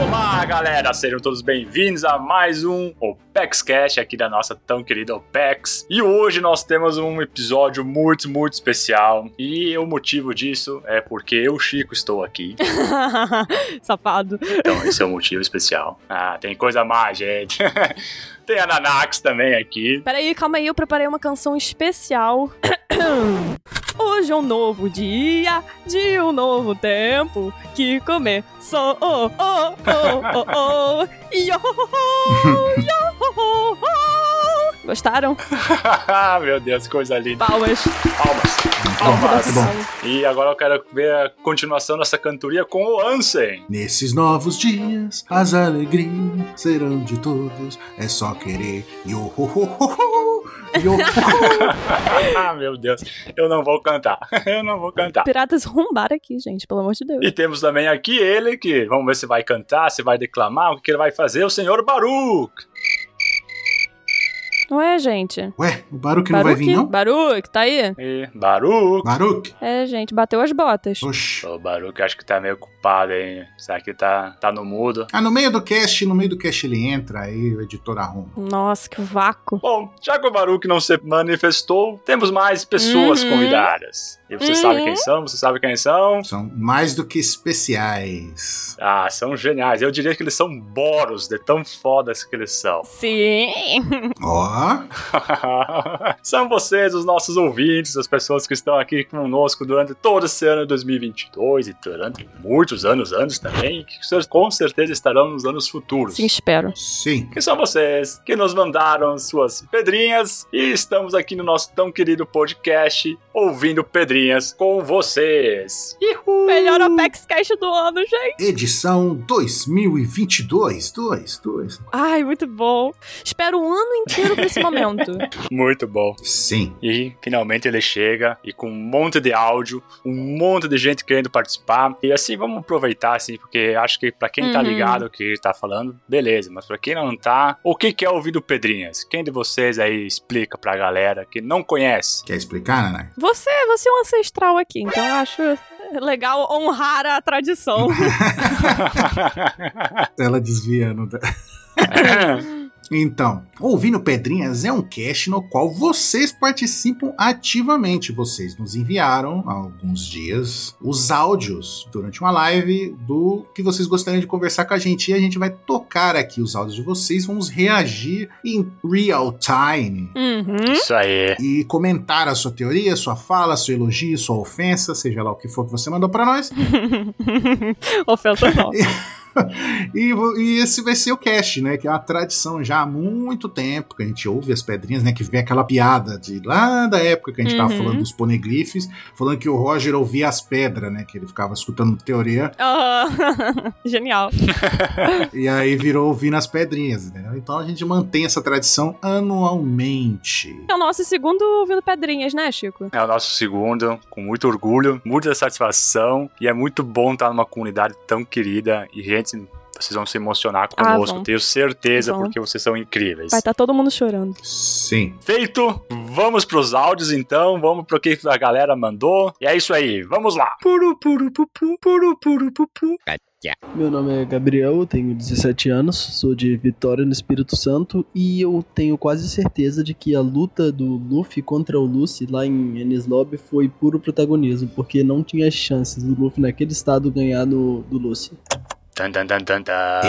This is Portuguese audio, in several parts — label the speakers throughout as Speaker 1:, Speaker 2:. Speaker 1: Olá, galera! Sejam todos bem-vindos a mais um OPEX Cash aqui da nossa tão querida OPEX. E hoje nós temos um episódio muito, muito especial. E o motivo disso é porque eu, Chico, estou aqui.
Speaker 2: Safado.
Speaker 1: Então, esse é o motivo especial. Ah, tem coisa a mais, gente. tem a Nanax também aqui.
Speaker 2: Peraí, calma aí, eu preparei uma canção especial. Hoje é um novo dia, de um novo tempo que começou. Oh, oh, oh, oh, oh. Yo, yo, oh. Gostaram?
Speaker 1: Meu Deus, coisa linda.
Speaker 2: Palmas.
Speaker 1: Palmas.
Speaker 2: Muito
Speaker 1: Palmas.
Speaker 2: Tá bom.
Speaker 1: E agora eu quero ver a continuação dessa cantoria com o Ansem.
Speaker 3: Nesses novos dias, as alegrias serão de todos. É só querer. Yo, ho, ho, ho, ho. Yo, ho, ho.
Speaker 1: Ah, meu Deus. Eu não vou cantar. Eu não vou
Speaker 3: Tá.
Speaker 1: cantar.
Speaker 2: Piratas rumbar aqui, gente, pelo amor de Deus.
Speaker 1: E temos também aqui ele, que vamos ver se vai cantar, se vai declamar, o que ele vai fazer, o senhor Baruch.
Speaker 2: Não é, gente?
Speaker 3: Ué, o Baruque não vai vir, não?
Speaker 2: Baruque, tá aí?
Speaker 1: E Baruch.
Speaker 3: Baruque?
Speaker 2: É, gente, bateu as botas.
Speaker 3: Oxi.
Speaker 1: Ô, Baruch, acho que tá meio culpado, hein? Será que tá, tá no mudo?
Speaker 3: Ah, no meio do cast, no meio do cast ele entra, aí o editor arruma.
Speaker 2: Nossa, que vácuo.
Speaker 1: Bom, já que o Baruch não se manifestou, temos mais pessoas
Speaker 2: Uhum.
Speaker 1: convidadas. E você
Speaker 2: Uhum.
Speaker 1: sabe quem são? Você sabe quem são?
Speaker 3: São mais do que especiais.
Speaker 1: Ah, são geniais. Eu diria que eles são boros, de tão fodas que eles são.
Speaker 2: Sim.
Speaker 3: Ó,
Speaker 1: são vocês, os nossos ouvintes, as pessoas que estão aqui conosco durante todo esse ano de 2022 e durante muitos anos antes também, que vocês com certeza estarão nos anos futuros.
Speaker 2: Sim, espero.
Speaker 3: sim.
Speaker 1: Que são vocês que nos mandaram suas pedrinhas e estamos aqui no nosso tão querido podcast ouvindo pedrinhas com vocês.
Speaker 2: Melhor Apex Cash do ano, gente.
Speaker 3: Edição 2022. 2, 2.
Speaker 2: Ai, muito bom. Espero o ano inteiro pra esse momento.
Speaker 1: Muito bom.
Speaker 3: Sim.
Speaker 1: E finalmente ele chega e com um monte de áudio, um monte de gente querendo participar. E assim, vamos aproveitar assim, porque acho que pra quem tá
Speaker 2: Uhum.
Speaker 1: ligado o que tá falando, beleza, mas pra quem não tá, o que que é ouvir do Pedrinhas? Quem de vocês aí explica pra galera que não conhece?
Speaker 3: Quer explicar, Naná?
Speaker 2: Você, você é um ancestral aqui, então eu acho legal honrar a tradição.
Speaker 3: Ela desviando da. Então, Ouvindo Pedrinhas é um cast no qual vocês participam ativamente. Vocês nos enviaram há alguns dias os áudios durante uma live do que vocês gostariam de conversar com a gente. E a gente vai tocar aqui os áudios de vocês, vamos reagir em real time.
Speaker 2: uhum.
Speaker 1: Isso aí.
Speaker 3: E comentar a sua teoria, sua fala, seu elogio, sua ofensa, seja lá o que for que você mandou pra nós.
Speaker 2: Ofensa não.
Speaker 3: E, vo- e esse vai ser o cast, né? Que é uma tradição já há muito tempo que a gente ouve as pedrinhas, né? Que vem aquela piada de lá da época que a gente tava
Speaker 2: Uhum.
Speaker 3: falando dos poneglyphs, falando que o Roger ouvia as pedras, né? Que ele ficava escutando teoria
Speaker 2: Aham. Genial.
Speaker 3: e aí virou ouvindo as pedrinhas, entendeu? Então a gente mantém essa tradição anualmente.
Speaker 2: É o nosso segundo ouvindo pedrinhas, né, Chico?
Speaker 1: É o nosso segundo, com muito orgulho, muita satisfação. E é muito bom estar numa comunidade tão querida. E, gente, vocês vão se emocionar
Speaker 2: Ah,
Speaker 1: conosco,
Speaker 2: vão.
Speaker 1: tenho certeza,
Speaker 2: Vão.
Speaker 1: porque vocês são incríveis.
Speaker 2: Vai tá todo mundo chorando.
Speaker 3: Sim.
Speaker 1: Feito, vamos pros áudios então, vamos pro que a galera mandou. E é isso aí, vamos lá.
Speaker 4: Meu nome é Gabriel, eu tenho 17 anos, sou de Vitória no Espírito Santo e eu tenho quase certeza de que a luta do Luffy contra o Lucy lá em Enies-Lobby foi puro protagonismo, porque não tinha chances do Luffy naquele estado ganhar no, do Lucy.
Speaker 1: Tan, tan, tan, tan, tan.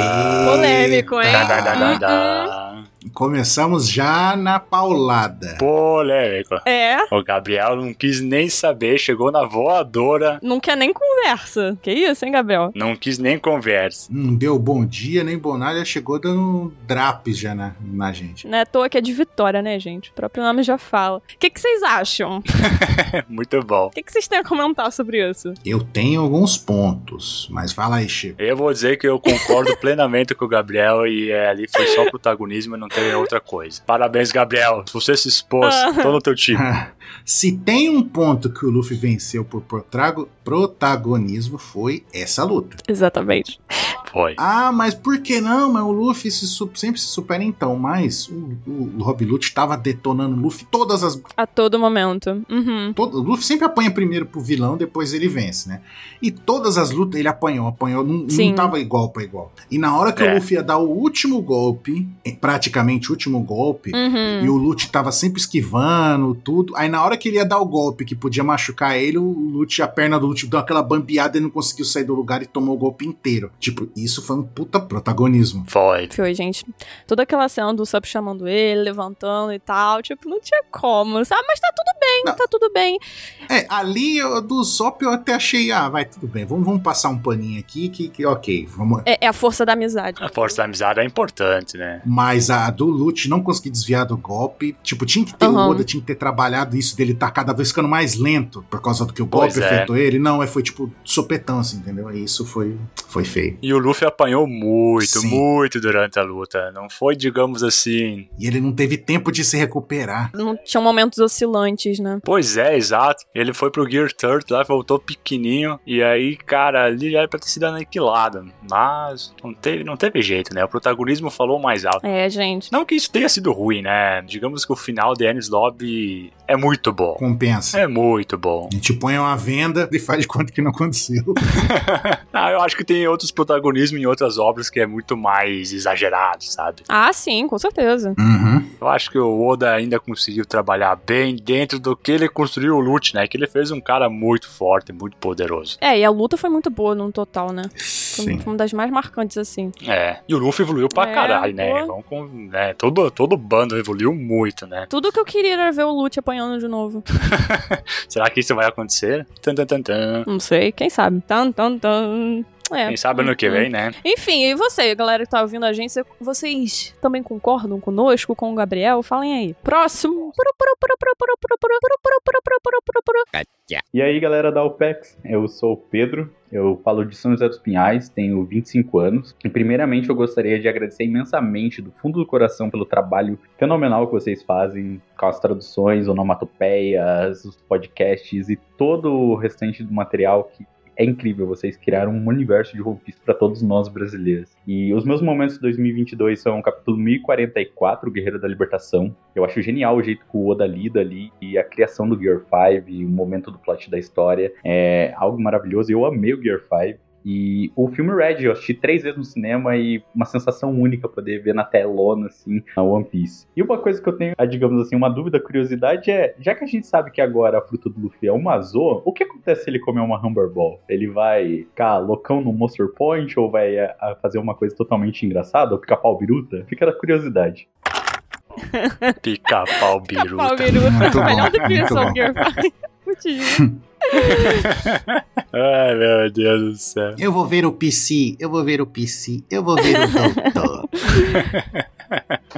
Speaker 2: Polêmico, hein? Uhum.
Speaker 1: Tan, tan, tan, tan, tan.
Speaker 3: Começamos já na paulada.
Speaker 1: Polêmico.
Speaker 2: É,
Speaker 1: O Gabriel não quis nem saber, chegou na voadora,
Speaker 2: não quer nem conversa. Que isso, hein, Gabriel?
Speaker 1: não quis nem conversa.
Speaker 3: Não Hum, deu bom dia, nem bom nada, já chegou dando um drapes já na, na gente.
Speaker 2: Não é à toa que é de Vitória, né, gente? O próprio nome já fala. O que, que vocês acham? O
Speaker 1: É Muito bom.
Speaker 2: que, que vocês têm a comentar sobre isso?
Speaker 3: Eu tenho alguns pontos, mas fala aí, Chico.
Speaker 1: Eu vou dizer que eu concordo plenamente com o Gabriel e é, ali foi só protagonismo e não teve outra coisa. Parabéns, Gabriel. Você se expôs, tô no teu time.
Speaker 3: Se tem um ponto que o Luffy venceu por protrago- protagonismo, foi essa luta.
Speaker 2: Exatamente.
Speaker 1: Foi.
Speaker 3: Ah, mas por que não? Mas o Luffy se su- sempre se supera então. Mas o, o Rob Lute tava detonando o Luffy todas as.
Speaker 2: A todo momento. Uhum.
Speaker 3: todo- o Luffy sempre apanha primeiro pro vilão, depois ele vence, né? E todas as lutas ele apanhou, apanhou, não, não
Speaker 2: Sim.
Speaker 3: tava igual pra igual. E na hora que
Speaker 1: É.
Speaker 3: o Luffy ia dar o último golpe, eh, praticamente o último golpe,
Speaker 2: Uhum.
Speaker 3: E o Lute tava sempre esquivando, tudo. Aí na hora que ele ia dar o golpe que podia machucar ele, o Lute, a perna do Lute deu aquela bambeada e não conseguiu sair do lugar e tomou o golpe inteiro. Tipo, isso foi um puta protagonismo.
Speaker 1: Foi.
Speaker 2: Foi, gente. Toda aquela cena do Sup chamando ele, levantando e tal. Tipo, não tinha como, sabe? Mas tá tudo bem,
Speaker 3: Não.
Speaker 2: tá tudo bem.
Speaker 3: É, ali eu- do Zop eu até achei, ah, vai, tudo bem, vamos, vamos passar um paninho aqui que, que ok, vamos.
Speaker 2: É, é a força da amizade.
Speaker 1: A força da amizade é importante, né?
Speaker 3: Mas a do Lute não conseguir desviar do golpe. Tipo, tinha que ter
Speaker 2: Aham.
Speaker 3: o Oda, tinha que ter trabalhado isso dele tá cada vez ficando mais lento por causa do que o
Speaker 1: Pois
Speaker 3: golpe
Speaker 1: é.
Speaker 3: afetou ele. Não, é, foi tipo sopetão, assim, entendeu? E isso foi, foi feio.
Speaker 1: E o Luffy apanhou muito,
Speaker 3: Sim.
Speaker 1: muito durante a luta. Não foi, digamos assim.
Speaker 3: E ele não teve tempo de se recuperar.
Speaker 2: Não tinham momentos oscilantes, né?
Speaker 1: Pois é, exato. Ele foi pro Gear Third lá, voltou pequenininho. E aí, cara, ali já era pra ter sido aniquilado. Mas não teve, não teve jeito, né? O protagonismo falou mais alto.
Speaker 2: É, gente.
Speaker 1: Não que isso tenha sido ruim, né? Digamos que o final de Ennis Lobby é muito bom.
Speaker 3: Compensa.
Speaker 1: É muito bom.
Speaker 3: A gente põe uma venda e faz de conta que não aconteceu.
Speaker 1: Ah, eu acho que tem outros protagonismos em outras obras que é muito mais exagerado, sabe?
Speaker 2: Ah, sim, com certeza.
Speaker 3: Uhum.
Speaker 1: Eu acho que o Oda ainda conseguiu trabalhar bem dentro do que ele construiu o Lute, né? Que ele fez um cara muito forte, muito poderoso.
Speaker 2: É, e a luta foi muito boa no total, né? Foi,
Speaker 3: Sim.
Speaker 2: foi uma das mais marcantes, assim.
Speaker 1: É. E o Luffy evoluiu pra
Speaker 2: É,
Speaker 1: caralho, né?
Speaker 2: boa.
Speaker 1: Vamos com, né? Todo, todo bando evoluiu muito, né?
Speaker 2: Tudo que eu queria era ver o Lute apanhando de novo.
Speaker 1: Será que isso vai acontecer? Tan, tan, tan, tan.
Speaker 2: Não sei, quem sabe? Tan, tan, tan. É.
Speaker 1: Quem sabe ano que vem, né?
Speaker 2: Enfim, e você, galera que tá ouvindo a gente, cê- vocês também concordam conosco, com o Gabriel? Falem aí. Próximo.
Speaker 5: E aí, galera da OPEX, eu sou o Pedro, eu falo de São José dos Pinhais, tenho 25 anos. E primeiramente eu gostaria de agradecer imensamente do fundo do coração pelo trabalho fenomenal que vocês fazem com as traduções, onomatopeias, os podcasts e todo o restante do material que é incrível, vocês criaram um universo de One Piece pra todos nós brasileiros. E os meus momentos de 2022 são o capítulo 1044, Guerreiro da Libertação. Eu acho genial o jeito que o Oda lida ali e a criação do Gear 5 e o momento do plot da história. É algo maravilhoso. Eu amei o Gear 5. E o filme Red, eu assisti três vezes no cinema e uma sensação única poder ver na telona, assim, a One Piece. E uma coisa que eu tenho, ah, digamos assim, uma dúvida, curiosidade é, já que a gente sabe que agora a fruta do Luffy é uma zoa, o que acontece se ele comer uma Humber Ball? Ele vai ficar loucão no Monster Point ou vai ah, ah, fazer uma coisa totalmente engraçada, ou picar pau biruta? Fica a curiosidade.
Speaker 1: Pica-pau
Speaker 2: Pau,
Speaker 1: biruta.
Speaker 2: Biruta.
Speaker 3: Muito bom,
Speaker 2: Melhor do que
Speaker 3: muito
Speaker 2: isso,
Speaker 3: bom.
Speaker 2: Gabriel. Putinho.
Speaker 1: Ai, meu Deus do céu.
Speaker 3: Eu vou ver o PC, eu vou ver o PC, eu vou ver o doutor.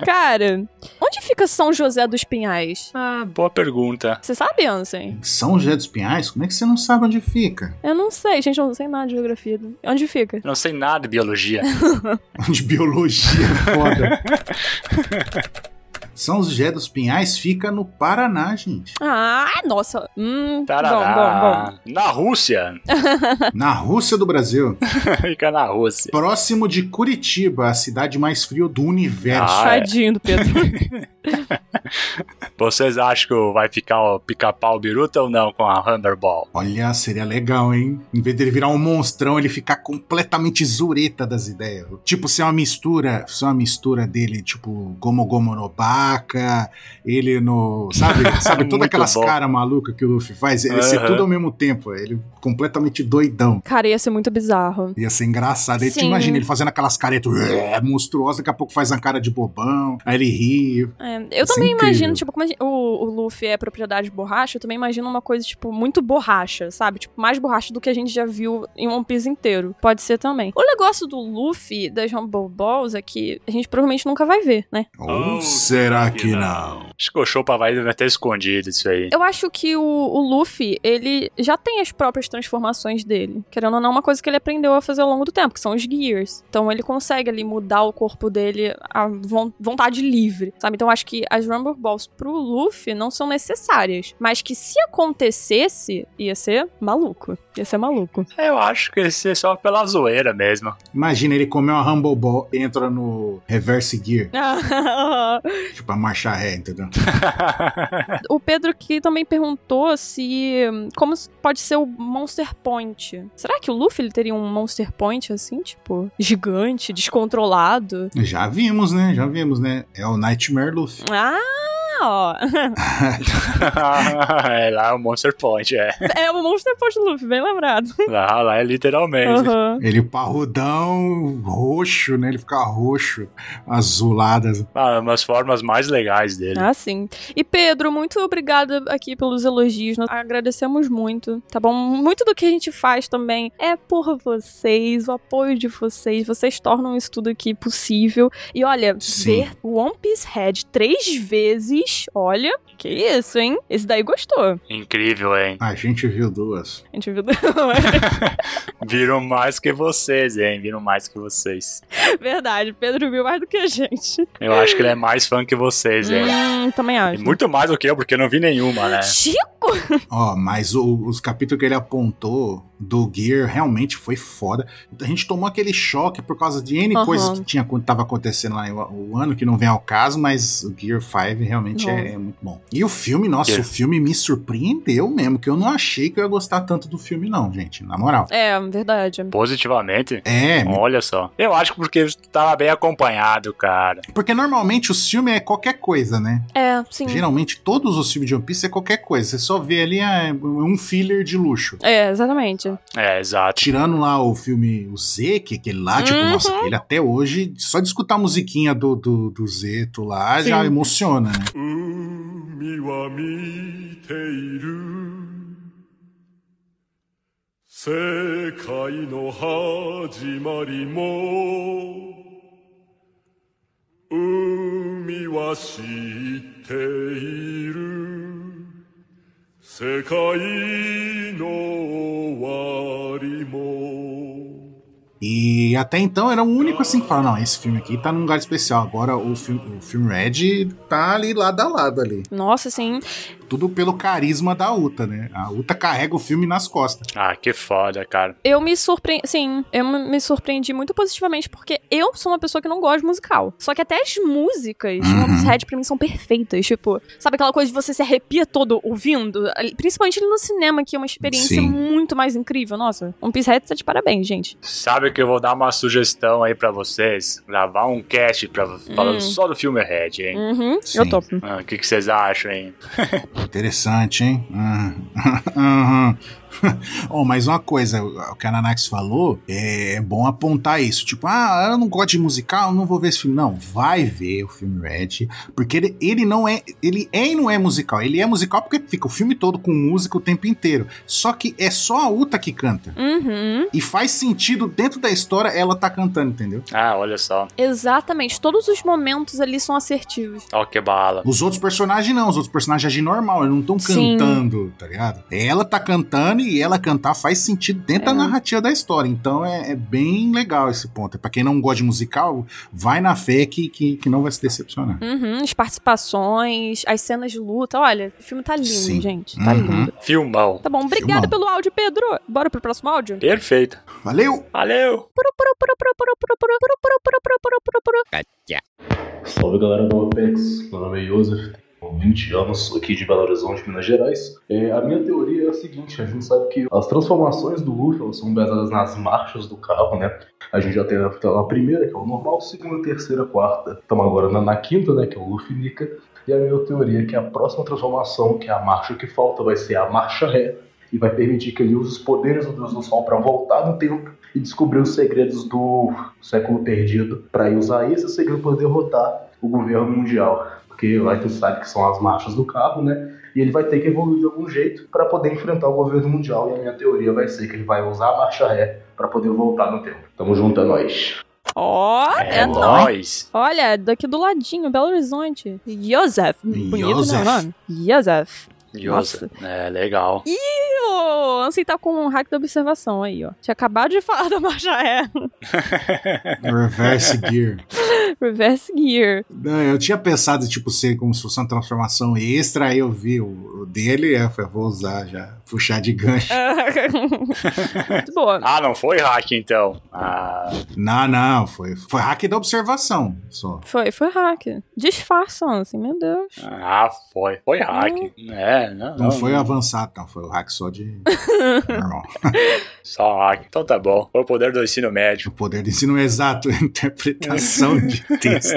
Speaker 2: Cara, onde fica São José dos Pinhais?
Speaker 1: Ah, boa pergunta.
Speaker 2: Você sabe, Ansem?
Speaker 3: São José dos Pinhais? Como é que você não sabe onde fica?
Speaker 2: Eu não sei, gente, eu não sei nada de geografia. Onde fica?
Speaker 1: Eu não sei nada de biologia.
Speaker 3: De biologia, foda. São José dos Pinhais fica no Paraná, gente.
Speaker 2: Ah, nossa. Hum, bom, bom, bom.
Speaker 1: Tarará. Na Rússia.
Speaker 3: Na Rússia do Brasil.
Speaker 1: Fica na Rússia.
Speaker 3: Próximo de Curitiba, a cidade mais fria do universo.
Speaker 1: Ah, é.
Speaker 2: Tadinho do Pedro.
Speaker 1: Vocês acham que vai ficar o pica-pau biruta ou não com a Humberball?
Speaker 3: Olha, seria legal, hein? Em vez dele virar um monstrão, ele ficar completamente zureta das ideias. Tipo, ser uma mistura, ser uma mistura dele, tipo, Gomo Gomo no Baka, ele no... Sabe? Sabe
Speaker 1: Muito
Speaker 3: todas aquelas
Speaker 1: bom.
Speaker 3: caras malucas que o Luffy faz? Ele ser
Speaker 1: Aham.
Speaker 3: tudo ao mesmo tempo. Ele completamente doidão.
Speaker 2: Cara, ia ser muito bizarro.
Speaker 3: Ia ser engraçado. Aí tu
Speaker 2: Sim.
Speaker 3: imagina ele fazendo aquelas caretas "Ué", monstruosas, daqui a pouco faz uma cara de bobão, aí ele ri.
Speaker 2: É, eu
Speaker 3: Isso é
Speaker 2: também
Speaker 3: incrível.
Speaker 2: imagino, tipo, como a gen- o, o Luffy é propriedade de borracha, eu também imagino uma coisa, tipo, muito borracha, sabe? Tipo, mais borracha do que a gente já viu em One Piece inteiro. Pode ser também. O negócio do Luffy, das Rumble Balls, é que a gente provavelmente nunca vai ver, né?
Speaker 3: Ou
Speaker 1: Oh,
Speaker 3: será
Speaker 1: que
Speaker 3: que
Speaker 1: não.
Speaker 3: não?
Speaker 1: Acho que o Choppa vai deve ter escondido isso aí.
Speaker 2: Eu acho que o, o Luffy, ele já tem as próprias transformações dele. Querendo ou não, é uma coisa que ele aprendeu a fazer ao longo do tempo, que são os Gears. Então ele consegue ali mudar o corpo dele à von- vontade livre, sabe? Então eu acho que as Rumble Balls pro Luffy não são necessárias. Mas que se acontecesse, ia ser maluco. Ia ser maluco.
Speaker 1: Eu acho que esse é só pela zoeira mesmo.
Speaker 3: Imagina ele comer uma Humble Ball e entra no Reverse Gear, tipo, a marcha ré, entendeu?
Speaker 2: o Pedro que também perguntou se como pode ser o Monster Point. Será que o Luffy ele teria um Monster Point assim, tipo, gigante, descontrolado?
Speaker 3: Já vimos, né? Já vimos, né? É o Nightmare Luffy.
Speaker 2: Ah, ó.
Speaker 1: é lá o Monster Point, é.
Speaker 2: É o Monster Point do Luffy, bem lembrado.
Speaker 1: Lá, lá é literalmente.
Speaker 2: Aham.
Speaker 3: Ele parrudão, roxo, né? Ele fica roxo, azulado.
Speaker 1: Ah, umas formas mais legais dele.
Speaker 2: Ah, sim. E Pedro, muito obrigada aqui pelos elogios. Nós agradecemos muito, tá bom? Muito do que a gente faz também é por vocês, o apoio de vocês. Vocês tornam isso tudo aqui possível. E olha,
Speaker 3: Sim.
Speaker 2: ver One Piece Head três vezes, olha, que isso, hein? Esse daí gostou.
Speaker 1: Incrível, hein?
Speaker 3: A gente viu duas.
Speaker 2: A gente viu. é
Speaker 1: Viram mais que vocês, hein? Viram mais que vocês.
Speaker 2: Verdade, Pedro viu mais do que a gente.
Speaker 1: Eu acho que ele é mais fã que vocês, hein?
Speaker 2: Hum, também
Speaker 1: E
Speaker 2: acho.
Speaker 1: muito mais do que eu, porque eu não vi nenhuma, né?
Speaker 2: Chico!
Speaker 3: Ó, mas o- os capítulos que ele apontou do Gear realmente foi foda. A gente tomou aquele choque por causa de N
Speaker 2: Aham.
Speaker 3: coisas que tinha, tava acontecendo lá em o, o ano, que não vem ao caso, mas o Gear 5 realmente
Speaker 2: Nossa.
Speaker 3: é, é muito bom. E o filme, nossa,
Speaker 1: Yeah.
Speaker 3: o filme me surpreendeu mesmo, que eu não achei que eu ia gostar tanto do filme, não, gente, na moral.
Speaker 2: É, verdade.
Speaker 1: Positivamente.
Speaker 3: É,
Speaker 1: Olha só. Eu acho que porque tava bem acompanhado, cara.
Speaker 3: porque normalmente o filme é qualquer coisa, né?
Speaker 2: É, sim.
Speaker 3: Geralmente todos os filmes de One Piece é qualquer coisa. Você só vê ali ah, é um filler de luxo.
Speaker 2: É, exatamente.
Speaker 1: É, exato.
Speaker 3: Tirando lá o filme o Z, que é aquele lá, tipo,
Speaker 2: Uhum.
Speaker 3: nossa, aquele até hoje, só de escutar a musiquinha do, do, do Zeto lá já
Speaker 2: Sim.
Speaker 3: emociona, né?
Speaker 6: 海は見ている世界の始まりも海は知っている世界の終わりも
Speaker 3: E até então era o único assim que fala: não, esse filme aqui tá num lugar especial. Agora o filme, o filme Red tá ali lado a lado ali.
Speaker 2: Nossa, sim.
Speaker 3: Tudo pelo carisma da Uta, né? A Uta carrega o filme nas costas.
Speaker 1: Ah, que foda, cara.
Speaker 2: Eu me surpreendi. Sim, eu me me surpreendi muito positivamente, porque eu sou uma pessoa que não gosta de musical. Só que até as músicas
Speaker 3: Uhum.
Speaker 2: do One Piece Red pra mim são perfeitas. Tipo, sabe aquela coisa de você se arrepia todo ouvindo? Ali- Principalmente no cinema, que é uma experiência
Speaker 3: Sim.
Speaker 2: muito mais incrível. Nossa, One Piece Red tá de parabéns, gente.
Speaker 1: Sabe que eu vou dar uma sugestão aí pra vocês? Gravar um cast pra, falando só do filme Red, hein?
Speaker 2: Hum. Uhum,
Speaker 3: Sim.
Speaker 2: eu topo.
Speaker 1: Ah, O que, que vocês acham, hein?
Speaker 3: Interessante, hein? Uhum. oh, mas uma coisa, o que a Nanax falou, é bom apontar isso. Tipo, ah, eu não gosto de musical, não vou ver esse filme. Não, vai ver o filme Red, porque ele, ele não é, ele é e não é musical. Ele é musical porque fica o filme todo com música o tempo inteiro. Só que é só a Uta que canta.
Speaker 2: Uhum.
Speaker 3: E faz sentido dentro da história ela tá cantando, entendeu?
Speaker 1: Ah, olha só.
Speaker 2: Exatamente. Todos os momentos ali são assertivos.
Speaker 1: Ó, que bala.
Speaker 3: Os outros personagens não, os outros personagens agem normal, eles não estão
Speaker 2: Sim.
Speaker 3: cantando, tá ligado? Ela tá cantando e ela cantar faz sentido dentro da narrativa da história. Então é, é bem legal esse ponto. Pra quem não gosta de musical, vai na fé que, que, que não vai se decepcionar.
Speaker 2: Uhum, as participações, as cenas de luta. Olha, o filme tá lindo,
Speaker 3: Sim.
Speaker 2: gente. Tá
Speaker 3: Uhum.
Speaker 2: lindo.
Speaker 1: Filmão.
Speaker 2: Tá bom, obrigada
Speaker 3: Filmão.
Speaker 2: pelo áudio, Pedro. Bora pro próximo áudio?
Speaker 1: Perfeito.
Speaker 3: Valeu!
Speaker 1: Valeu!
Speaker 7: Salve galera do Apex, meu nome é Joseph, tenho 20 anos, sou aqui de Belo Horizonte, Minas Gerais. É, a minha teoria é a seguinte, a gente sabe que as transformações do Luffy elas são baseadas nas marchas do carro, né? A gente já tem a, a primeira, que é o normal, segunda, terceira, quarta. Estamos agora na, na quinta, né, que é o Luffy Nika. E a minha teoria é que a próxima transformação, que é a marcha que falta, vai ser a marcha ré. E vai permitir que ele use os poderes do Deus do Sol para voltar no tempo e descobrir os segredos do século perdido para usar esse segredo para derrotar o governo mundial, porque lá tu sabe que são as marchas do carro, né? E ele vai ter que evoluir de algum jeito para poder enfrentar o governo mundial. E a minha teoria vai ser que ele vai usar a marcha ré para poder voltar no tempo. Tamo junto, é nóis.
Speaker 2: Ó, é,
Speaker 1: É
Speaker 2: nóis.
Speaker 1: nóis!
Speaker 2: Olha, daqui do ladinho, Belo Horizonte. Joseph. Bonito, né, o
Speaker 3: Joseph.
Speaker 2: nome? Joseph.
Speaker 1: Yosa. É, legal.
Speaker 2: E o Ansem tá com um hack da observação aí, ó. Tinha acabado de falar da marcha ré.
Speaker 3: Reverse Gear.
Speaker 2: Reverse Gear.
Speaker 3: Não, eu tinha pensado, tipo, ser como se fosse uma transformação extra, aí eu vi o, o dele, eu falei, vou usar já, puxar de gancho.
Speaker 2: Muito boa.
Speaker 1: Ah, não foi hack então. Ah,
Speaker 3: Não, não, foi, foi hack da observação só.
Speaker 2: Foi, foi hack. Disfarçam, assim, meu Deus.
Speaker 1: ah, foi. Foi hack.
Speaker 2: Hum.
Speaker 1: É, não.
Speaker 3: Não foi avançado, não, foi o hack só de. normal.
Speaker 1: Só hack. Então tá bom. Foi o poder do ensino médio.
Speaker 3: O poder de ensino exato, interpretação de texto.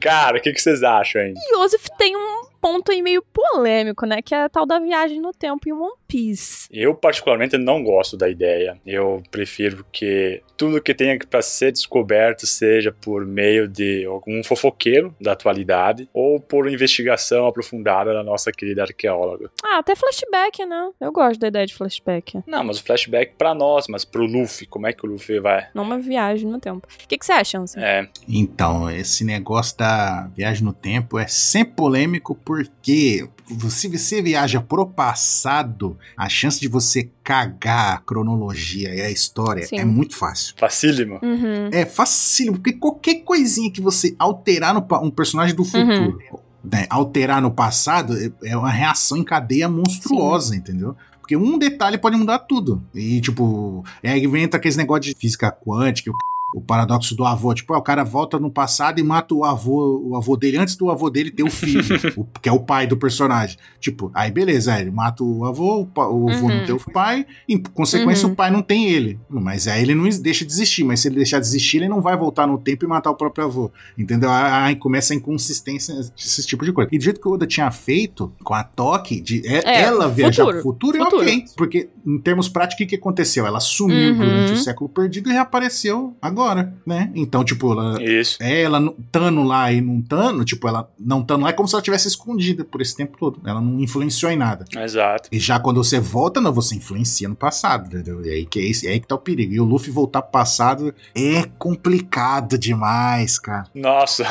Speaker 1: Cara, o que, que vocês acham, hein?
Speaker 2: E Yosef tem um ponto aí meio polêmico, né? Que é a tal da viagem no tempo em One Piece.
Speaker 1: Eu, particularmente, não gosto da ideia. Eu prefiro que tudo que tenha para ser descoberto seja por meio de algum fofoqueiro da atualidade ou por investigação aprofundada da nossa querida arqueóloga.
Speaker 2: Ah, até flashback, né? Eu gosto da ideia de flashback.
Speaker 1: Não, mas o flashback para nós, mas pro Luffy, como é que o Luffy vai?
Speaker 2: Não uma viagem no tempo. O que, que você acha, Anson?
Speaker 1: É,
Speaker 3: Então, esse negócio da viagem no tempo é sempre polêmico porque se você viaja pro passado, a chance de você cagar a cronologia e a história
Speaker 2: Sim.
Speaker 3: é muito fácil.
Speaker 1: facílimo.
Speaker 2: Uhum.
Speaker 3: É facílimo, porque qualquer coisinha que você alterar no pa- um personagem do futuro, né, alterar no passado, é- é uma reação em cadeia monstruosa, entendeu? Porque um detalhe pode mudar tudo. E, tipo, é aí que entra aquele negócio de física quântica, o, c- o paradoxo do avô. Tipo, ah, o cara volta no passado e mata o avô, o avô dele antes do avô dele ter o filho, o- que é o pai do personagem. Tipo, aí beleza, aí ele mata o avô, o, pa- o avô
Speaker 2: Uhum.
Speaker 3: não tem o pai, e por consequência
Speaker 2: Uhum.
Speaker 3: o pai não tem ele. Mas aí ele não es- deixa de existir, mas se ele deixar de existir, ele não vai voltar no tempo e matar o próprio avô. Entendeu? Aí começa a inconsistência, esse tipo de coisa. E do jeito que o Oda tinha feito com a Toque, de é-
Speaker 2: É,
Speaker 3: ela viajar pro
Speaker 2: futuro,
Speaker 3: futuro, é
Speaker 2: futuro.
Speaker 3: ok. Porque, em termos práticos, o que, que aconteceu? Ela sumiu
Speaker 2: Uhum.
Speaker 3: durante o século perdido e reapareceu agora, né? Então, tipo, ela,
Speaker 1: Isso.
Speaker 3: é, ela não- tando lá e não tando, tipo, ela não tando lá é como se ela tivesse escondida por esse tempo todo. Ela não influenciou em nada.
Speaker 1: Exato.
Speaker 3: E já quando você volta, não, você influencia no passado, entendeu? E aí que é, esse- é aí que tá o perigo. E o Luffy voltar pro passado é complicado demais, cara.
Speaker 1: Nossa.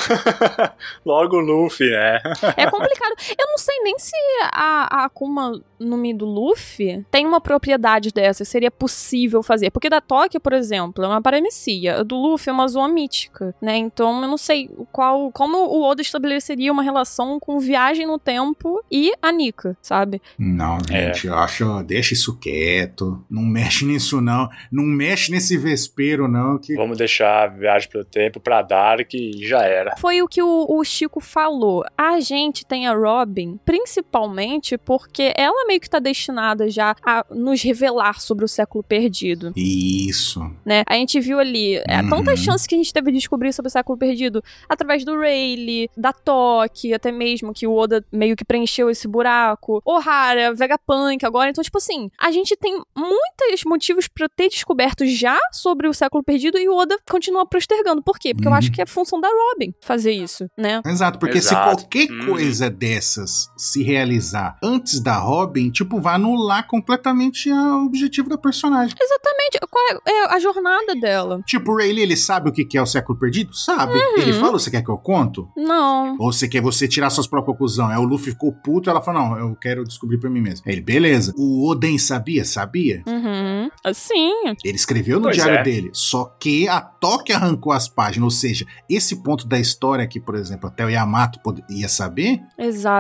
Speaker 1: Logo o Luffy, né?
Speaker 2: É complicado. Eu não sei nem se a, a Akuma no Mi do Luffy tem uma propriedade dessa. Seria possível fazer. Porque da Toque, por exemplo, é uma paramessia. A do Luffy é uma zoa mítica, né? Então eu não sei qual. Como o Oda estabeleceria uma relação com viagem no tempo e a Nika, sabe?
Speaker 3: Não,
Speaker 1: É.
Speaker 3: gente, eu acho. Deixa isso quieto. Não mexe nisso, não. Não mexe nesse vespeiro, não. Que
Speaker 1: Vamos deixar a viagem pelo tempo pra Dark e já era.
Speaker 2: Foi o que o, o Chico falou. A gente tem a Robin, principalmente porque ela meio que tá destinada já a nos revelar sobre o século perdido.
Speaker 3: Isso.
Speaker 2: né? A gente viu ali é,
Speaker 3: Uhum.
Speaker 2: tantas chances que a gente teve de descobrir sobre o século perdido através do Rayleigh, da Toque, até mesmo que o Oda meio que preencheu esse buraco, O'Hara, Vegapunk agora. Então, tipo assim, a gente tem muitos motivos pra ter descoberto já sobre o século perdido e o Oda continua postergando. Por quê? Porque eu
Speaker 3: Uhum. É
Speaker 2: acho que é função da Robin fazer isso, né?
Speaker 3: Exato, porque
Speaker 1: Exato.
Speaker 3: se qualquer
Speaker 1: Hum.
Speaker 3: coisa dessas se realizar antes da Robin, tipo, vai anular completamente a- o objetivo da personagem.
Speaker 2: Exatamente. Qual é- é a jornada dela?
Speaker 3: Tipo, o Rayleigh, ele sabe o que que é o século perdido? Sabe. Ele fala, você quer que eu conto?
Speaker 2: Não.
Speaker 3: Ou você quer você tirar suas próprias conclusões? Aí o Luffy ficou puto, ela falou, não, eu quero descobrir por mim mesmo. Aí ele, beleza. O Oden sabia? Sabia.
Speaker 2: Uhum. Assim.
Speaker 3: Ele escreveu no
Speaker 1: Pois
Speaker 3: diário
Speaker 1: é.
Speaker 3: dele, só que a Toque arrancou as páginas, ou seja, esse ponto da história que, por exemplo, até o Yamato pod- ia saber,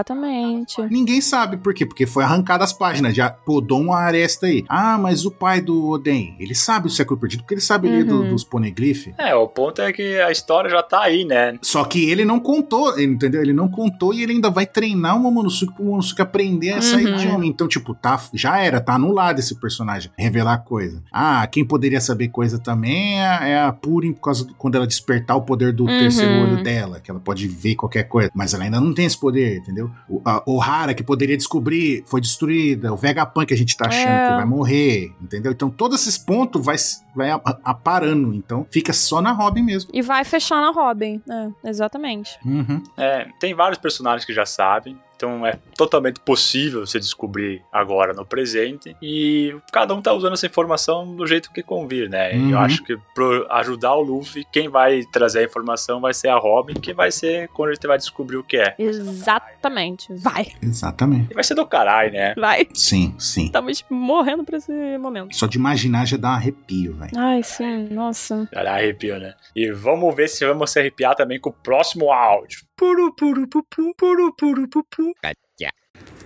Speaker 2: Exatamente.
Speaker 3: ninguém sabe por quê, porque foi arrancada as páginas, já podou uma aresta aí. Ah, mas o pai do Oden, ele sabe o século perdido, porque ele sabe ler do-
Speaker 2: Uhum.
Speaker 3: dos poneglyph.
Speaker 1: É, o ponto é que a história já tá aí, né?
Speaker 3: Só que ele não contou, ele- entendeu? Ele não contou e ele ainda vai treinar o Momonosuke pro Momonosuke aprender essa
Speaker 2: Uhum.
Speaker 3: idioma. Então, tipo, tá, já era, tá anulado esse personagem, revelar coisa. Ah, quem poderia saber coisa também é, a- é a Purim, por causa do, quando ela despertar o poder do
Speaker 2: Uhum.
Speaker 3: terceiro olho dela, que ela pode ver qualquer coisa. Mas ela ainda não tem esse poder, entendeu? O, a Ohara, que poderia descobrir, foi destruída. O Vegapunk, que a gente tá achando
Speaker 2: É.
Speaker 3: que vai morrer, entendeu? Então, todos esses pontos vai, se- vai a- a- aparando. Então, fica só na Robin mesmo.
Speaker 2: E vai fechar na Robin. É, exatamente.
Speaker 3: Uhum.
Speaker 1: É, tem vários personagens que já sabem, então é totalmente possível você descobrir agora no presente. E cada um tá usando essa informação do jeito que convir, né? E Eu
Speaker 3: Uhum.
Speaker 1: acho que pra ajudar o Luffy, quem vai trazer a informação vai ser a Robin, que vai ser quando ele vai descobrir o que é.
Speaker 2: Exatamente. Vai,
Speaker 3: Exatamente.
Speaker 1: E vai ser do caralho, né?
Speaker 2: vai.
Speaker 3: Sim, sim.
Speaker 2: Estamos morrendo pra esse momento.
Speaker 3: Só de imaginar já dá um arrepio, velho.
Speaker 2: Ai, sim, nossa.
Speaker 1: Olha, arrepio, né? E vamos ver se vamos se arrepiar também com o próximo áudio. Puru, puru, pupu, puru, puru, pupu.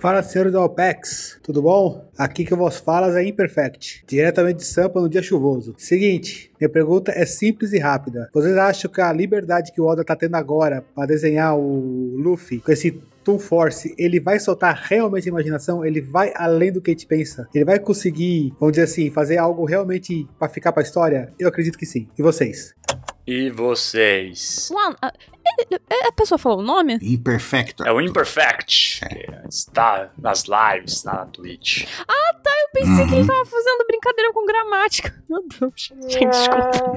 Speaker 8: Fala, senhores da OPEX, tudo bom? Aqui que eu vos falas é Imperfect, diretamente de Sampa no dia chuvoso. Seguinte, minha pergunta é simples e rápida. Vocês acham que a liberdade que o Oda tá tendo agora pra desenhar o Luffy com esse Toon Force, ele vai soltar realmente a imaginação? Ele vai além do que a gente pensa? Ele vai conseguir, vamos dizer assim, fazer algo realmente pra ficar pra história? Eu acredito que sim. E vocês?
Speaker 1: E vocês?
Speaker 2: One, a, ah, ele- é, a pessoa falou o nome?
Speaker 3: Imperfector.
Speaker 1: É o Imperfect. que Está nas lives, está na Twitch.
Speaker 2: Ah, tá, Eu pensei que
Speaker 3: Uhum.
Speaker 2: ele tava fazendo brincadeira com gramática. Meu Deus. Gente, desculpa.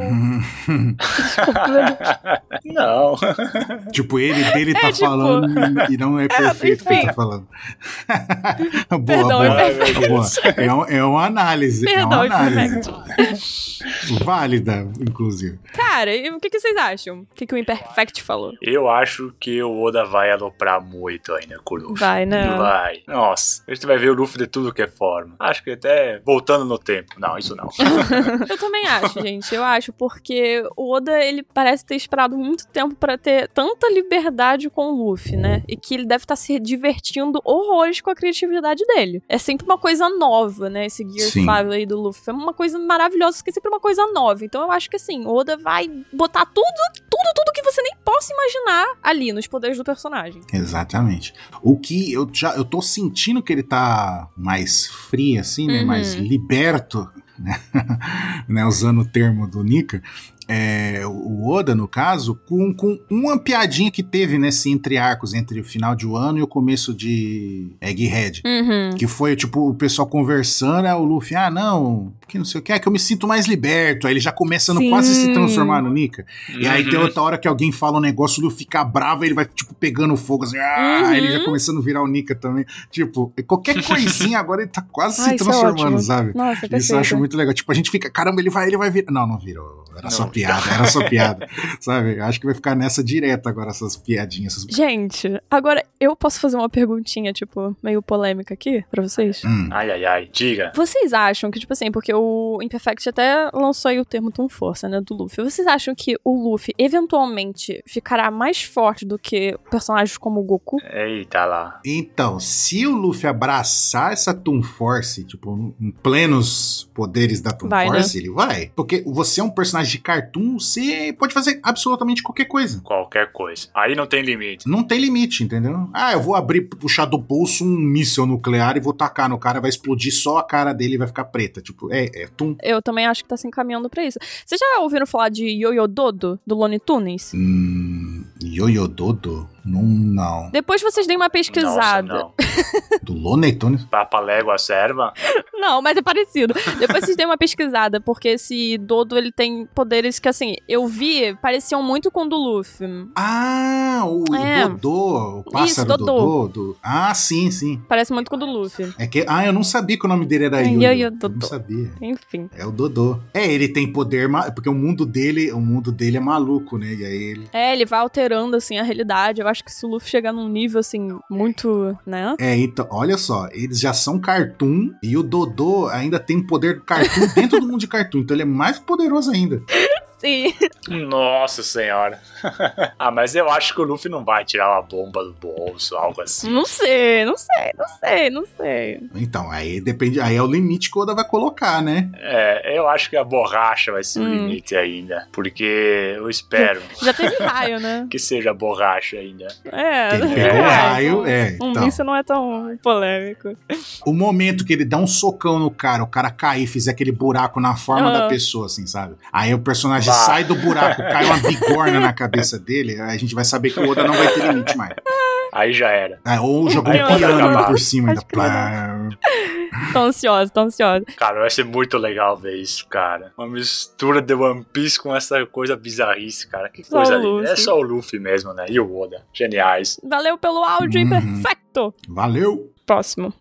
Speaker 1: Não.
Speaker 3: tipo, ele dele tá
Speaker 2: É, tipo-
Speaker 3: falando e não é perfeito o que
Speaker 2: enfim.
Speaker 3: tá falando. boa,
Speaker 2: Perdão,
Speaker 3: boa.
Speaker 1: Ai, meu Deus.
Speaker 3: Boa. É, um- é uma análise. é
Speaker 2: Perdão,
Speaker 3: uma análise. Válida, inclusive.
Speaker 2: Cara, e o que, que vocês acham? O que, que o Imperfect falou?
Speaker 1: Eu acho que o Oda vai aloprar muito ainda com o Luffy.
Speaker 2: Vai, né?
Speaker 1: Vai. Nossa, a gente vai ver o Luffy de tudo que é forma. Acho que até voltando no tempo. Não, isso não.
Speaker 2: Eu também acho, gente. Eu acho, porque o Oda, ele parece ter esperado muito tempo pra ter tanta liberdade com o Luffy, né? E que ele deve estar se divertindo horrores com a criatividade dele. É sempre uma coisa nova, né? Esse Gear
Speaker 3: Sim.
Speaker 2: 5 aí do Luffy. É uma coisa maravilhosa, que é sempre uma coisa nova. Então eu acho que assim, o Oda vai botar tudo, tudo, tudo que você nem possa imaginar ali nos poderes do personagem.
Speaker 3: Exatamente. O que eu já eu tô sentindo que ele tá mais frio, assim, né?
Speaker 2: Uhum.
Speaker 3: Mais liberto, né? Né, Usando o termo do Nika. É, o Oda, no caso, com, com uma piadinha que teve nesse entre arcos, entre o final de um ano e o começo de Egghead.
Speaker 2: Uhum.
Speaker 3: Que foi, tipo, o pessoal conversando, aí o Luffy, ah, não, que não sei o que, é que eu me sinto mais liberto. Aí ele já começa no-
Speaker 2: Sim.
Speaker 3: quase se transformar no Nika. E aí tem outra hora que alguém fala um negócio, o Luffy fica bravo, ele vai, tipo, pegando fogo, assim, ah,
Speaker 2: Uhum.
Speaker 3: aí ele já começando a virar o Nika também. Tipo, qualquer coisinha agora ele tá quase
Speaker 2: Ah,
Speaker 3: se
Speaker 2: isso é
Speaker 3: transformando,
Speaker 2: ótimo.
Speaker 3: sabe?
Speaker 2: Nossa, perfeito.
Speaker 3: Isso eu acho muito legal. Tipo, a gente fica, caramba, ele vai, ele vai virar. Não, não virou. Era só
Speaker 1: Não.
Speaker 3: piada, era só piada. sabe? Eu acho que vai ficar nessa direto agora, essas piadinhas. Essas...
Speaker 2: Gente, agora eu posso fazer uma perguntinha, tipo, meio polêmica aqui pra vocês?
Speaker 3: Hum.
Speaker 1: Ai, ai, ai. Diga.
Speaker 2: Vocês acham que, tipo assim, porque o Imperfect até lançou aí o termo Tom Força, né, do Luffy. Vocês acham que o Luffy eventualmente ficará mais forte do que personagens como o Goku?
Speaker 1: Eita lá.
Speaker 3: Então, se o Luffy abraçar essa Toon Force, tipo, em plenos poderes da Toon
Speaker 2: Vai, né?
Speaker 3: Force, ele vai. Porque você é um personagem de cartoon, você pode fazer absolutamente qualquer coisa.
Speaker 1: Qualquer coisa. Aí não tem limite.
Speaker 3: Não tem limite, entendeu? Ah, eu vou abrir, puxar do bolso um míssil nuclear e vou tacar no cara, vai explodir só a cara dele e vai ficar preta. Tipo, é, é Toon.
Speaker 2: Eu também acho que tá se encaminhando pra isso. Vocês já ouviram falar de Yo-Yo Dodo, do Lone Tunes?
Speaker 3: Hum. Yoyododo? Não, não.
Speaker 2: Depois vocês deem uma pesquisada.
Speaker 1: Nossa, não.
Speaker 3: Do Lonetone?
Speaker 1: Papalégua serva?
Speaker 2: Não, mas é parecido. Depois vocês dêem uma pesquisada, porque esse Dodo, ele tem poderes que, assim, eu vi, pareciam muito com o do Luffy.
Speaker 3: Ah, o
Speaker 2: É.
Speaker 3: Dodô, o pássaro
Speaker 2: Dodô.
Speaker 3: Dodô. do- Ah, sim, sim.
Speaker 2: Parece muito com o do Luffy.
Speaker 3: É que, ah, eu não sabia que o nome dele era
Speaker 2: É,
Speaker 3: Yoyo.
Speaker 2: Yoyo
Speaker 3: Eu não
Speaker 2: Dodô.
Speaker 3: sabia.
Speaker 2: Enfim.
Speaker 3: É o Dodô. É, ele tem poder, ma- porque o mundo dele, o mundo dele é maluco, né? E aí ele
Speaker 2: É, ele vai alterando, assim, a realidade. Eu acho que se o Luffy chegar num nível, assim, muito, né?
Speaker 3: É, então, olha só, eles já são cartoon e o Dodô ainda tem o poder do cartoon dentro do mundo de cartoon, então ele é mais poderoso ainda.
Speaker 2: Sim.
Speaker 1: Nossa senhora. ah, mas eu acho que o Luffy não vai tirar uma bomba do bolso, algo assim.
Speaker 2: Não sei, não sei, não sei, não sei.
Speaker 3: Então, aí depende, aí é o limite que o Oda vai colocar, né?
Speaker 1: É, eu acho que a borracha vai ser o
Speaker 2: Hum.
Speaker 1: limite ainda. Porque eu espero
Speaker 2: Já teve raio, né?
Speaker 1: que seja borracha ainda.
Speaker 2: É.
Speaker 3: Ele
Speaker 1: é.
Speaker 3: pegou o raio, é.
Speaker 2: Um
Speaker 3: Então,
Speaker 2: míssil não é tão polêmico.
Speaker 3: o momento que ele dá um socão no cara, o cara cair, fizer aquele buraco na forma
Speaker 2: Ah.
Speaker 3: da pessoa, assim, sabe? Aí o personagem
Speaker 1: Bah.
Speaker 3: sai do buraco, cai uma bigorna na cabeça dele, aí a gente vai saber que o Oda não vai ter limite mais.
Speaker 1: Aí já era.
Speaker 3: Ah, ou jogou
Speaker 1: Aí o
Speaker 3: um
Speaker 1: Oda
Speaker 3: piano
Speaker 1: acaba.
Speaker 3: por cima ainda.
Speaker 2: Acho que ele
Speaker 3: Plá.
Speaker 2: Tô ansiosa, tô ansiosa.
Speaker 1: Cara, vai ser muito legal ver isso, cara. Uma mistura de One Piece com essa coisa bizarrice, cara. Que
Speaker 2: Só
Speaker 1: coisa
Speaker 2: o
Speaker 1: linda. É
Speaker 2: Luffy.
Speaker 1: só o Luffy mesmo, né? E o Oda. Geniais.
Speaker 2: Valeu pelo áudio,
Speaker 3: Uhum.
Speaker 2: imperfecto.
Speaker 3: Valeu!
Speaker 2: Próximo.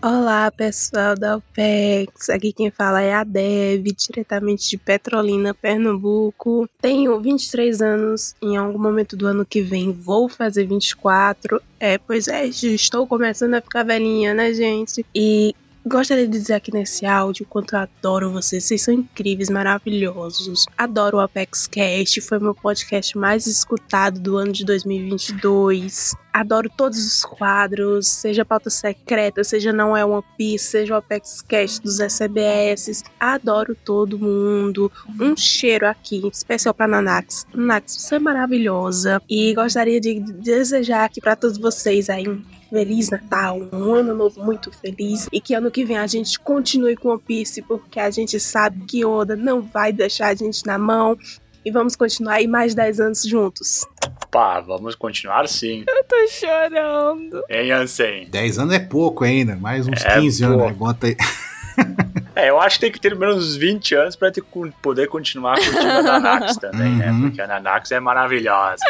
Speaker 9: Olá, pessoal da OPEX. Aqui quem fala é a Deb, diretamente de Petrolina, Pernambuco. Tenho 23 anos. Em algum momento do ano que vem vou fazer 24. É, pois é, já estou começando a ficar velhinha, né, gente? E Gostaria de dizer aqui nesse áudio o quanto eu adoro vocês. Vocês são incríveis, maravilhosos. Adoro o Apex Cast. Foi meu podcast mais escutado do ano de 2022. Adoro todos os quadros, seja pauta secreta, seja não é One Piece, seja o Apex Cast dos SBS. Adoro todo mundo. Um cheiro aqui, especial pra Nanax. Nanax, você é maravilhosa. E gostaria de desejar aqui pra todos vocês aí um Feliz Natal, um ano novo muito feliz e que ano que vem a gente continue com One Piece, porque a gente sabe que Oda não vai deixar a gente na mão e vamos continuar aí mais 10 anos juntos.
Speaker 1: Pá, vamos continuar sim.
Speaker 2: Eu tô chorando.
Speaker 1: Hein, Ansem?
Speaker 3: 10 anos é pouco ainda, mais uns
Speaker 1: É
Speaker 3: 15 anos.
Speaker 1: pouco.
Speaker 3: né? Bota aí.
Speaker 1: É, eu acho que tem que ter pelo menos uns 20 anos pra te cu- poder continuar curtindo a Nanax também, né?
Speaker 3: Uhum.
Speaker 1: Porque a Nanax é maravilhosa.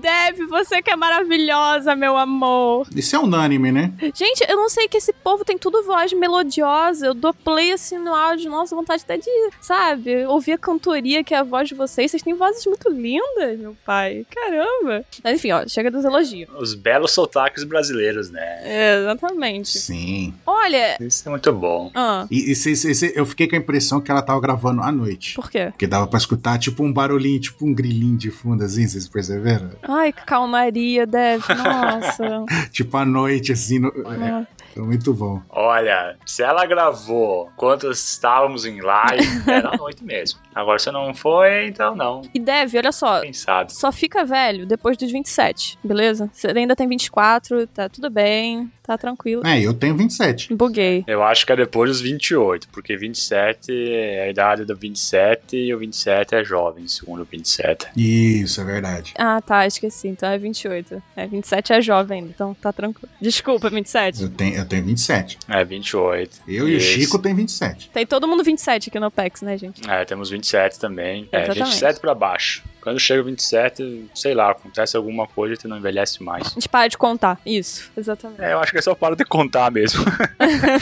Speaker 2: Deb, você que é maravilhosa, meu amor.
Speaker 3: Isso é unânime, né?
Speaker 2: Gente, eu não sei que esse povo tem tudo voz melodiosa. Eu dou play assim no áudio. Nossa, vontade até de, sabe, ouvir a cantoria que é a voz de vocês. Vocês têm vozes muito lindas, meu pai. Caramba. Mas enfim, ó, chega dos elogios.
Speaker 1: Os belos sotaques brasileiros, né?
Speaker 2: É, exatamente.
Speaker 3: Sim.
Speaker 2: Olha.
Speaker 1: Isso é muito bom.
Speaker 2: Ah,
Speaker 3: E, e cê- cê- cê- eu fiquei com a impressão que ela tava gravando à noite.
Speaker 2: por quê?
Speaker 3: Porque dava pra escutar tipo um barulhinho, tipo um grilinho de fundo, assim, vocês perceberam?
Speaker 2: Ai, que calmaria, Deb. Nossa.
Speaker 3: Tipo à noite, assim. No... É,
Speaker 2: Ah.
Speaker 3: é muito bom.
Speaker 1: Olha, se ela gravou quando estávamos em live, era à noite mesmo. Agora, se não foi, então não.
Speaker 2: E Dev, olha só,
Speaker 1: Quem sabe?
Speaker 2: Só fica velho depois dos 27, beleza? Você ainda tem 24, tá tudo bem, tá tranquilo.
Speaker 3: É, eu tenho 27.
Speaker 2: Buguei.
Speaker 1: Eu acho que é depois dos 28, porque 27 é a idade do 27 e o 27 é jovem, segundo o 27.
Speaker 3: Isso, é verdade.
Speaker 2: Ah, tá, esqueci. Então é 28. É, 27 é jovem ainda, então tá tranquilo. Desculpa, 27.
Speaker 3: Eu tenho, eu tenho 27.
Speaker 1: É, 28.
Speaker 3: Eu e o
Speaker 1: Isso.
Speaker 3: Chico tem 27.
Speaker 2: Tem todo mundo 27 aqui no PEX, né, gente?
Speaker 1: É, temos 27 também. É,
Speaker 2: Exatamente.
Speaker 1: 27 pra baixo. Quando chega o 27, sei lá, acontece alguma coisa e tu não envelhece mais.
Speaker 2: A gente para de contar. Isso, exatamente.
Speaker 1: É, eu acho que é só para de contar mesmo.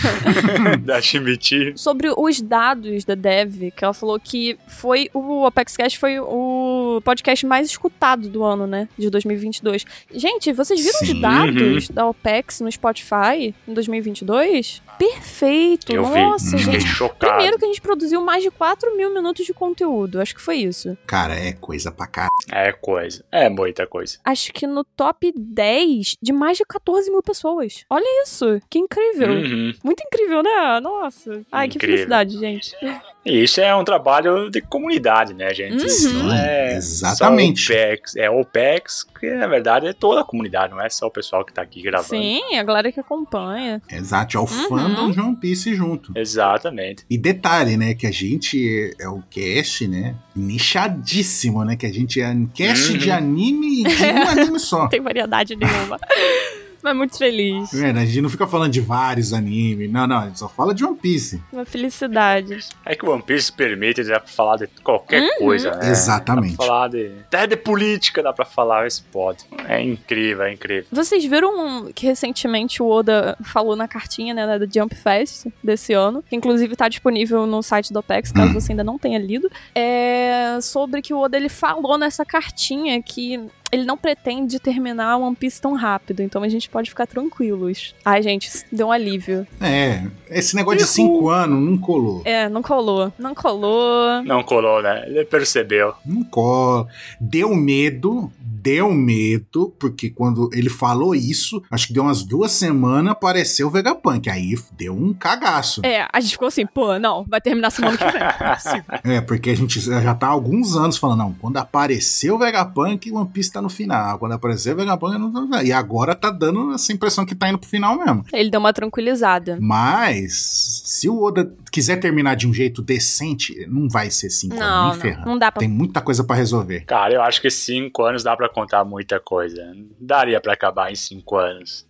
Speaker 1: da Chimiti.
Speaker 2: Sobre os dados da Dev, que ela falou que foi o ApexCast foi o podcast mais escutado do ano, né? De 2022. Gente, vocês viram
Speaker 3: Sim.
Speaker 2: os dados
Speaker 1: Uhum.
Speaker 2: da OPEX no Spotify em 2022? Perfeito!
Speaker 1: Eu vi.
Speaker 2: Nossa,
Speaker 1: Fiquei
Speaker 2: gente.
Speaker 1: chocado.
Speaker 2: Primeiro que a gente produziu mais de 4 mil minutos de conteúdo. Acho que foi isso.
Speaker 3: Cara, é coisa pra caralho.
Speaker 1: É coisa. É muita coisa.
Speaker 2: Acho que no top 10 de mais de 14 mil pessoas. Olha isso. Que incrível.
Speaker 1: Uhum.
Speaker 2: Muito incrível, né? Nossa. Ai, que
Speaker 1: Incrível.
Speaker 2: felicidade, gente.
Speaker 1: E isso é um trabalho de comunidade, né, gente? Isso
Speaker 2: Uhum.
Speaker 1: não é.
Speaker 3: Exatamente.
Speaker 1: Só o PEX. É o PEX, que na verdade é toda a comunidade, não é só o pessoal que tá aqui gravando.
Speaker 2: Sim, a galera que acompanha.
Speaker 3: Exato, é o
Speaker 2: Uhum.
Speaker 3: fandom de One Piece junto.
Speaker 1: Exatamente.
Speaker 3: E detalhe, né, que a gente é é o cast, né, nichadíssimo, né, que a gente é um cast
Speaker 1: Uhum.
Speaker 3: de anime e de um anime só.
Speaker 2: Não tem variedade nenhuma. Mas muito feliz.
Speaker 3: É Verdade, a gente não fica falando de vários animes, não, não, a gente só fala de One Piece.
Speaker 2: Uma felicidade.
Speaker 1: É que o One Piece permite dá pra falar de qualquer coisa, né?
Speaker 3: Exatamente.
Speaker 1: Dá pra falar de. Até de política dá pra falar esse pode. É incrível, é incrível.
Speaker 2: Vocês viram um que recentemente o Oda falou na cartinha, né, da Jump Fest desse ano, que inclusive tá disponível no site do Apex,
Speaker 3: Hum.
Speaker 2: caso você ainda não tenha lido, é sobre que o Oda ele falou nessa cartinha que ele não pretende terminar One Piece tão rápido, então a gente pode ficar tranquilos. Ai, gente, deu um alívio.
Speaker 3: É, esse negócio de cinco anos não colou.
Speaker 2: É, não colou. Não colou.
Speaker 1: Não colou, né? Ele percebeu.
Speaker 3: Não cola. Deu medo, deu medo, porque quando ele falou isso, acho que deu umas duas semanas, apareceu o Vegapunk. Aí deu um cagaço.
Speaker 2: É, a gente ficou assim, pô, não, vai terminar semana que vem. Não é possível.
Speaker 3: É, porque a gente já tá há alguns anos falando, não, quando apareceu o Vegapunk, One Piece tá no final. Quando apareceu o Vegapunk, não tá... e agora tá dando essa impressão que tá indo pro final mesmo.
Speaker 2: Ele deu uma tranquilizada.
Speaker 3: Mas, se o Oda quiser terminar de um jeito decente, não vai ser assim, cinco
Speaker 2: Não,
Speaker 3: anos, nem
Speaker 2: não,
Speaker 3: ferrando.
Speaker 2: não dá pra
Speaker 3: Tem muita coisa pra resolver.
Speaker 1: Cara, eu acho que cinco anos dá pra contar muita coisa. Daria pra acabar em cinco anos.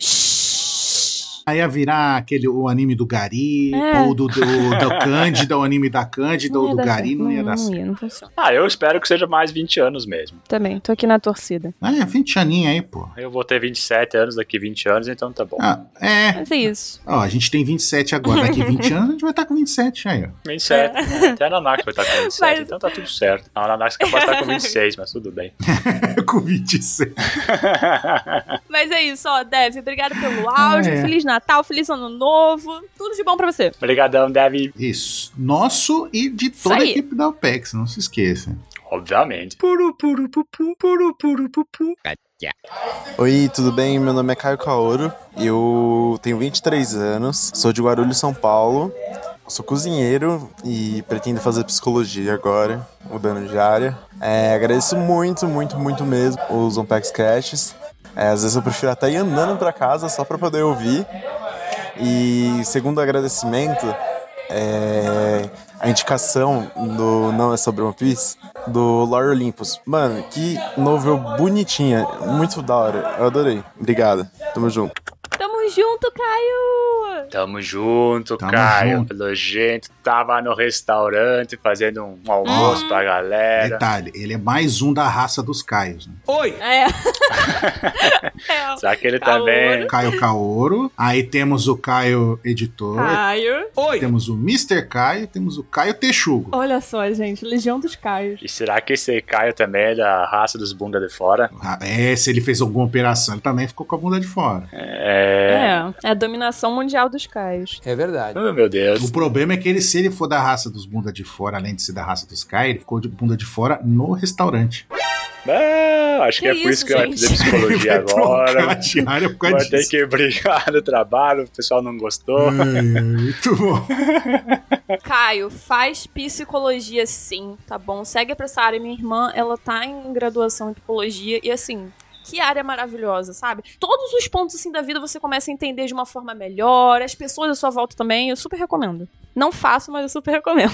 Speaker 3: Aí ia virar aquele, o anime do Gari,
Speaker 2: É.
Speaker 3: ou do, do, do Cândida, o anime da Cândida,
Speaker 2: Não
Speaker 3: ou
Speaker 2: ia
Speaker 3: do
Speaker 2: dar
Speaker 3: Gari,
Speaker 2: certo.
Speaker 3: não ia
Speaker 2: Não,
Speaker 3: dar
Speaker 2: não
Speaker 3: certo.
Speaker 2: ia, não funciona.
Speaker 1: Ah, eu espero que seja mais 20 anos mesmo.
Speaker 2: Também, tô aqui na torcida.
Speaker 3: Ah, é 20 aninha aí, pô.
Speaker 1: Eu vou ter 27 anos daqui 20 anos, então tá bom.
Speaker 3: Ah, é.
Speaker 2: Mas é isso.
Speaker 3: Ó, a gente tem 27 agora. Daqui 20 anos a gente vai estar com 27 aí, ó.
Speaker 1: 27. né? Até a Nanax vai estar com 27,
Speaker 2: Mas-
Speaker 1: então tá tudo certo. A Nanax capaz de estar com 26, mas tudo bem.
Speaker 3: com 26.
Speaker 2: Mas é isso, ó, Dev, obrigado pelo áudio.
Speaker 3: É.
Speaker 2: Feliz Natal, feliz ano novo, tudo de bom pra você.
Speaker 1: Obrigadão, Debbie.
Speaker 3: Isso. Nosso e de toda a
Speaker 2: aí.
Speaker 3: equipe da OPEX, não se esqueça.
Speaker 1: Obviamente.
Speaker 2: Puru, puru, pupu, puru, puru, pupu.
Speaker 10: Oi, tudo bem? Meu nome é Caio Caoro, eu tenho 23 anos, sou de Guarulhos, São Paulo, sou cozinheiro e pretendo fazer psicologia agora, mudando de área. É, agradeço muito, muito, muito mesmo os Unpacks Casts. É, às vezes eu prefiro até ir andando pra casa só pra poder ouvir. E segundo agradecimento, é, a indicação do Não é sobre One Piece, do Lore Olympus. Mano, que novel bonitinha, muito da hora. Eu adorei. Obrigado. Tamo junto.
Speaker 2: Tamo junto, Caio!
Speaker 1: Tamo junto,
Speaker 3: Tamo
Speaker 1: Caio.
Speaker 3: junto.
Speaker 1: Pelo jeito, tava no restaurante fazendo um
Speaker 2: Hum.
Speaker 1: almoço pra galera.
Speaker 3: Detalhe, ele é mais um da raça dos Caios. Né?
Speaker 2: É. é.
Speaker 1: Será que ele tá
Speaker 2: Caoro.
Speaker 1: também.
Speaker 3: Caio Caoro, aí temos o Caio Editor,
Speaker 2: Caio.
Speaker 3: temos o Mr. Caio, temos o Caio Texugo.
Speaker 2: Olha só, gente, Legião dos Caios.
Speaker 1: E será que esse Caio também é da raça dos bunda de fora?
Speaker 3: Ah, É, se ele fez alguma operação, ele também ficou com a bunda de fora.
Speaker 1: É.
Speaker 2: É, é a dominação mundial dos Caios.
Speaker 11: É verdade.
Speaker 1: Oh, meu Deus.
Speaker 3: O problema é que ele, se ele for da raça dos bunda de fora, além de ser da raça dos Kai, ele ficou de bunda de fora no restaurante.
Speaker 1: Ah, acho que,
Speaker 2: Que
Speaker 1: é por
Speaker 2: isso,
Speaker 1: isso que eu vai
Speaker 2: gente?
Speaker 1: fazer
Speaker 3: Ele
Speaker 1: psicologia
Speaker 3: vai trocar a
Speaker 1: agora.
Speaker 3: diária por causa
Speaker 1: Vai ter
Speaker 3: disso.
Speaker 1: que brigar no trabalho, o pessoal não gostou.
Speaker 3: Ai, Muito bom.
Speaker 2: Caio, faz psicologia sim, tá bom? Segue pra essa área. Minha irmã, ela tá em graduação em psicologia e assim. Que área maravilhosa, sabe? Todos os pontos assim da vida você começa a entender de uma forma melhor, as pessoas à sua volta também, eu super recomendo. Não faço, mas eu super recomendo.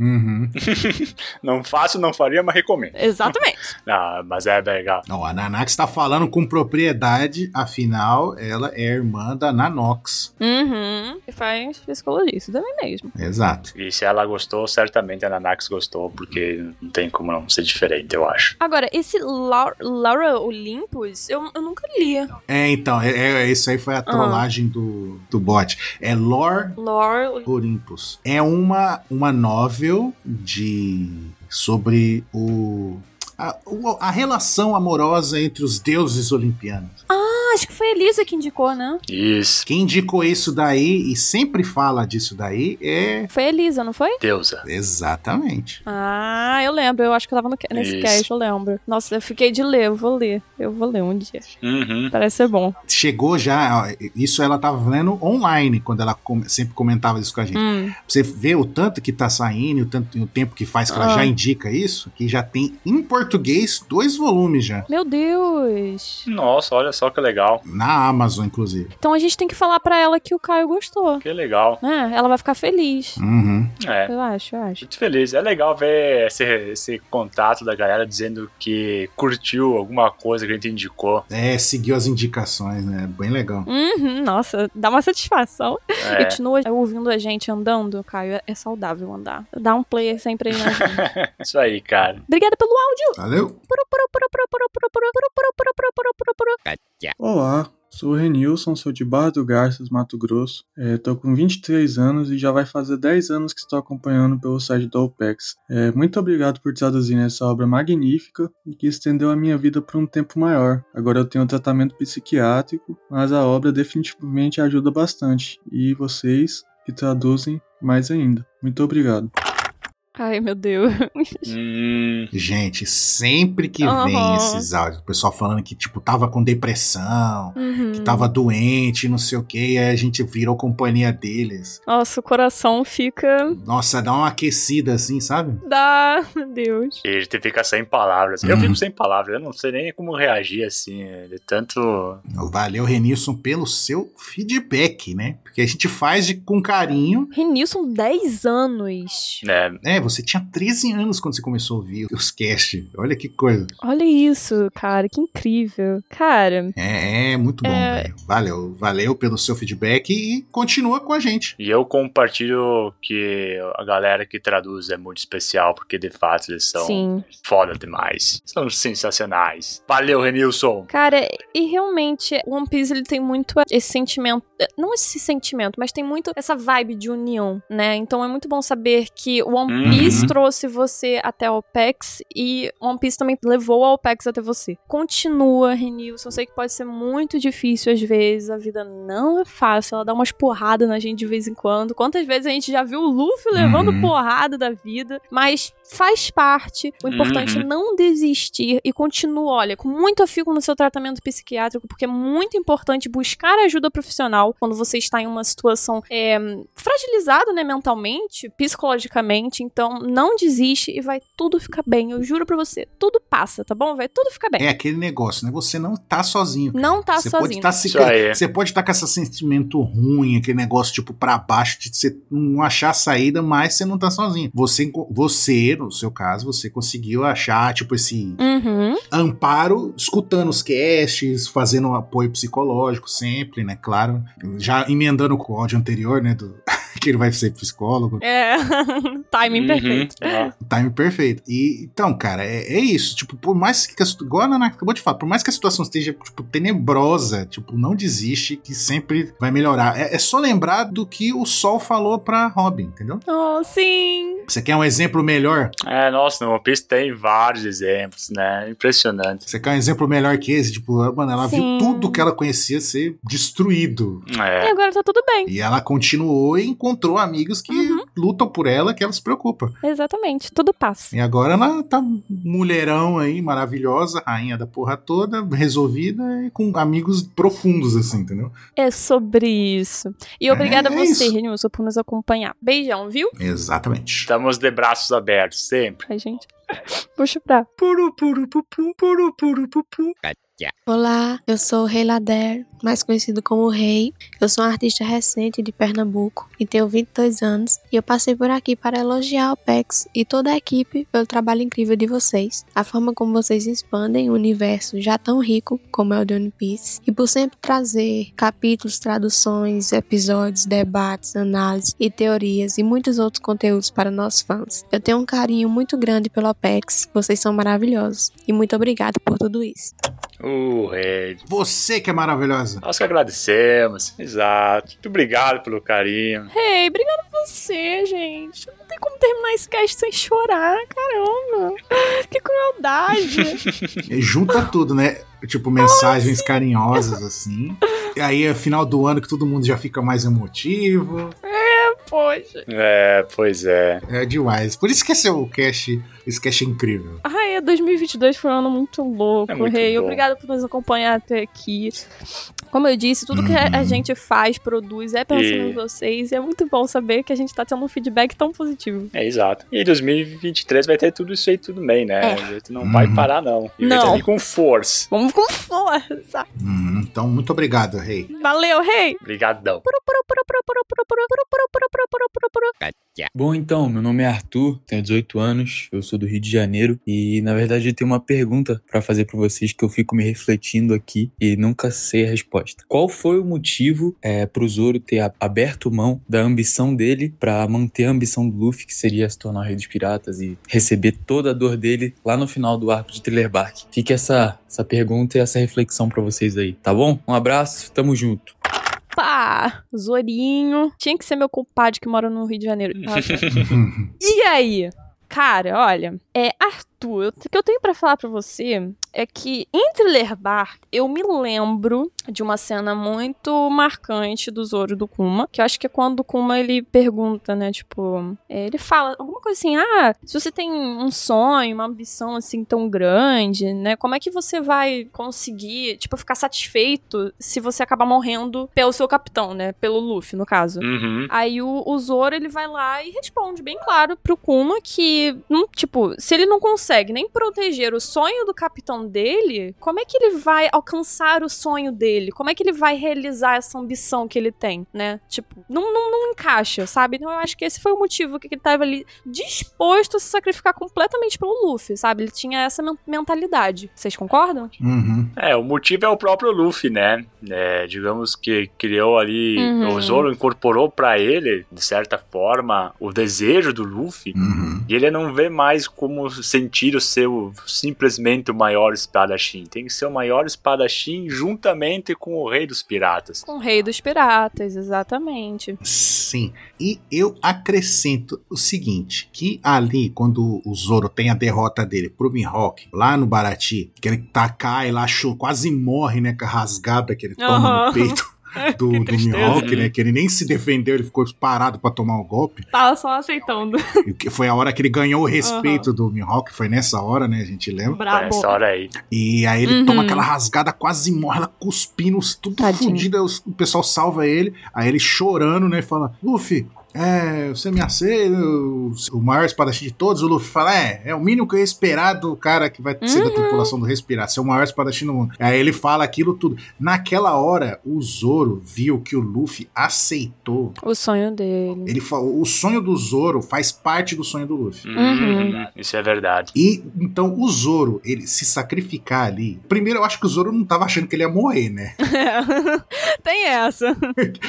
Speaker 3: Uhum.
Speaker 1: Não faço, não faria, mas recomendo.
Speaker 2: Exatamente.
Speaker 1: Ah, mas é legal.
Speaker 3: Não, a Nanax tá falando com propriedade, afinal, ela é irmã da Nanox.
Speaker 2: Uhum. E faz psicologia, isso também mesmo.
Speaker 1: É.
Speaker 3: Exato.
Speaker 1: E se ela gostou, certamente a Nanax gostou, porque não tem como não ser diferente, eu acho.
Speaker 2: Agora, esse Lau- Laura Olympus, eu, eu nunca li.
Speaker 3: É, então, é, é- isso aí foi
Speaker 11: Ah.
Speaker 3: a trollagem do, do bot. É Lore
Speaker 2: Laura Olympus.
Speaker 3: Olympus. É uma, uma novel de sobre o a, o- a relação amorosa entre os deuses olimpianos.
Speaker 2: Ah, acho que foi a Elisa que indicou, né?
Speaker 1: Isso,
Speaker 3: Quem indicou isso daí e sempre fala disso daí é
Speaker 2: Foi a Elisa, não foi?
Speaker 1: deusa.
Speaker 3: exatamente.
Speaker 2: Ah, eu lembro. Eu acho que eu tava no ca- nesse
Speaker 1: Isso.
Speaker 2: cast, eu lembro. Nossa, eu fiquei de ler, eu vou ler. Eu vou ler um dia.
Speaker 1: Uhum.
Speaker 2: Parece ser bom.
Speaker 3: Chegou já, ó, isso ela tava vendo online quando ela com- sempre comentava isso com a gente.
Speaker 2: Hum.
Speaker 3: Você vê o tanto que tá saindo, e o tanto e o tempo que faz que ela
Speaker 2: Ah.
Speaker 3: já indica isso, que já tem em português dois volumes já
Speaker 2: Meu Deus.
Speaker 1: Nossa, olha só que legal.
Speaker 3: na Amazon inclusive.
Speaker 2: Então a gente tem que falar pra ela que o Caio gostou.
Speaker 1: Que É legal.
Speaker 2: Né? Ela vai ficar feliz.
Speaker 3: Uhum.
Speaker 1: É.
Speaker 2: Eu acho, eu acho.
Speaker 1: Muito feliz. É legal ver esse, esse contato da galera dizendo que curtiu alguma coisa que a gente indicou.
Speaker 3: É, seguiu as indicações, né? Bem legal.
Speaker 2: Uhum, nossa, dá uma satisfação.
Speaker 1: É.
Speaker 2: Continua ouvindo a gente andando, Caio. É- É saudável andar. Dá um play sempre aí na gente.
Speaker 1: Isso aí, cara.
Speaker 2: Obrigada pelo áudio.
Speaker 3: Valeu?
Speaker 11: Olá, sou o Renilson, sou de Barra do Garças, Mato Grosso. É, tô com 23 anos e já vai fazer 10 anos que estou acompanhando pelo site da OPEX. É, muito obrigado por traduzirem essa obra magnífica e que estendeu a minha vida por um tempo maior. Agora eu tenho um tratamento psiquiátrico, mas a obra definitivamente ajuda bastante. E vocês que traduzem mais ainda. Muito obrigado.
Speaker 2: Ai, meu Deus.
Speaker 1: Hum,
Speaker 3: Gente, sempre que
Speaker 2: Aham.
Speaker 3: vem esses áudios, o pessoal falando que, tipo, tava com depressão, que
Speaker 2: Uhum.
Speaker 3: tava doente, não sei o quê, e aí a gente virou companhia deles.
Speaker 2: Nossa, o coração fica.
Speaker 3: Nossa, dá uma aquecida assim, sabe?
Speaker 2: da. Meu Deus.
Speaker 1: e a gente fica sem palavras. Eu
Speaker 3: Uhum.
Speaker 1: fico sem palavras, eu não sei nem como reagir assim. é, De tanto.
Speaker 3: Valeu, Renilson, pelo seu feedback, né? Porque a gente faz de- com carinho.
Speaker 2: Renilson, 10 anos.
Speaker 1: né?
Speaker 3: É, você tinha 13 anos quando você começou a ouvir os cast. Olha que coisa.
Speaker 2: Olha isso, cara, que incrível. Cara,
Speaker 3: É, é muito bom,
Speaker 2: É.
Speaker 3: velho. Valeu, valeu pelo seu feedback e continua com a gente.
Speaker 1: E eu compartilho que a galera que traduz é muito especial, porque de fato eles são
Speaker 2: sim.
Speaker 1: foda demais. São sensacionais. Valeu, Renilson.
Speaker 2: Cara, e realmente, o One Piece ele tem muito esse sentimento, eh,
Speaker 12: Uhum.
Speaker 2: não esse sentimento, mas tem muito essa vibe de união, né? Então é muito bom saber que o One Isso trouxe você até a OPEX e One Piece também levou a OPEX até você. Continua, Renilson. Sei que pode ser muito difícil às vezes. A vida não é fácil. Ela dá umas porradas na gente de vez em quando. Quantas vezes a gente já viu o Luffy levando
Speaker 12: Uhum.
Speaker 2: porrada da vida? Mas faz parte. O importante é
Speaker 12: Uhum.
Speaker 2: não desistir e continua, olha, com muito afico no seu tratamento psiquiátrico, porque é muito importante buscar ajuda profissional quando você está em uma situação é, fragilizado, né, mentalmente, psicologicamente. Então, não desiste e vai tudo ficar bem. Eu juro pra você, tudo passa, tá bom? Vai tudo ficar bem.
Speaker 3: É aquele negócio, né? Você não tá sozinho.
Speaker 2: Não tá
Speaker 3: você
Speaker 2: sozinho.
Speaker 3: Pode tá se-
Speaker 2: Isso aí.
Speaker 3: Você pode estar com esse sentimento ruim, aquele negócio tipo pra baixo, de você não achar saída, mas você não tá sozinho. Você, enco- você, no seu caso, você conseguiu achar, tipo, esse
Speaker 2: Uhum.
Speaker 3: amparo escutando os casts, fazendo um apoio psicológico sempre, né? Claro. Já emendando com o áudio anterior, né? Do, que ele vai ser psicólogo.
Speaker 2: É, timing
Speaker 3: Uhum.
Speaker 2: perfeito.
Speaker 1: Ah.
Speaker 3: Time perfeito. E então, cara, é, é isso. Tipo, por mais que. a situ- Igual a Nana acabou de falar, por mais que a situação esteja, tipo, tenebrosa, tipo, não desiste, que sempre vai melhorar. É, é só lembrar do que o Sol falou pra Robin, entendeu?
Speaker 2: Oh, sim.
Speaker 3: Você quer um exemplo melhor?
Speaker 1: É, nossa, no One Piece tem vários exemplos, né? Impressionante.
Speaker 3: Você quer um exemplo melhor que esse? Tipo, mano, ela
Speaker 2: Sim.
Speaker 3: viu tudo que ela conhecia ser destruído.
Speaker 1: É.
Speaker 2: E agora tá tudo bem.
Speaker 3: É. E ela continuou e encontrou amigos que
Speaker 2: Uhum.
Speaker 3: lutam por ela, que ela se preocupa.
Speaker 2: Exatamente, tudo passa.
Speaker 3: E agora ela tá mulherão aí, maravilhosa, rainha da porra toda, resolvida e com amigos profundos, assim, entendeu?
Speaker 2: É sobre isso. E obrigada
Speaker 3: É
Speaker 2: a você,
Speaker 3: isso.
Speaker 2: Renilson, por nos acompanhar. Beijão, viu?
Speaker 3: Exatamente.
Speaker 1: Estamos de braços abertos, sempre.
Speaker 2: Ai, gente. Puxa pra. Puru, puru, pupu, puru, puru, pupu.
Speaker 9: Olá, eu sou o Rei Lader, mais conhecido como Rei. Eu sou um artista recente de Pernambuco e tenho 22 anos. E eu passei por aqui para elogiar o PEX e toda a equipe pelo trabalho incrível de vocês, a forma como vocês expandem um universo já tão rico como é o de One Piece, e por sempre trazer capítulos, traduções, episódios, debates, análises e teorias e muitos outros conteúdos para nossos fãs. Eu tenho um carinho muito grande pelo Apex, vocês são maravilhosos e muito obrigada por tudo isso.
Speaker 1: O rei.
Speaker 3: Você que é maravilhosa.
Speaker 1: Nós que agradecemos. Exato. Muito obrigado pelo carinho.
Speaker 2: Hey, obrigada a você, gente. Não tem como terminar esse cast sem chorar, caramba. Que crueldade.
Speaker 3: E junta tudo, né? Tipo, mensagens carinhosas, assim. E aí é final do ano que todo mundo já fica mais emotivo.
Speaker 2: é, poxa.
Speaker 1: É, pois é.
Speaker 3: É demais. Por isso que esse é o cast, esse cast é incrível.
Speaker 2: Ai, é, 2022 foi um ano muito louco,
Speaker 3: É muito
Speaker 2: Rei.
Speaker 3: bom.
Speaker 2: Obrigada por nos acompanhar até aqui. Como eu disse, tudo que
Speaker 3: Uhum.
Speaker 2: a a gente faz, produz, é pensando
Speaker 1: E-
Speaker 2: em vocês. E é muito bom saber que a gente tá tendo um feedback tão positivo.
Speaker 1: É, exato. E 2023 vai ter tudo isso aí tudo bem, né?
Speaker 2: É.
Speaker 1: A gente não
Speaker 3: Uhum.
Speaker 1: vai parar, não. E
Speaker 2: Não.
Speaker 1: vai ter que ir com força.
Speaker 2: Vamos com força.
Speaker 3: Hum, então, muito obrigado, Rei.
Speaker 2: Valeu, Rei.
Speaker 1: Obrigadão.
Speaker 13: Bom, então, meu nome é Arthur, tenho 18 anos, eu sou do Rio de Janeiro e, na verdade, eu tenho uma pergunta pra fazer pra vocês que eu fico me refletindo aqui e nunca sei a resposta. Qual foi o motivo é, pro Zoro ter a- aberto mão da ambição dele pra manter a ambição do Luffy, que seria se tornar o Rei dos Piratas e receber toda a dor dele lá no final do arco de Thriller Bark? Fica essa, essa pergunta e essa reflexão pra vocês aí, tá bom? Um abraço, tamo junto.
Speaker 2: Pá, Zorinho. Tinha que ser meu compadre que mora no Rio de Janeiro. Ah, tá. E aí? Cara, olha, é Arthur, eu- o que eu tenho pra falar pra você é que em Thriller Bark eu me lembro de uma cena muito marcante do Zoro e do Kuma, que eu acho que é quando o Kuma ele pergunta, né, tipo, é, ele fala alguma coisa assim, ah, se você tem um sonho, uma ambição assim tão grande, né, como é que você vai conseguir, tipo, ficar satisfeito se você acabar morrendo pelo seu capitão, né, pelo Luffy, no caso.
Speaker 12: Uhum.
Speaker 2: Aí o, o Zoro, ele vai lá e responde bem claro pro Kuma que, não, tipo, se ele não consegue nem proteger o sonho do capitão dele, como é que ele vai alcançar o sonho dele? Como é que ele vai realizar essa ambição que ele tem, né? Tipo, não, não, não encaixa, sabe? Então eu acho que esse foi o motivo que ele tava ali disposto a se sacrificar completamente pelo Luffy, sabe? Ele tinha essa men- mentalidade. Vocês concordam?
Speaker 3: Uhum.
Speaker 1: É, o motivo é o próprio Luffy, né? É, digamos que criou ali,
Speaker 2: Uhum.
Speaker 1: o Zoro incorporou
Speaker 3: Uhum.
Speaker 1: pra ele, de certa forma, o desejo do Luffy. E ele não vê mais como como sentido ser o- simplesmente o maior espadachim. Tem que ser o maior espadachim juntamente com o rei dos piratas.
Speaker 2: Com o rei dos piratas, exatamente.
Speaker 3: Sim. E eu acrescento o seguinte: que ali, quando o Zoro tem a derrota dele pro Mihawk, lá no Barati, que ele tá, cai lá, chu- quase morre, né? Com a rasgada que ele toma
Speaker 2: Aham.
Speaker 3: no peito. Do, do
Speaker 2: tristeza,
Speaker 3: Mihawk,
Speaker 2: né?
Speaker 3: né? Que ele nem se defendeu, ele ficou parado pra tomar o golpe.
Speaker 2: Tava só aceitando.
Speaker 3: E que foi a hora que ele ganhou o respeito do Mihawk, foi nessa hora, né? A gente lembra.
Speaker 2: Brabo. Foi nessa
Speaker 1: É, hora aí.
Speaker 3: E aí ele
Speaker 2: Uhum.
Speaker 3: toma aquela rasgada, quase morre, ela cuspindo, tudo fodido. O pessoal salva ele. Aí ele chorando, né? Fala: Luffy. É, você me aceita, o o maior espadachim de todos. O Luffy fala: É, é o mínimo que eu ia esperar do cara que vai ser
Speaker 2: Uhum.
Speaker 3: da tripulação do Respirar, ser o maior espadachim do mundo. Aí ele fala aquilo tudo. Naquela hora, o Zoro viu que o Luffy aceitou
Speaker 2: O sonho dele.
Speaker 3: ele fa- o sonho do Zoro faz parte do sonho do Luffy.
Speaker 2: Uhum.
Speaker 1: Isso é verdade.
Speaker 3: E então o Zoro, ele se sacrificar ali. Primeiro, eu acho que o Zoro não tava achando que ele ia morrer, né?
Speaker 2: Tem essa.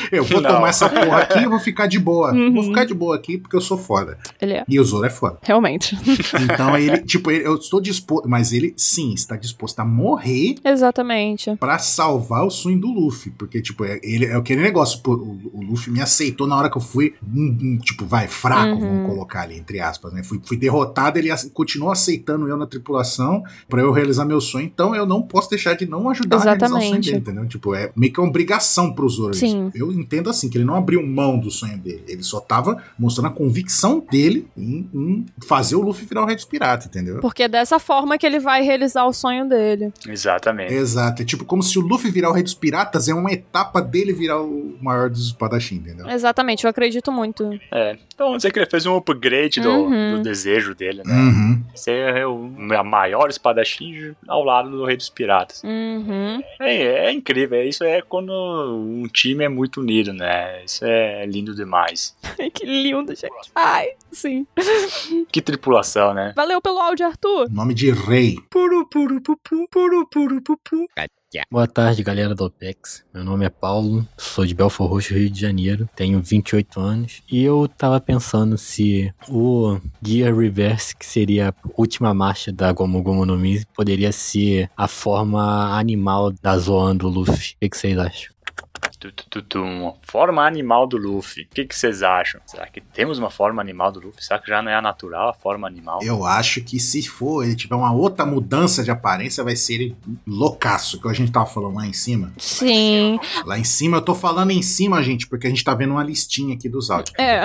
Speaker 3: Eu vou
Speaker 2: Não.
Speaker 3: tomar essa porra aqui e vou ficar de boa.
Speaker 2: Uhum.
Speaker 3: Vou ficar de boa aqui porque eu sou foda.
Speaker 2: Ele é.
Speaker 3: E o Zoro é foda.
Speaker 2: Realmente.
Speaker 3: Então aí ele, tipo, ele- eu estou disposto. Mas ele, sim, está disposto a morrer
Speaker 2: Exatamente.
Speaker 3: pra salvar o sonho do Luffy. Porque, tipo, é, ele, é aquele negócio. pô, o, o Luffy me aceitou na hora que eu fui, hum, hum, tipo, vai, fraco,
Speaker 2: Uhum.
Speaker 3: vamos colocar ali, entre aspas, né? Fui, fui derrotado, ele ace- continuou aceitando eu na tripulação pra eu realizar meu sonho. Então eu não posso deixar de não ajudar a realizar o sonho
Speaker 2: Exatamente.
Speaker 3: dele, entendeu? Tipo, é meio que uma obrigação pro Zoro. isso.
Speaker 2: Sim.
Speaker 3: Eu entendo assim, que ele não abriu mão do sonho dele. Ele só tava mostrando a convicção dele em, em fazer o Luffy virar o rei dos piratas, entendeu?
Speaker 2: Porque é dessa forma que ele vai realizar o sonho dele.
Speaker 1: Exatamente.
Speaker 3: Exato. É tipo como se o Luffy virar o Rei dos Piratas é uma etapa dele virar o maior dos espadachins, entendeu?
Speaker 2: Exatamente, eu acredito muito.
Speaker 1: É. Então, vamos dizer que ele fez um upgrade do,
Speaker 2: Uhum.
Speaker 1: do desejo dele, né?
Speaker 3: Uhum.
Speaker 1: Ser o a maior espadachim ao lado do Rei dos Piratas.
Speaker 2: Uhum.
Speaker 1: É, é incrível, é isso é quando um time é muito unido, né? Isso é lindo demais.
Speaker 2: Ai, que lindo, gente. Ai, sim.
Speaker 1: Que tripulação, né?
Speaker 2: Valeu pelo áudio, Arthur.
Speaker 3: Nome de rei.
Speaker 2: Puru, puru, pupu, puru, puru, pupu.
Speaker 12: Boa tarde, galera do OPEX. Meu nome é Paulo, sou de Belfort Roxo, Rio de Janeiro, tenho 28 anos e eu tava pensando se o Gear Reverse, que seria a última marcha da Gomu Gomu no Mi, poderia ser a forma animal da Zoan do Luffy. O que que vocês acham?
Speaker 1: Tu, tu, tu, tu, uma forma animal do Luffy. O que que vocês acham? Será que temos uma forma animal do Luffy? Será que já não é a natural a forma animal?
Speaker 3: Eu acho que se for, ele tiver uma outra mudança de aparência, vai ser ele loucaço, que a gente tava falando lá em cima.
Speaker 2: Sim.
Speaker 3: Lá em cima, eu tô falando em cima, gente, porque a gente tá vendo uma listinha aqui dos áudios.
Speaker 2: É.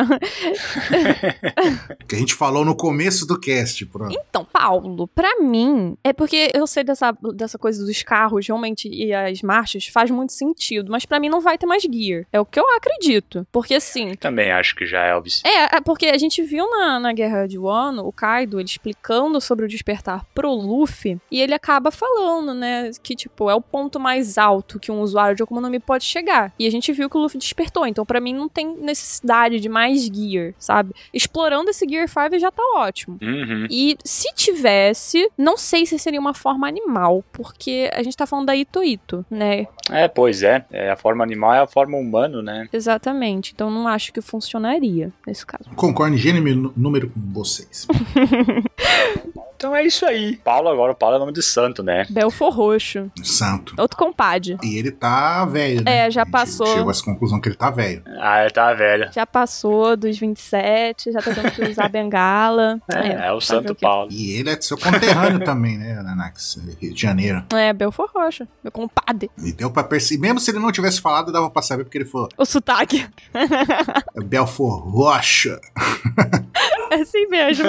Speaker 3: Que a gente falou no começo do cast, pronto.
Speaker 2: Então, Paulo, pra mim, é porque eu sei dessa, dessa coisa dos carros, realmente, e as marchas, faz muito sentido, mas pra mim não vai ter mais gear. É o que eu acredito. Porque assim,
Speaker 1: Também acho que já é Elvis.
Speaker 2: É, é, porque a gente viu na, na Guerra de Wano o Kaido ele explicando sobre o despertar pro Luffy e ele acaba falando, né, que tipo, é o ponto mais alto que um usuário de Akuma no Mi pode chegar. E a gente viu que o Luffy despertou, então pra mim não tem necessidade de mais gear, sabe? Explorando esse Gear 5 já tá ótimo.
Speaker 1: Uhum.
Speaker 2: E se tivesse, não sei se seria uma forma animal, porque a gente tá falando da Ito Ito, né?
Speaker 1: É, pois é. É, A forma animal é a forma humano, né?
Speaker 2: Exatamente, então não acho que funcionaria nesse caso.
Speaker 3: Concordo em gênero e nú- número com vocês.
Speaker 1: Então é isso aí. Paulo agora, Paulo é nome de santo, né?
Speaker 2: Belfor Roxo.
Speaker 3: Santo.
Speaker 2: Outro compadre.
Speaker 3: E ele tá velho, né?
Speaker 2: É, já passou.
Speaker 3: Chegou a essa conclusão que ele tá velho.
Speaker 1: Ah, ele tá velho.
Speaker 2: Já passou dos 27, já tá tendo que usar bengala.
Speaker 1: É, é
Speaker 2: fazer
Speaker 1: o Santo
Speaker 2: quê?
Speaker 1: Paulo.
Speaker 3: E ele é seu conterrâneo também, né, Nanax? Rio de Janeiro.
Speaker 2: É, Belfor Rocha, meu compadre.
Speaker 3: E deu pra perceber. Mesmo se ele não tivesse falado, dava pra saber, porque ele falou
Speaker 2: O sotaque.
Speaker 3: "É Belfort Rocha.
Speaker 2: É assim mesmo.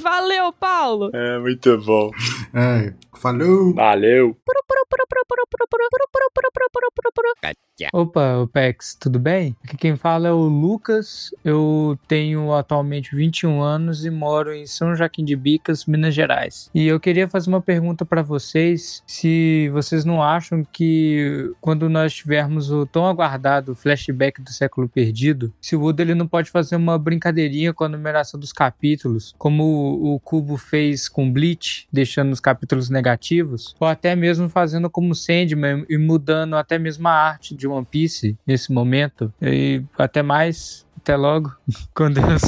Speaker 2: Valeu, Paulo.
Speaker 1: É, muito bom.
Speaker 3: É, falou.
Speaker 1: Valeu.
Speaker 14: Opa, Pex, tudo bem? Aqui quem fala é o Lucas. Eu tenho atualmente 21 anos e moro em São Joaquim de Bicas, Minas Gerais. E eu queria fazer uma pergunta pra vocês, se vocês não acham que quando nós tivermos o tão aguardado flashback do século perdido, se o Oda ele não pode fazer uma brincadeirinha com a numeração dos capítulos, como o, o Cubo fez com Bleach, deixando os capítulos negativos, ou até mesmo fazendo como Sandman e mudando até mesmo a arte de One Piece nesse momento. E até mais, até logo, com Deus.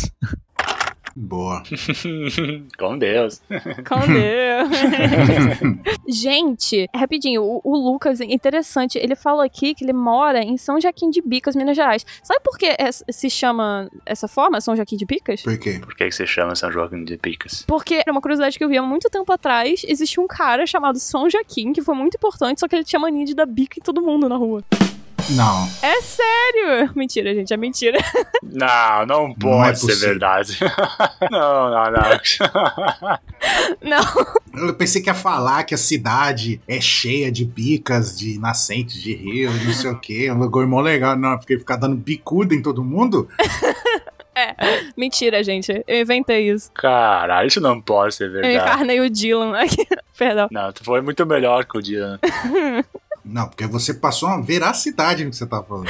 Speaker 3: Boa.
Speaker 1: Com Deus.
Speaker 2: Com Deus. Gente, rapidinho, o, o Lucas, interessante, ele falou aqui que ele mora em São Joaquim de Bicas, Minas Gerais. Sabe por que é- se chama essa forma, São Joaquim de Bicas?
Speaker 3: Por quê?
Speaker 1: Por que, que você chama São Joaquim de Picas?
Speaker 2: Porque era uma curiosidade que eu vi há muito tempo atrás. Existia um cara chamado São Joaquim, que foi muito importante, só que ele tinha mania de dar bica em todo mundo na rua.
Speaker 3: Não.
Speaker 2: É sério! Mentira, gente, é mentira.
Speaker 1: Não, não pode
Speaker 3: é
Speaker 1: ser
Speaker 3: possível.
Speaker 1: verdade. não, não, não.
Speaker 2: Não.
Speaker 3: Eu pensei que ia falar que a cidade é cheia de bicas, de nascentes de rio, não sei o quê. Um lugar mó legal, não, porque ficar dando bicuda em todo mundo.
Speaker 2: Mentira, gente. Eu inventei isso.
Speaker 1: Caralho, isso não pode ser
Speaker 2: Eu
Speaker 1: verdade.
Speaker 2: encarnei o Dylan aqui. Perdão.
Speaker 1: Não, tu foi muito melhor que o Dylan.
Speaker 3: Não, porque você passou uma veracidade no que você tá falando.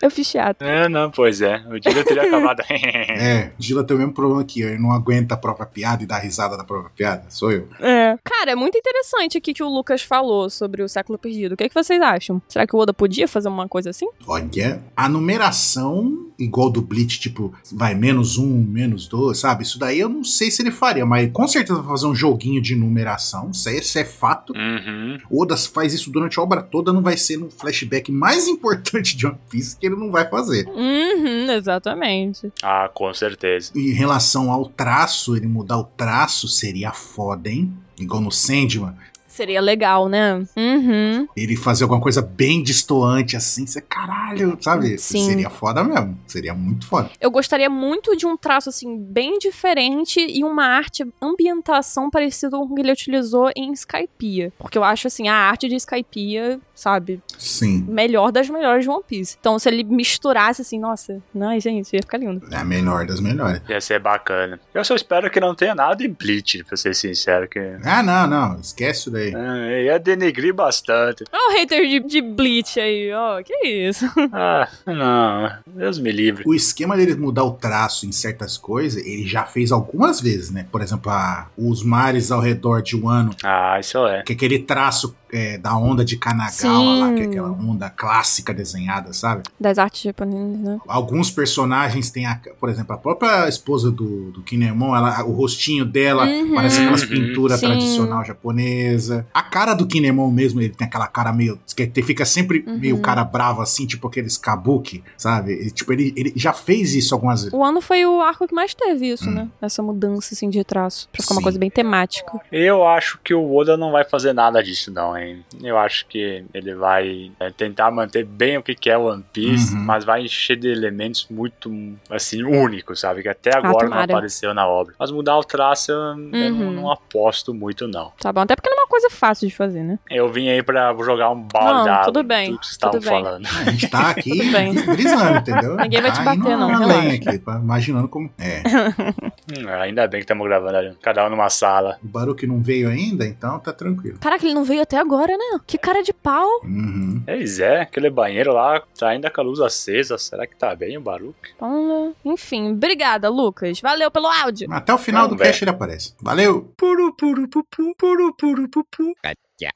Speaker 2: Eu fiz teatro.
Speaker 1: É, não, pois é. O Dylan teria acabado.
Speaker 3: É, o Gila tem o mesmo problema que eu, ele não aguenta a própria piada e dá risada da própria piada. Sou eu.
Speaker 2: É. Cara, é muito interessante aqui que o Lucas falou sobre o século perdido. O que, é que vocês acham? Será que o Oda podia fazer uma coisa assim?
Speaker 3: Olha, é a numeração igual do Blitz, tipo, vai menos um, menos dois, sabe? Isso daí eu não sei se ele faria, mas com certeza vai fazer um joguinho de numeração, isso, aí- isso é fato.
Speaker 1: Uhum.
Speaker 3: Oda faz isso durante a obra toda, não vai ser no flashback mais importante de One Piece que ele não vai fazer.
Speaker 2: Uhum, exatamente.
Speaker 1: Ah, com certeza.
Speaker 3: Em relação ao traço, ele mudar o traço seria foda, hein? Igual no Sandman,
Speaker 2: Seria legal, né? Uhum.
Speaker 3: ele fazer alguma coisa bem destoante assim, você caralho, sabe?
Speaker 2: Sim.
Speaker 3: Seria foda mesmo, seria muito foda.
Speaker 2: Eu gostaria muito de um traço, assim, bem diferente e uma arte, ambientação parecida com o que ele utilizou em Skypiea. Porque eu acho, assim, a arte de Skypiea, sabe,
Speaker 3: Sim.
Speaker 2: melhor das melhores de One Piece. Então, se ele misturasse, assim, nossa, ai, gente, ia ficar lindo.
Speaker 3: É a melhor das melhores.
Speaker 1: Ia ser bacana. Eu só espero que não tenha nada em Bleach, pra ser sincero. Que...
Speaker 3: Ah, não, não, esquece isso daí.
Speaker 1: É, ia denegrir bastante.
Speaker 2: Olha o hater de, de Bleach aí, ó, que isso.
Speaker 1: Ah, não, Deus me livre.
Speaker 3: O esquema dele mudar o traço em certas coisas, ele já fez algumas vezes, né? Por exemplo, a- os mares ao redor de Wano.
Speaker 1: Ah, isso é.
Speaker 3: Que é aquele traço é, da onda de Kanagawa
Speaker 2: Sim.
Speaker 3: lá, que é aquela onda clássica desenhada, sabe?
Speaker 2: Das artes japonesas, né?
Speaker 3: Alguns personagens têm, a, por exemplo, a própria esposa do, do Kinemon, ela, o rostinho dela
Speaker 2: Uhum.
Speaker 3: parece aquelas
Speaker 2: Uhum.
Speaker 3: pinturas
Speaker 2: Sim.
Speaker 3: tradicional japonesa. A cara do Kinemon mesmo, ele tem aquela cara meio. que ele fica sempre
Speaker 2: Uhum.
Speaker 3: meio cara bravo assim, tipo aqueles kabuki, sabe? E, tipo, ele, ele já fez isso algumas vezes.
Speaker 2: O ano foi o arco que mais teve isso,
Speaker 3: Hum.
Speaker 2: né? Essa mudança, assim, de traço. Pra ficar uma coisa bem temática.
Speaker 1: Eu acho que o Oda não vai fazer nada disso, não, hein? Eu acho que ele vai é, tentar manter bem o que que é One
Speaker 3: Uhum.
Speaker 1: Piece, mas vai encher de elementos muito, assim, únicos, sabe? Que até agora não
Speaker 2: Ah, tomara.
Speaker 1: apareceu na obra. Mas mudar o traço, eu, eu não,
Speaker 2: Uhum.
Speaker 1: não aposto muito, não.
Speaker 2: Tá bom, até porque não é uma coisa fácil de fazer, né?
Speaker 1: Eu vim aí pra jogar um balde
Speaker 2: Não,
Speaker 1: d'água
Speaker 2: tudo
Speaker 1: em
Speaker 2: bem,
Speaker 1: Tudo que vocês estavam
Speaker 2: tudo bem.
Speaker 1: falando.
Speaker 3: A gente tá aqui
Speaker 2: Tudo bem.
Speaker 3: brisando, entendeu?
Speaker 2: Ninguém vai te
Speaker 3: Tá indo
Speaker 2: bater, não,
Speaker 3: além
Speaker 2: relaxa.
Speaker 3: aqui, tá imaginando como. É.
Speaker 1: Hum, Ainda bem que estamos gravando ali, cada um numa sala.
Speaker 3: O Baruque não veio ainda, então tá tranquilo.
Speaker 2: Caraca, ele não veio até agora, né? Que cara de pau.
Speaker 3: Uhum.
Speaker 1: Pois é, aquele banheiro lá tá ainda com a luz acesa. Será que tá bem o barulho?
Speaker 2: Então, né? enfim, obrigada, Lucas. Valeu pelo áudio.
Speaker 3: Até o final do cast ele aparece. Valeu!
Speaker 2: Puru, puru, pupu, puru, puru, pupu.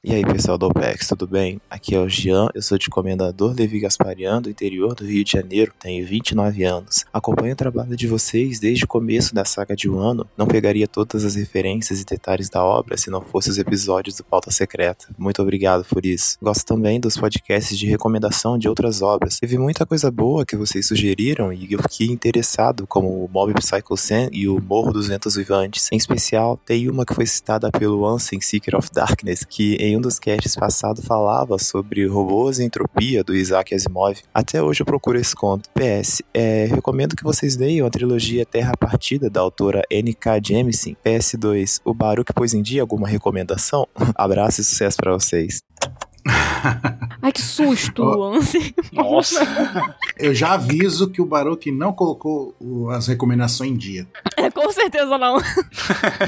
Speaker 15: E aí, pessoal do OPEX, tudo bem? Aqui é o Jean, eu sou de Comendador Levi Gasparian, do interior do Rio de Janeiro, tenho 29 anos. Acompanho o trabalho de vocês desde o começo da saga de um ano. Não pegaria todas as referências e detalhes da obra se não fossem os episódios do Pauta Secreta. Muito obrigado por isso. Gosto também dos podcasts de recomendação de outras obras. Teve muita coisa boa que vocês sugeriram e eu fiquei interessado, como o Mob Psycho 100 e o Morro dos Ventos Vivantes. Em especial, tem uma que foi citada pelo Ansem Seeker of Darkness, que em um dos casts passados falava sobre robôs e entropia do Isaac Asimov. Até hoje eu procuro esse conto. PS, é, recomendo que vocês leiam a trilogia Terra Partida da autora N.K. Jemisin. PS2, o Baruch pôs em dia alguma recomendação? Abraço e sucesso pra vocês.
Speaker 2: Ai, que susto, Anse.
Speaker 1: Nossa.
Speaker 3: Eu já aviso que o Baruque não colocou o- as recomendações em dia.
Speaker 2: É, Com certeza não.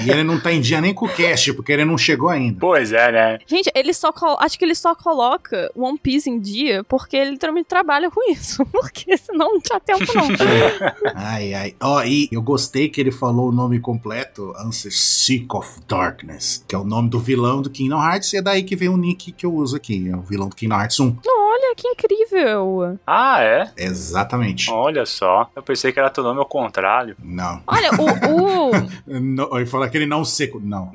Speaker 3: E ele não tá em dia nem com o cast, porque ele não chegou ainda.
Speaker 1: Pois é, né?
Speaker 2: Gente, ele só col- acho que ele só coloca One Piece em dia porque ele literalmente trabalha com isso. Porque senão não tinha tempo, não.
Speaker 3: Ai, ai. Ó, e eu gostei que ele falou o nome completo, Answer Seek of Darkness, que é o nome do vilão do Kingdom Hearts, e é daí que vem o nick que eu uso aqui, é o vilão do Kingdom Hearts 1.
Speaker 2: Olha que incrível!
Speaker 1: Ah, é?
Speaker 3: Exatamente.
Speaker 1: Olha só. Eu pensei que era teu nome ao contrário.
Speaker 3: Não.
Speaker 2: Olha, o, o,
Speaker 3: Não, e falar aquele não seco. Não.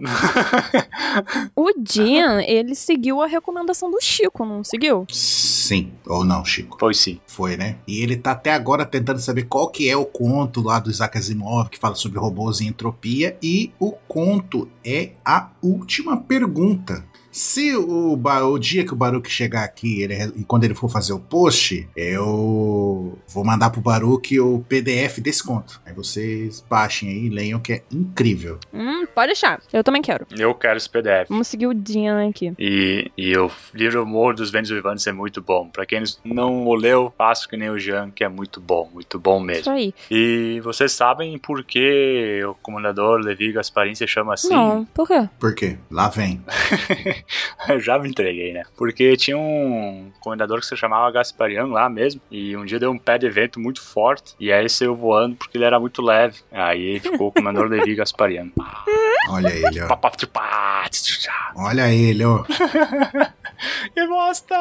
Speaker 2: o Jean, ele seguiu a recomendação do Chico, não seguiu?
Speaker 3: Sim. Ou não, Chico?
Speaker 1: Foi sim.
Speaker 3: Foi, né? E ele tá até agora tentando saber qual que é o conto lá do Isaac Asimov, que fala sobre robôs e entropia. E o conto é a última pergunta. Se o, Ba- o dia que o Baruque chegar aqui ele re- e quando ele for fazer o post, eu vou mandar pro Baruque o PDF desse conto. Aí vocês baixem aí e leiam que é incrível.
Speaker 2: Hum, pode deixar. Eu também quero.
Speaker 1: Eu quero esse PDF.
Speaker 2: Vamos seguir o Jean aqui.
Speaker 1: E, e o livro Morro dos Ventos Vivantes é muito bom. Pra quem não o leu, faço que nem o Jean, que é muito bom, muito bom mesmo.
Speaker 2: Isso aí.
Speaker 1: E vocês sabem por que o comandador Levi Gasparin se chama assim?
Speaker 2: Não, por quê?
Speaker 3: Por quê? Lá vem.
Speaker 1: Eu já me entreguei, né? Porque tinha um comendador que se chamava Gasparian lá mesmo, e um dia deu um pé de vento muito forte, e aí saiu voando porque ele era muito leve. Aí ficou o comendador Levi Gasparian.
Speaker 3: Olha ele, ó. Olha ele, ó.
Speaker 1: Que bosta!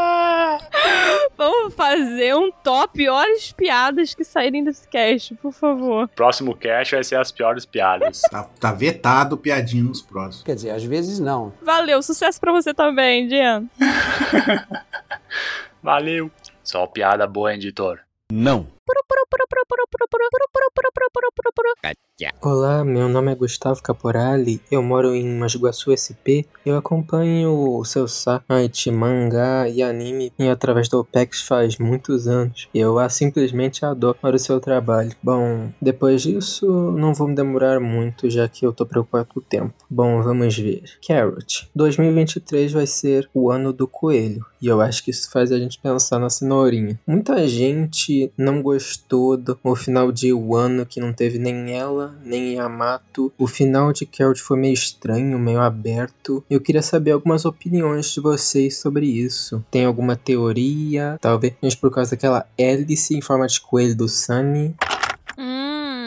Speaker 2: Vamos fazer um top horas piadas que saírem desse cast, por favor.
Speaker 1: Próximo cast vai ser as piores piadas.
Speaker 3: Tá vetado piadinho nos próximos.
Speaker 16: Quer dizer, às vezes não.
Speaker 2: Valeu, sucesso pra você também, Jean.
Speaker 1: Valeu. Só piada boa, editor.
Speaker 12: Não.
Speaker 16: Olá, meu nome é Gustavo Caporali, eu moro em Masguaçu SP. Eu acompanho o seu site, mangá e anime e através do OPEX faz muitos anos. Eu a simplesmente adoro o seu trabalho. Bom, depois disso não vou me demorar muito, já que eu tô preocupado com o tempo. Bom, vamos ver. Carrot. 2023 vai ser o ano do coelho. E eu acho que isso faz a gente pensar na cenourinha. Muita gente não gostou do o final de Wano, que não teve nem ela, nem Yamato. O final de Carrot foi meio estranho, meio aberto. Eu queria saber algumas opiniões de vocês sobre isso. Tem alguma teoria? Talvez por causa daquela hélice em forma de coelho do Sunny.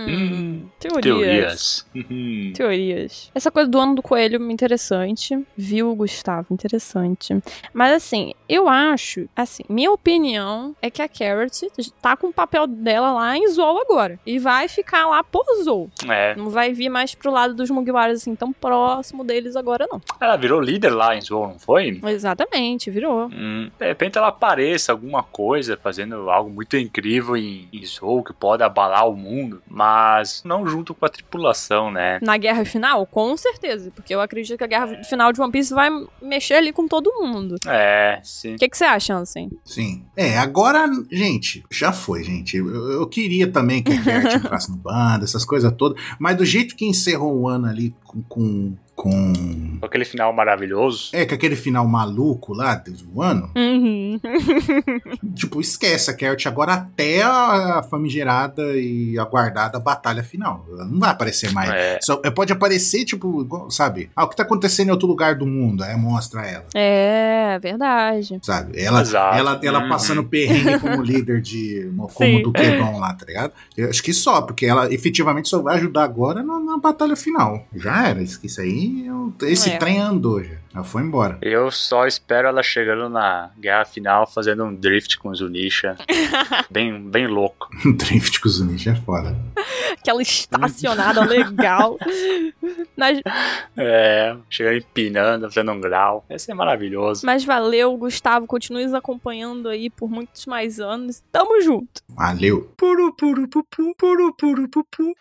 Speaker 2: Hum,
Speaker 1: Teorias. Hum.
Speaker 2: Teorias. Essa coisa do ano do coelho interessante, viu, Gustavo? Interessante. Mas assim, eu acho, assim, minha opinião é que a Carrot tá com o papel dela lá em Zou agora. E vai ficar lá por Zou.
Speaker 1: É.
Speaker 2: Não vai vir mais pro lado dos Mugiwaras assim tão próximo deles agora, não.
Speaker 1: Ela virou líder lá em Zwoll, não foi?
Speaker 2: Exatamente, virou.
Speaker 1: Hum, de repente ela apareça alguma coisa fazendo algo muito incrível em, em Zou que pode abalar o mundo, mas não junto com a tripulação, né?
Speaker 2: Na guerra final, com certeza. Porque eu acredito que a guerra final de One Piece vai mexer ali com todo mundo.
Speaker 1: É, sim.
Speaker 2: O que, que você acha, assim?
Speaker 3: Sim. É, agora, gente, já foi, gente. Eu, eu queria também que a Gert entrasse no bando, essas coisas todas. Mas do jeito que encerrou o ano ali com. com, com...
Speaker 1: Com aquele final maravilhoso.
Speaker 3: É, com aquele final maluco lá do ano.
Speaker 2: Uhum.
Speaker 3: tipo, esquece a Carrot agora até a famigerada e aguardada batalha final. Ela não vai aparecer mais.
Speaker 1: É.
Speaker 3: Só, pode aparecer, tipo, igual, sabe? Ah, o que tá acontecendo em outro lugar do mundo? Aí mostra ela.
Speaker 2: É, verdade.
Speaker 3: Sabe? Ela,
Speaker 1: Exato.
Speaker 3: ela, ela
Speaker 1: Uhum. É.
Speaker 3: passando perrengue como líder de.
Speaker 2: Sim.
Speaker 3: Como do Quedon lá, tá ligado? Eu acho que só, porque ela efetivamente só vai ajudar agora na, na batalha final. Já era, isso isso aí. eu- esse
Speaker 2: É.
Speaker 3: trem andou já. Ela foi embora.
Speaker 1: Eu só espero ela chegando na guerra final fazendo um drift com o Zunisha. bem, bem louco.
Speaker 3: Drift com os Zunisha é foda.
Speaker 2: Aquela estacionada legal. Mas,
Speaker 1: É, chegando empinando, fazendo um grau. Ia ser maravilhoso.
Speaker 2: mas valeu, Gustavo. Continue nos acompanhando aí por muitos mais anos. Tamo junto.
Speaker 3: Valeu.
Speaker 17: Puru, puru, pupu, puru, puru, pupu.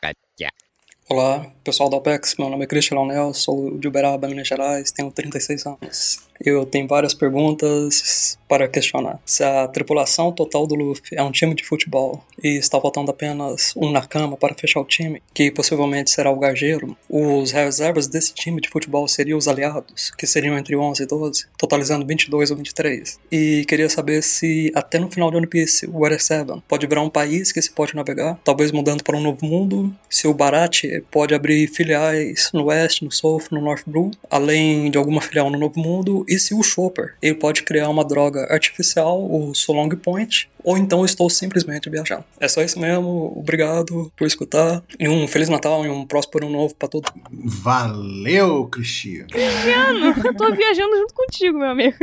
Speaker 18: Olá, pessoal da OPEX, meu nome é Cristian Leonel, sou de Uberaba, Minas Gerais, tenho 36 anos. Eu tenho várias perguntas para questionar. Se a tripulação total do Luffy é um time de futebol e está faltando apenas um na cama para fechar o time, que possivelmente será o Gageiro, os reservas desse time de futebol seriam os aliados, que seriam entre 11 e 12, totalizando 22 ou 23. E queria saber se até no final de One Piece, o Water 7 pode virar um país que se pode navegar, talvez mudando para um novo mundo, se o Barate pode abrir filiais no Oeste, no South, no North Blue, além de alguma filial no Novo Mundo e se o Chopper ele pode criar uma droga artificial, o Solong Point, ou então eu estou simplesmente viajando. É só isso mesmo. Obrigado por escutar. E um Feliz Natal e um próspero ano novo pra todo mundo.
Speaker 3: Valeu, Cristiano.
Speaker 2: Cristiano, eu tô viajando junto contigo, meu amigo.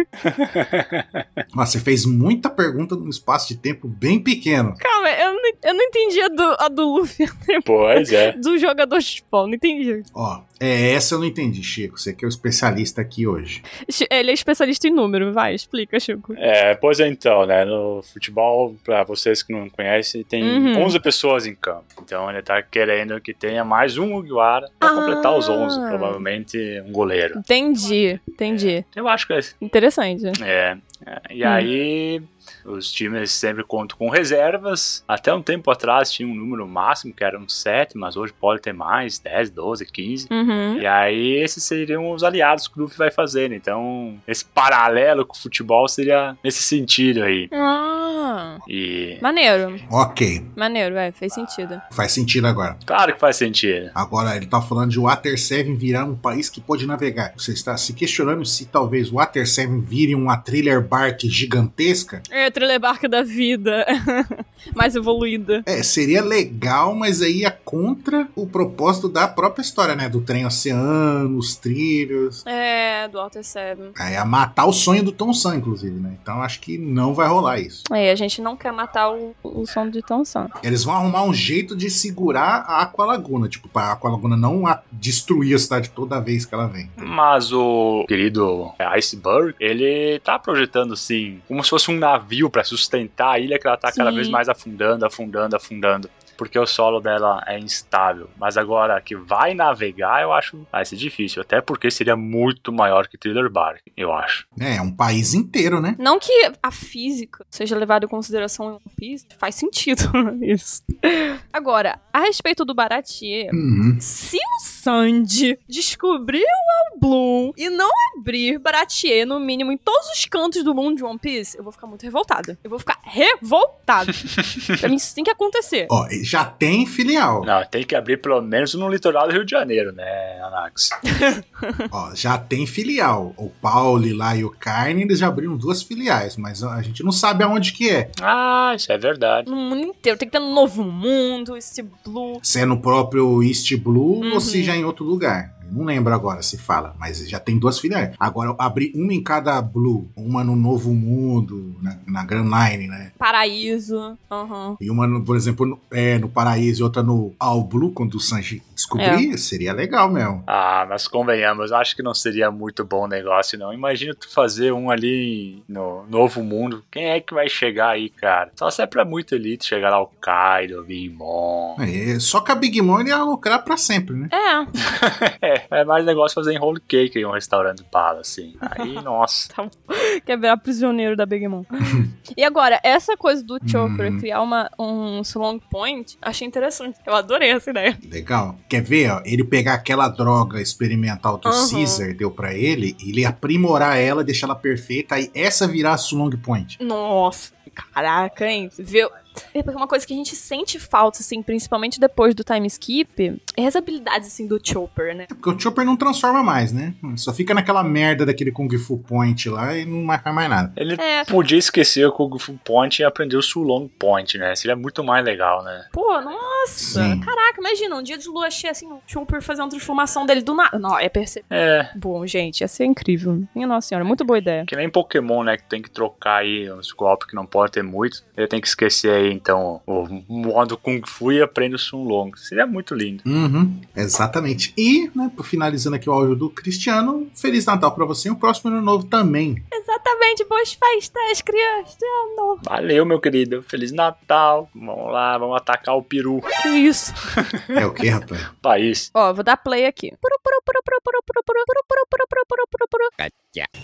Speaker 3: Nossa, você fez muita pergunta num espaço de tempo bem pequeno.
Speaker 2: Calma, eu não, eu não entendi a do, a do Luffy.
Speaker 1: Pois é.
Speaker 2: Do jogador de futebol, não entendi.
Speaker 3: Ó, é, essa eu não entendi, Chico. Você que é o especialista aqui hoje.
Speaker 2: Chi- Ele é especialista em número, vai, explica, Chico.
Speaker 1: É, pois é, então, né? No futebol, pra vocês que não conhecem, tem
Speaker 2: Uhum.
Speaker 1: 11 pessoas em campo. Então ele tá querendo que tenha mais um Mugiwara pra
Speaker 2: Ah!
Speaker 1: completar os 11, provavelmente um goleiro.
Speaker 2: Entendi, entendi.
Speaker 1: Eu acho que é isso.
Speaker 2: Interessante.
Speaker 1: É. é, E
Speaker 2: Hum.
Speaker 1: aí, os times sempre contam com reservas. Até um tempo atrás tinha um número máximo, que era um 7, mas hoje pode ter mais, 10, 12, 15.
Speaker 2: Uhum.
Speaker 1: E aí, esses seriam os aliados que o Luffy vai fazendo. Então, esse paralelo com o futebol seria nesse sentido aí.
Speaker 2: Ah.
Speaker 1: E.
Speaker 2: Maneiro.
Speaker 3: Ok,
Speaker 2: Maneiro, é, fez sentido.
Speaker 3: faz sentido agora.
Speaker 1: Claro que faz sentido.
Speaker 3: Agora ele tá falando de Water Seven virar um país que pode navegar. Você está se questionando se talvez Water Seven vire uma thriller bark gigantesca?
Speaker 2: É, Trelebarca da vida. Mais evoluída.
Speaker 3: É, seria legal, mas aí ia contra o propósito da própria história, né? Do trem oceano, os trilhos.
Speaker 2: É, do Alter Seven.
Speaker 3: É, ia matar o sonho do Tom Sam, inclusive, né? Então acho que não vai rolar isso.
Speaker 2: É, a gente não quer matar o, o som de Tom Sam.
Speaker 3: Eles vão arrumar um jeito de segurar a Aqualaguna, tipo, pra Aqualaguna não a- destruir a cidade toda vez que ela vem.
Speaker 1: Mas o querido é, Iceberg, ele tá projetando assim, como se fosse um navio pra sustentar a ilha que ela tá cada
Speaker 19: Sim.
Speaker 1: vez mais afundando, afundando, afundando. Porque o solo dela é instável. Mas agora que vai navegar, eu acho vai ser difícil. Até porque seria muito maior que Thriller Bark, eu acho.
Speaker 3: É, é um país inteiro, né?
Speaker 2: Não que a física seja levada em consideração em One Piece, faz sentido isso. Agora, a respeito do Baratie,
Speaker 3: Uhum.
Speaker 2: se o Sandy descobrir o All Bloom e não abrir Baratie, no mínimo, em todos os cantos do mundo de One Piece, eu vou ficar muito revoltada. Eu vou ficar revoltada. pra mim, isso tem que acontecer.
Speaker 3: Ó, já tem filial.
Speaker 1: Não, tem que abrir pelo menos no litoral do Rio de Janeiro, né, Anax?
Speaker 3: Ó, já tem filial. O Pauli lá e o Carne, eles já abriram duas filiais, mas a gente não sabe aonde que é.
Speaker 1: ah, isso é verdade.
Speaker 2: No mundo inteiro. Tem que ter no Novo Mundo, esse Blue.
Speaker 3: Se é no próprio East Blue
Speaker 2: Uhum.
Speaker 3: ou se já é em outro lugar. Eu Não lembro agora se fala, mas já tem duas filiais. Agora, abrir uma em cada Blue, uma no Novo Mundo, né? na, na Grand Line, né?
Speaker 2: Paraíso. Aham.
Speaker 3: E uma, no- por exemplo, no, é, no Paraíso e outra no All Blue, quando o Sanji descobrir,
Speaker 2: É.
Speaker 3: seria legal mesmo.
Speaker 1: Ah, mas convenhamos, acho que não seria muito bom negócio, não. Imagina tu fazer um ali no Novo Mundo. Quem é que vai chegar aí, cara? Só se é pra muito elite chegar lá o Kaido, o Big Mom.
Speaker 3: É, só que a Big Mom ele ia lucrar pra sempre, né?
Speaker 2: É.
Speaker 1: É, é mais negócio fazer em roll cake em um restaurante bala, assim. Aí, nossa.
Speaker 2: Quer virar prisioneiro da Big Mom. e agora, essa coisa do Chopper criar uma, um Long Point, achei interessante. Eu adorei essa ideia.
Speaker 3: Legal. Quer ver, ó? Ele pegar aquela droga experimental do
Speaker 2: Aham.
Speaker 3: Caesar, deu pra ele, e ele aprimorar ela, deixar ela perfeita, aí essa virar a Long Point.
Speaker 2: Nossa, caraca, hein? Viu? É porque uma coisa que a gente sente falta, assim, principalmente depois do time skip, é as habilidades, assim, do Chopper, né?
Speaker 3: Porque o Chopper não transforma mais, né? Só fica naquela merda daquele Kung Fu Point lá e não marca mais nada.
Speaker 1: Ele
Speaker 2: É.
Speaker 1: podia esquecer o Kung Fu Point e aprender o Sulong Point, né? Seria muito mais legal, né?
Speaker 2: Pô, nossa!
Speaker 1: Sim.
Speaker 2: Caraca, imagina, um dia de lua cheia, assim, o Chopper fazer uma transformação dele do nada. Não, é perceber.
Speaker 1: É.
Speaker 2: Bom, gente, ia ser incrível. Minha nossa senhora, muito boa ideia.
Speaker 1: Que nem Pokémon, né? Que tem que trocar aí uns golpes que não pode ter muito. Ele tem que esquecer aí, então, o modo Kung Fu e aprende o Sulong. Seria muito lindo.
Speaker 3: Uhum, exatamente. E, né, por- finalizando aqui o áudio do Cristiano, Feliz Natal pra você e o próximo ano novo também.
Speaker 2: Exatamente, boas festas, crianças.
Speaker 1: Valeu, meu querido. Feliz Natal. Vamos lá, vamos atacar o peru.
Speaker 2: Que isso?
Speaker 3: É o que, rapaz?
Speaker 1: País.
Speaker 2: Ó, vou dar play aqui.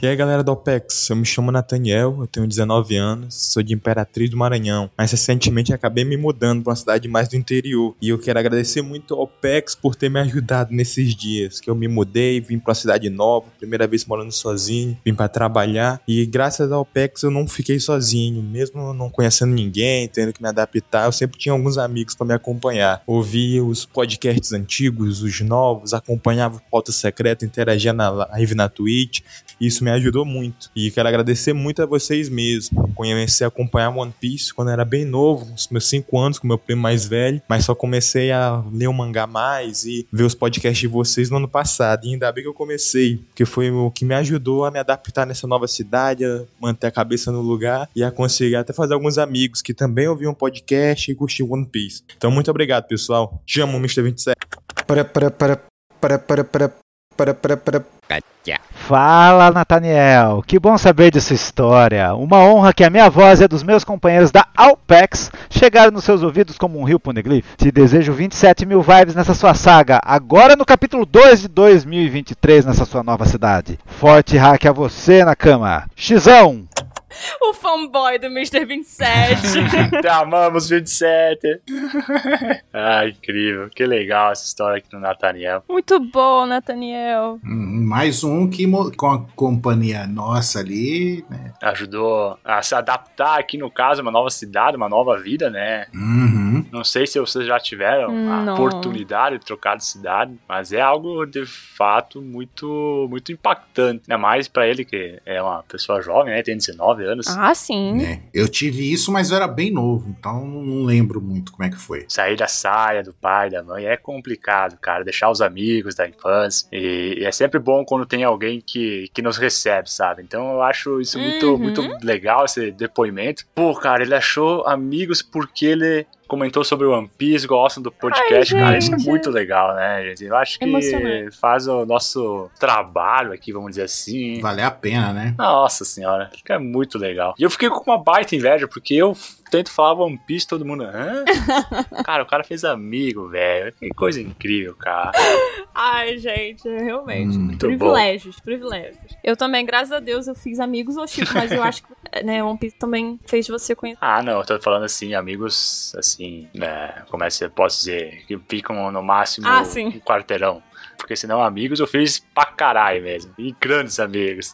Speaker 20: E aí galera do OPEX, eu me chamo Nathaniel, eu tenho 19 anos, sou de Imperatriz do Maranhão, mas recentemente acabei me mudando para uma cidade mais do interior e eu quero agradecer muito ao OPEX por ter me ajudado nesses dias, que eu me mudei, vim para uma cidade nova, primeira vez morando sozinho, vim para trabalhar e graças ao OPEX eu não fiquei sozinho, mesmo não conhecendo ninguém, tendo que me adaptar, eu sempre tinha alguns amigos para me acompanhar, ouvia os Tá podcasts antigos, os novos, acompanhava o Pauta Secreta, interagia na live na Twitch, E isso me ajudou muito. E quero agradecer muito a vocês mesmo. Comecei a acompanhar One Piece quando era bem novo, os meus 5 anos, com meu primo mais velho. Mas só comecei a ler o mangá mais e ver os podcasts de vocês no ano passado. E ainda bem que eu comecei, porque foi o que me ajudou a me adaptar nessa nova cidade, a manter a cabeça no lugar e a conseguir até fazer alguns amigos que também ouviam podcast e curtiam One Piece. Então, muito obrigado, pessoal. Te amo, Mr. 27.
Speaker 19: Para, para, para, para, para, para, para, para, para.
Speaker 21: Fala, Nathaniel. Que bom saber de sua história. Uma honra que a minha voz e a dos meus companheiros da Alpex chegaram nos seus ouvidos como um rio poneglyph. Te desejo 27 mil vibes nessa sua saga, agora no capítulo 2 de 2023 nessa sua nova cidade. Forte hack a você, Nakama. Xão!
Speaker 2: O fanboy do Mr. 27.
Speaker 1: Te amamos, 27. Ah, incrível. Que legal essa história aqui do Nathaniel.
Speaker 2: Muito bom, Nathaniel.
Speaker 3: Hum, Mais um que mo- com a companhia nossa ali, né?
Speaker 1: Ajudou a se adaptar aqui, no caso, uma nova cidade, uma nova vida, né?
Speaker 20: Mm-hmm.
Speaker 3: Uhum.
Speaker 1: Não sei se vocês já tiveram a
Speaker 3: Não.
Speaker 1: oportunidade de trocar de cidade, mas é algo de fato muito muito impactante. Ainda mais pra ele que é uma pessoa jovem, né? Tem 19 anos.
Speaker 2: Ah, sim.
Speaker 3: Eu tive isso, mas eu era bem novo, então não lembro muito como é que foi.
Speaker 1: Sair da saia do pai, da mãe é complicado, cara. Deixar os amigos da infância. E, e é sempre bom quando tem alguém que, que nos recebe, sabe? Então eu acho isso muito,
Speaker 22: Uhum.
Speaker 1: muito legal, esse depoimento. Pô, cara, ele achou amigos porque ele comentou sobre o One Piece, gostam do podcast,
Speaker 22: Ai,
Speaker 1: cara. Isso é
Speaker 22: gente.
Speaker 1: muito legal, né, gente? Eu acho que
Speaker 22: Emocionante.
Speaker 1: faz o nosso trabalho aqui, vamos dizer assim.
Speaker 3: Valer a pena, né?
Speaker 1: Nossa senhora, que é muito legal. E eu fiquei com uma baita inveja, porque eu f- tento falar One Piece, todo mundo. Hã? cara, o cara fez amigo, velho. Que coisa incrível, cara.
Speaker 2: Ai, gente, realmente.
Speaker 1: Hum, muito
Speaker 2: privilégios, privilégios. Eu também, graças a Deus, eu fiz amigos, ô Chico, mas eu acho que né, One Piece também fez você conhecer.
Speaker 1: Ah, não, eu tô falando assim, amigos, assim, né? Como é que eu posso dizer? Que ficam no máximo
Speaker 2: Ah, sim.
Speaker 1: um quarteirão. Porque senão, amigos, eu fiz pra caralho mesmo. E grandes amigos.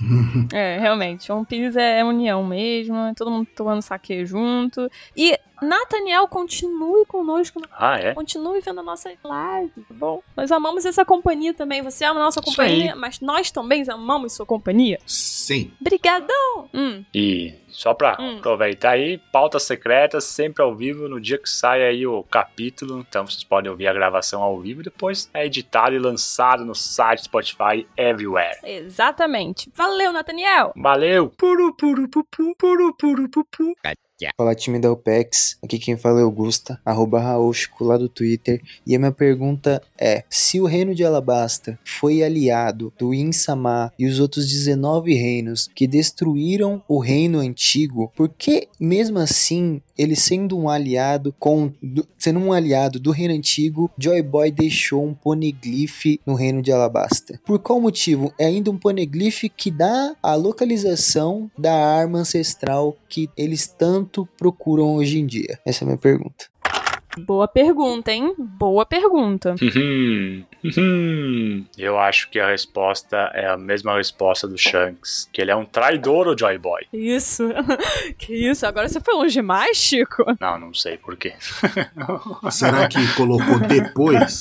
Speaker 2: É, realmente. One Piece é união mesmo, é todo mundo tomando saque junto. E, Nathaniel, continue conosco.
Speaker 1: Ah, é?
Speaker 2: Continue vendo a nossa live, tá bom? Nós amamos essa companhia também. Você ama a nossa companhia, mas nós também amamos sua companhia.
Speaker 3: Sim.
Speaker 2: Brigadão! Hum,
Speaker 1: E só pra
Speaker 2: Hum.
Speaker 1: aproveitar aí, pautas secretas sempre ao vivo no dia que sai aí o capítulo. Então vocês podem ouvir a gravação ao vivo e depois é editado e lançado no site Spotify Everywhere.
Speaker 2: exatamente. Valeu, Nathaniel!
Speaker 1: Valeu!
Speaker 17: Purupurupupum, purupurupupum.
Speaker 16: Fala time da OPEX, aqui quem fala é Augusta, arroba Raul Chico lá do Twitter. E a minha pergunta é: se o reino de Alabasta foi aliado do Insamar e os outros 19 reinos que destruíram o reino antigo, por que mesmo assim ele sendo um aliado com do- sendo um aliado do reino antigo, Joy Boy deixou um poneglyph no reino de Alabasta. Por qual motivo? É ainda um poneglyph que dá a localização da arma ancestral que eles tanto procuram hoje em dia. Essa é a minha pergunta.
Speaker 2: Boa pergunta, hein? Boa pergunta.
Speaker 1: Uhum. Uhum. Eu acho que a resposta é a mesma resposta do Shanks, que ele é um traidor, o Joy Boy.
Speaker 2: Isso. Que isso? Agora você foi longe demais, Chico?
Speaker 1: Não, não sei por quê.
Speaker 3: Será que colocou depois?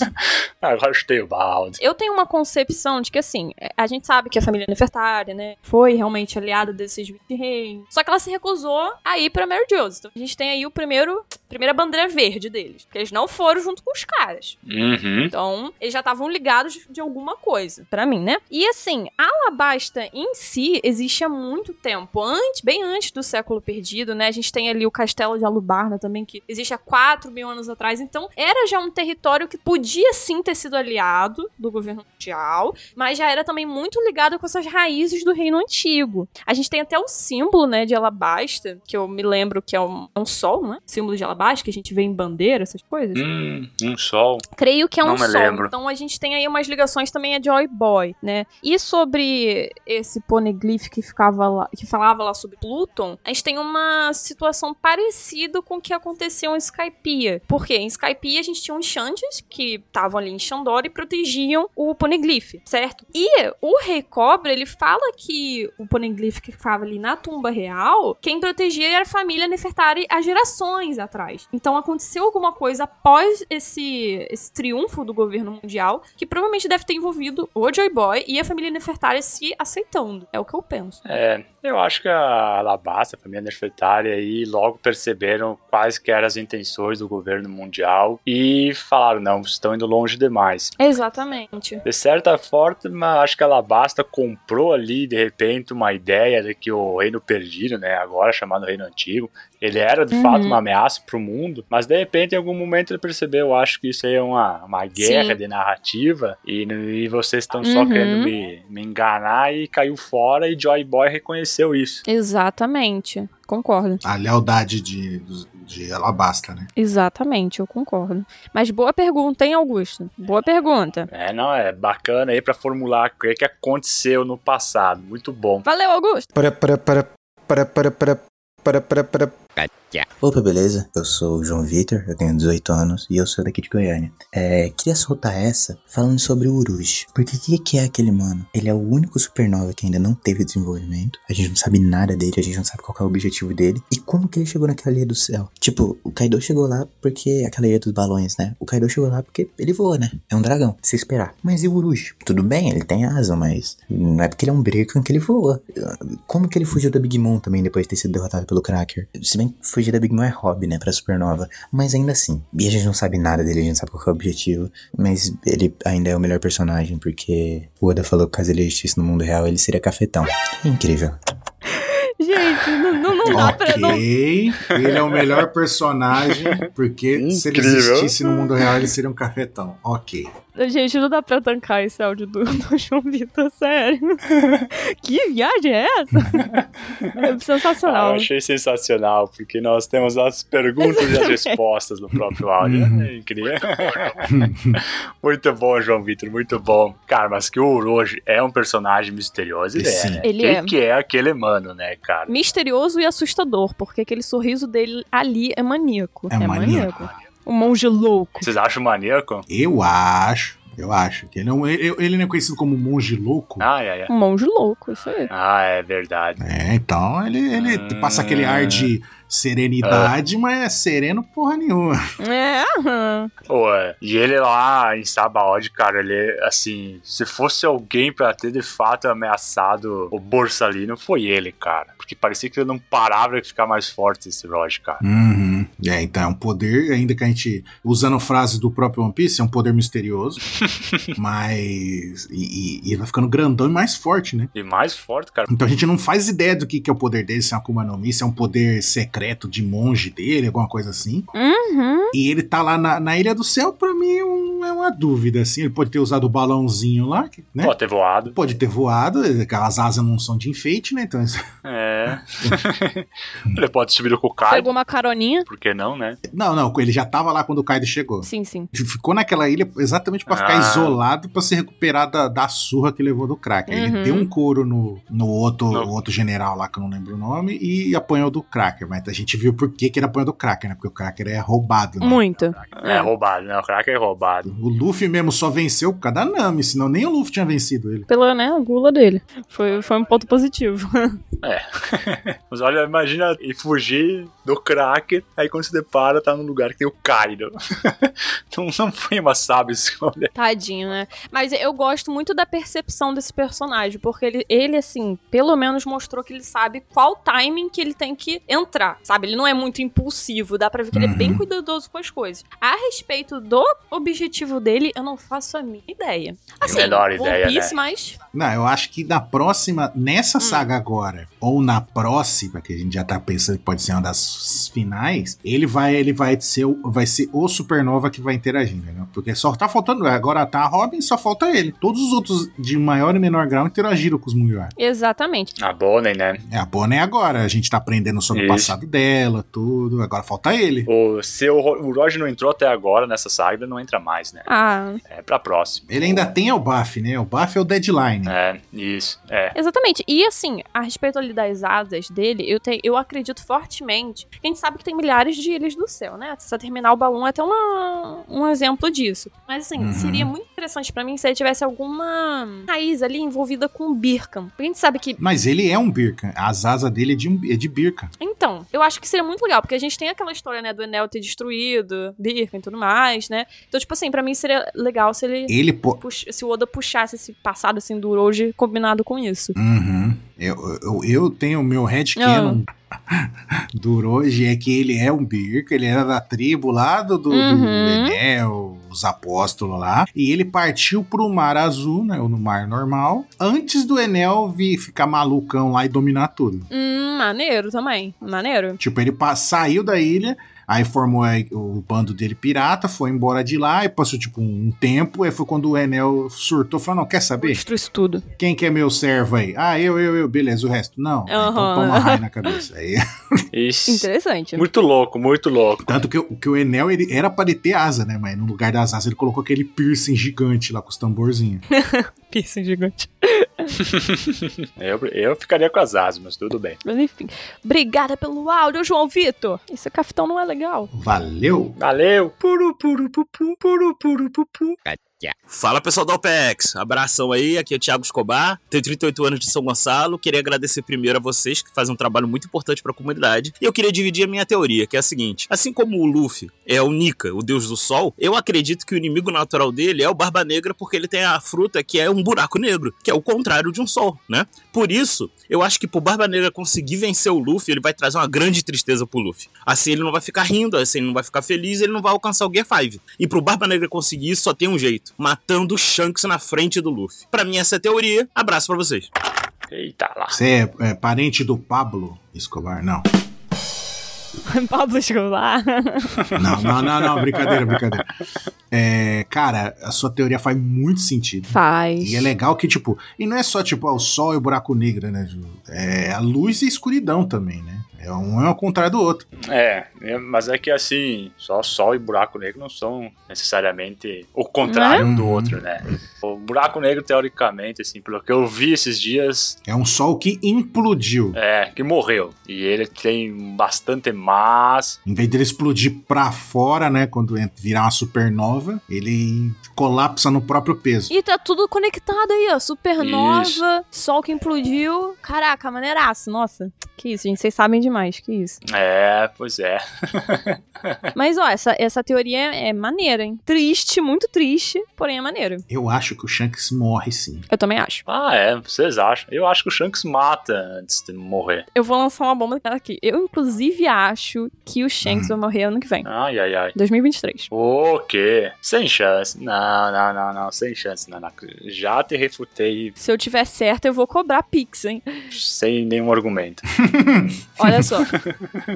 Speaker 1: Agora eu chutei o balde.
Speaker 2: Eu tenho uma concepção de que, assim, a gente sabe que a família Nefertária, né, foi realmente aliada desses 20 reis. Só que ela se recusou a ir pra Mary Joseph. Então a gente tem aí o primeiro, primeira bandeira verde deles. Porque eles não foram junto com os caras.
Speaker 1: Uhum.
Speaker 2: Então, eles já estavam ligados de- de alguma coisa, pra mim, né? E assim, a Alabasta em si existe há muito tempo, antes, bem antes do século perdido, né? A gente tem ali o castelo de Alubarna também, que existe há 4 mil anos atrás. Então, era já um território que podia sim ter sido aliado do governo mundial, mas já era também muito ligado com essas raízes do reino antigo. A gente tem até o símbolo, né, de Alabasta, que eu me lembro que é um, é um sol, né? Símbolo de Alabasta, que a gente vê em bandeira, essas coisas.
Speaker 1: Hum, um sol.
Speaker 2: Creio que é um
Speaker 1: Não me
Speaker 2: som.
Speaker 1: lembro.
Speaker 2: Então a gente tem aí umas ligações também a Joy Boy, né? E sobre esse poneglyph que ficava lá, que falava lá sobre Pluton, a gente tem uma situação parecida com o que aconteceu em Skypiea. Por quê? Em Skypiea a gente tinha uns Xantes que estavam ali em Xandori protegiam o Poneglyph, certo? E É, o Rei Cobra, ele fala que o Poneglyph que ficava ali na tumba real, quem protegia era a família Nefertari há gerações atrás. Então aconteceu alguma coisa após esse, esse triunfo do governo mundial, que provavelmente deve ter envolvido o Joy Boy e a família Nefertari se aceitando. É o que eu penso.
Speaker 1: É, eu acho que a Alabasta, a família Nefertari aí logo perceberam quais que eram as intenções do governo mundial e falaram, não, vocês estão indo longe demais.
Speaker 2: Exatamente.
Speaker 1: De certa forma, acho que a Alabasta comprou ali, de repente, uma ideia de que o Reino Perdido, né, agora chamado Reino Antigo, ele era de
Speaker 2: Uhum.
Speaker 1: fato uma ameaça pro mundo, mas de repente em algum momento ele percebeu, acho que isso aí é uma, uma guerra
Speaker 2: Sim.
Speaker 1: de narrativa e, e vocês estão só
Speaker 2: Uhum.
Speaker 1: querendo me, me enganar e caiu fora e Joy Boy reconheceu isso.
Speaker 2: Exatamente. Concordo.
Speaker 3: A lealdade é de, de Alabasta, né?
Speaker 2: Exatamente, eu concordo. Mas boa pergunta, hein, Augusto? Boa pergunta.
Speaker 1: É, não, é bacana aí pra formular o que que aconteceu no passado, muito bom.
Speaker 2: Valeu, Augusto!
Speaker 19: Para, para, para, para, para, para, para, para, para.
Speaker 4: Opa, beleza? Eu sou o João Vitor, eu tenho 18 anos e eu sou daqui de Goiânia. É, queria soltar essa falando sobre o Urush. Porque o que, que é aquele mano? Ele é o único supernova que ainda não teve desenvolvimento. A gente não sabe nada dele, a gente não sabe qual que é o objetivo dele. E como que ele chegou naquela ilha do céu? Tipo, o Kaido chegou lá porque. aquela ilha dos balões, né? O Kaido chegou lá porque ele voa, né? É um dragão, se esperar. Mas e o Urush? Tudo bem, ele tem asa, mas não é porque ele é um Brecan que ele voa. Como que ele fugiu da Big Mom também depois de ter sido derrotado pelo Cracker? Se bem que fugir da Big Mom é hobby, né, pra Supernova. Mas ainda assim, e a gente não sabe nada dele, a gente não sabe qual que é o objetivo. Mas ele ainda é o melhor personagem, porque o Oda falou que caso ele existisse no mundo real, ele seria cafetão. É incrível.
Speaker 2: Gente, não, não, não dá pra. Não...
Speaker 3: Ok, ele é o melhor personagem, porque se ele
Speaker 4: Incrível.
Speaker 3: existisse no mundo real, ele seria um cafetão. Ok.
Speaker 2: Gente, não dá pra tancar esse áudio do, do João Vitor, sério. que viagem é essa? É
Speaker 1: Ah,
Speaker 2: sensacional.
Speaker 1: eu achei sensacional, porque nós temos as perguntas e as respostas no próprio áudio.
Speaker 3: Uhum.
Speaker 1: É incrível. muito bom, João Vitor, muito bom. Cara, mas que o Orochi é um personagem misterioso, ele é.
Speaker 2: Sim.
Speaker 1: Né?
Speaker 2: Ele
Speaker 1: Quem
Speaker 2: é.
Speaker 1: que é aquele mano, né, cara?
Speaker 2: Misterioso e assustador, porque aquele sorriso dele ali é maníaco.
Speaker 1: É maníaco.
Speaker 2: O monge louco.
Speaker 1: Vocês acham maníaco?
Speaker 3: Eu acho, eu acho. que Ele não, ele, ele não é conhecido como monge louco.
Speaker 1: Ah, é, é.
Speaker 2: Um monge louco, isso aí.
Speaker 1: Ah, é verdade. Ah.
Speaker 3: É, então ele, ele passa aquele ar de serenidade, mas é sereno porra nenhuma.
Speaker 2: É, aham.
Speaker 1: Ué, e ele lá em Sabaody, cara, ele, assim, se fosse alguém pra ter de fato ameaçado o Borsalino, foi ele, cara. Porque parecia que ele não parava de ficar mais forte esse Roger, cara.
Speaker 3: Uhum. É, então é um poder, ainda que a gente, usando frases do próprio One Piece, é um poder misterioso. mas. E, e- e ele vai ficando grandão e mais forte, né?
Speaker 1: E mais forte, cara.
Speaker 3: Então a gente não faz ideia do que, que é o poder dele, se é uma Akuma no Mi, se é um poder secreto de monge dele, alguma coisa assim.
Speaker 2: Uhum.
Speaker 3: E ele tá lá na, na Ilha do Céu, pra mim um- é uma dúvida, assim. Ele pode ter usado o balãozinho lá, que- né?
Speaker 1: Pode ter voado.
Speaker 3: Pode ter voado, aquelas asas não são de enfeite, né? Então, isso-
Speaker 1: É. ele pode subir com o Kaido,
Speaker 2: Pegou uma caroninha.
Speaker 1: por que não, né?
Speaker 3: Não, não, ele já tava lá quando o Kaido chegou.
Speaker 2: Sim, sim.
Speaker 3: Ficou naquela ilha exatamente pra ficar
Speaker 1: Ah.
Speaker 3: isolado pra se recuperar da, da surra que levou do Cracker.
Speaker 2: Uhum.
Speaker 3: Ele deu um couro no, no outro, outro general lá, que eu não lembro o nome, e apanhou do Cracker. Mas a gente viu por que, que ele apanhou do Cracker, né? Porque o Cracker é roubado, né?
Speaker 2: Muito.
Speaker 1: É, roubado, né? O Kraken é roubado.
Speaker 3: O Luffy mesmo só venceu por causa da Nami, senão nem o Luffy tinha vencido ele.
Speaker 2: Pela, né, gula dele. Foi, foi um ponto positivo.
Speaker 1: É. Mas olha, imagina e fugir do Kraken, aí quando se depara, tá num lugar que tem o Kaido. não, não foi uma sábia escolha.
Speaker 2: Tadinho, né? Mas eu gosto muito da percepção desse personagem, porque ele, ele, assim, pelo menos mostrou que ele sabe qual timing que ele tem que entrar, sabe? Ele não é muito impulsivo, dá pra ver que ele é
Speaker 3: Uhum.
Speaker 2: bem cuidadoso com as coisas. A respeito do objetivo dele, eu não faço a minha ideia. Assim,
Speaker 3: menor
Speaker 2: One
Speaker 3: ideia,
Speaker 2: Piece,
Speaker 3: né?
Speaker 2: mas...
Speaker 3: Não, eu acho que na próxima, nessa saga agora, ou na próxima, que a gente já tá pensando que pode ser uma das finais, ele vai, ele vai ser, o- vai ser o supernova que vai interagir, entendeu? Porque só tá faltando, agora tá a Robin, só falta ele. Todos os outros de maior e menor grau interagiram com os Mugiwara.
Speaker 2: Exatamente.
Speaker 1: A Bonnie, né?
Speaker 3: É, a Bonnie é agora, a gente tá aprendendo sobre
Speaker 1: Isso.
Speaker 3: o passado dela, tudo, agora falta ele.
Speaker 1: O, se o, Ro- o Roger não entrou até agora nessa saga, não entra mais, né?
Speaker 2: Ah...
Speaker 1: É pra próxima.
Speaker 3: Ele ainda tem o buff, né? O buff é o deadline.
Speaker 1: É, isso, é.
Speaker 2: Exatamente. E assim, a respeito ali das casas dele, eu, te, eu acredito fortemente. A gente sabe que tem milhares de ilhas do céu, né? Essa terminal Balloon é até uma, um exemplo disso. Mas assim,
Speaker 5: Uhum.
Speaker 2: seria muito interessante pra mim se ele tivesse alguma raiz ali envolvida com Birkham. Porque a gente sabe que.
Speaker 3: Mas ele é um Birka. As asas dele é de, é de Birka.
Speaker 2: Então, eu acho que seria muito legal, porque a gente tem aquela história, né, do Enel ter destruído Birkin e tudo mais, né? Então, tipo assim, pra mim seria legal se ele.
Speaker 3: Ele po-
Speaker 2: pux- Se o Oda puxasse esse passado assim do Roji combinado com isso.
Speaker 3: Uhum. Eu, eu, eu tenho o meu headcanon do Roji, é que ele é um Birka, ele era da tribo lá do, do, do
Speaker 2: Uhum.
Speaker 3: Enel, os apóstolos lá, e ele partiu pro Mar Azul, né, ou no Mar Normal, antes do Enel vir ficar malucão lá e dominar tudo.
Speaker 2: Hum, maneiro também. Maneiro.
Speaker 3: Tipo, ele pa- saiu da ilha, aí formou é, o bando dele pirata, foi embora de lá e passou, tipo, um tempo. Aí foi quando o Enel surtou, falou: Não, quer saber?
Speaker 2: Destrui isso tudo.
Speaker 3: Quem que é meu servo aí? Ah, eu, eu, eu. Beleza, o resto. Não. Então
Speaker 2: Aham.
Speaker 3: toma raio na cabeça. Aí.
Speaker 2: Interessante.
Speaker 1: Muito louco, muito louco.
Speaker 3: Tanto que, o- que o Enel ele era pra ele ter asa, né? Mas no lugar das asas ele colocou aquele piercing gigante lá com os tamborzinhos.
Speaker 2: Piercing gigante.
Speaker 1: Eu, eu ficaria com as asas, mas tudo bem.
Speaker 2: Mas enfim. Obrigada pelo áudio, João Vitor. Esse capitão não é legal.
Speaker 3: Valeu!
Speaker 1: Valeu!
Speaker 17: Puru, puru, pupu, puru, puru, pupu.
Speaker 22: Fala pessoal da OPEX, abração aí, aqui é o Thiago Escobar, tenho 38 anos de São Gonçalo, queria agradecer primeiro a vocês que fazem um trabalho muito importante para a comunidade e eu queria dividir a minha teoria, que é a seguinte, assim como o Luffy é o Nika, o deus do sol, eu acredito que o inimigo natural dele é o Barba Negra porque ele tem a fruta que é um buraco negro, que é o contrário de um sol, né? Por isso, eu acho que pro Barba Negra conseguir vencer o Luffy, ele vai trazer uma grande tristeza pro Luffy. Assim ele não vai ficar rindo, assim ele não vai ficar feliz, ele não vai alcançar o Gear 5. E pro Barba Negra conseguir isso, só tem um jeito: matando o Shanks na frente do Luffy. Pra mim, essa é a teoria. Abraço pra vocês.
Speaker 1: Eita lá.
Speaker 3: Você é, é parente do Pablo Escobar? Não.
Speaker 2: Pablo Escobar.
Speaker 3: Não, não, não, não, brincadeira, brincadeira. É, cara, a sua teoria faz muito sentido.
Speaker 2: Faz.
Speaker 3: E é legal que, tipo, e não é só, tipo, ah, o sol e o buraco negro, né? Ju? É a luz e a escuridão também, né? É um é ao contrário do outro.
Speaker 1: É, é, mas é que assim, só sol e buraco negro não são necessariamente o contrário
Speaker 3: Né?
Speaker 1: um do outro, né? O buraco negro, teoricamente, assim, pelo que eu vi esses dias,
Speaker 3: É um sol que implodiu.
Speaker 1: é, que morreu. E ele tem bastante massa.
Speaker 3: Em vez dele explodir pra fora, né? Quando en- virar uma supernova, ele colapsa no próprio peso.
Speaker 2: E tá tudo conectado aí, ó. Supernova,
Speaker 3: Isso.
Speaker 2: sol que implodiu. Caraca, maneiraço. Nossa, que isso, gente. Vocês sabem demais, que isso.
Speaker 1: É, pois é.
Speaker 2: Mas, ó, essa, essa teoria é maneira, hein? Triste, muito triste, porém é maneiro.
Speaker 3: Eu acho que o Shanks morre sim.
Speaker 2: Eu também acho.
Speaker 1: Ah, é, vocês acham. Eu acho que o Shanks mata antes de morrer.
Speaker 2: Eu vou lançar uma bomba aqui. Eu, inclusive, acho que o Shanks vai morrer ano que vem.
Speaker 1: Ai, ai, ai.
Speaker 2: 2023.
Speaker 1: O quê? Sem chance. Não, não, não, não. Sem chance, Nanaka. Já te refutei
Speaker 2: Se eu tiver certo, eu vou cobrar Pix, hein?
Speaker 1: sem nenhum argumento.
Speaker 2: Olha só.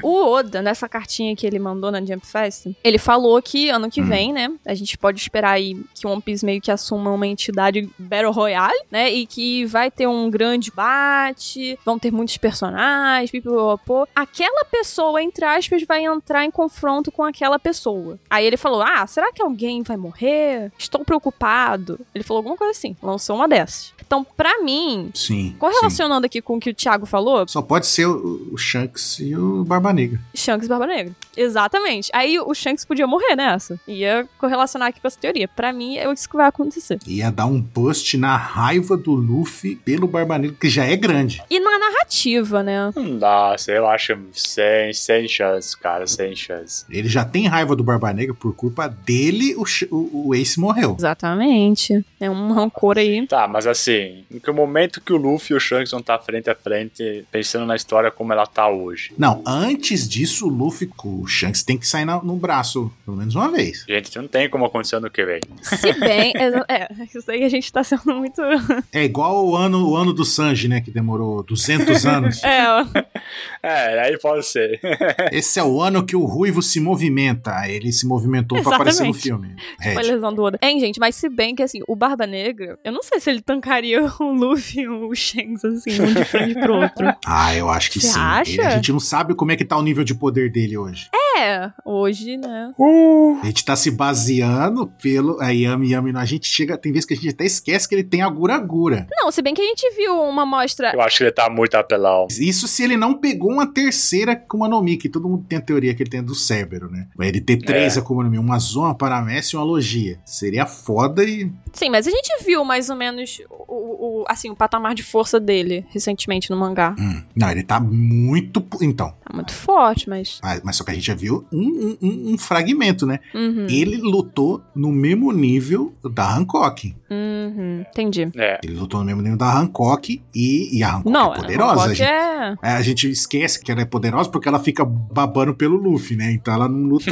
Speaker 2: o Oda, nessa cartinha que ele mandou na Jump Fest, ele falou que ano que vem, né? A gente pode esperar aí que One Piece meio que assuma uma entidade Battle Royale, né? E que vai ter um grande bate, vão ter muitos personagens, pipipopô. Aquela pessoa, entre aspas, vai entrar em confronto com aquela pessoa. Aí ele falou: Ah, será que alguém vai morrer? Estou preocupado. Ele falou alguma coisa assim, lançou uma dessas. Então, pra mim,
Speaker 3: Sim.
Speaker 2: correlacionando aqui com o que o Thiago falou,
Speaker 3: Só pode ser o, o Shanks e o Barba Negra.
Speaker 2: Shanks e Barba Negra. Exatamente. Aí o Shanks podia morrer nessa. Ia correlacionar aqui com essa teoria. Pra mim, é isso que vai acontecer.
Speaker 3: Ia dar um bust na raiva do Luffy pelo Barba Negra, que já é grande.
Speaker 2: E na narrativa, né?
Speaker 3: Hum,
Speaker 1: Não dá, eu acho sem, sem chance, cara, sem chance.
Speaker 3: Ele já tem raiva do Barba Negra por culpa dele, o, Sh- o- o Ace morreu.
Speaker 2: Exatamente. É um rancor aí.
Speaker 1: Tá, mas assim, no momento que o Luffy e o Shanks vão estar frente a frente, pensando na história como ela tá hoje.
Speaker 3: Não, antes disso, o Luffy com o Shanks tem que sair na- no braço, pelo menos uma vez.
Speaker 1: Gente, isso não tem como acontecer no que vem.
Speaker 2: Se bem. É, é, isso aí a gente tá sendo muito.
Speaker 3: É igual o ano, o ano do Sanji, né? Que demorou 200 anos.
Speaker 2: É, ó.
Speaker 1: É, aí pode ser.
Speaker 3: Esse é o ano que o Ruivo se movimenta. Ele se movimentou pra aparecer no
Speaker 2: Exatamente. Tipo,
Speaker 3: filme. Red.
Speaker 2: Spoilerzão do Oda. Hein, gente, mas se bem que assim, o Barba Negra, eu não sei se ele tancaria o Luffy e o Shanks, assim, um de frente pro outro.
Speaker 3: Ah, eu acho que
Speaker 2: Você
Speaker 3: sim.
Speaker 2: acha?
Speaker 3: Ele- a gente não sabe como é que tá o nível de poder dele hoje.
Speaker 2: É, hoje, né?
Speaker 3: A gente tá se baseando pelo. A Yami Yami, a gente chega. Tem vezes que a gente até esquece que ele tem a Gura Gura.
Speaker 2: Não, se bem que a gente viu uma amostra.
Speaker 1: Eu acho que ele tá muito apelão.
Speaker 3: Isso se ele não pegou uma terceira Kumanomi, que todo mundo tem a teoria que ele tem do Cérbero, né? Vai ele ter três
Speaker 1: É.
Speaker 3: Kumanomi, uma zona, uma paramécia e uma logia. Seria foda e.
Speaker 2: Sim, mas a gente viu mais ou menos o, o- o- assim, o patamar de força dele recentemente no mangá.
Speaker 3: Não, ele tá muito. pu- Então.
Speaker 2: Tá muito forte, mas.
Speaker 3: Ah, Mas só que a gente já viu um, um- um- um fragmento, né?
Speaker 2: Uhum.
Speaker 3: Ele lutou no mesmo nível da Hancock.
Speaker 2: Uhum, entendi.
Speaker 3: Ele lutou no mesmo nível da Hancock e, e a Hancock
Speaker 2: Não,
Speaker 3: é poderosa.
Speaker 2: Hancock
Speaker 3: gente.
Speaker 2: é-
Speaker 3: É, A gente esquece que ela é poderosa porque ela fica babando pelo Luffy, né? Então ela não luta,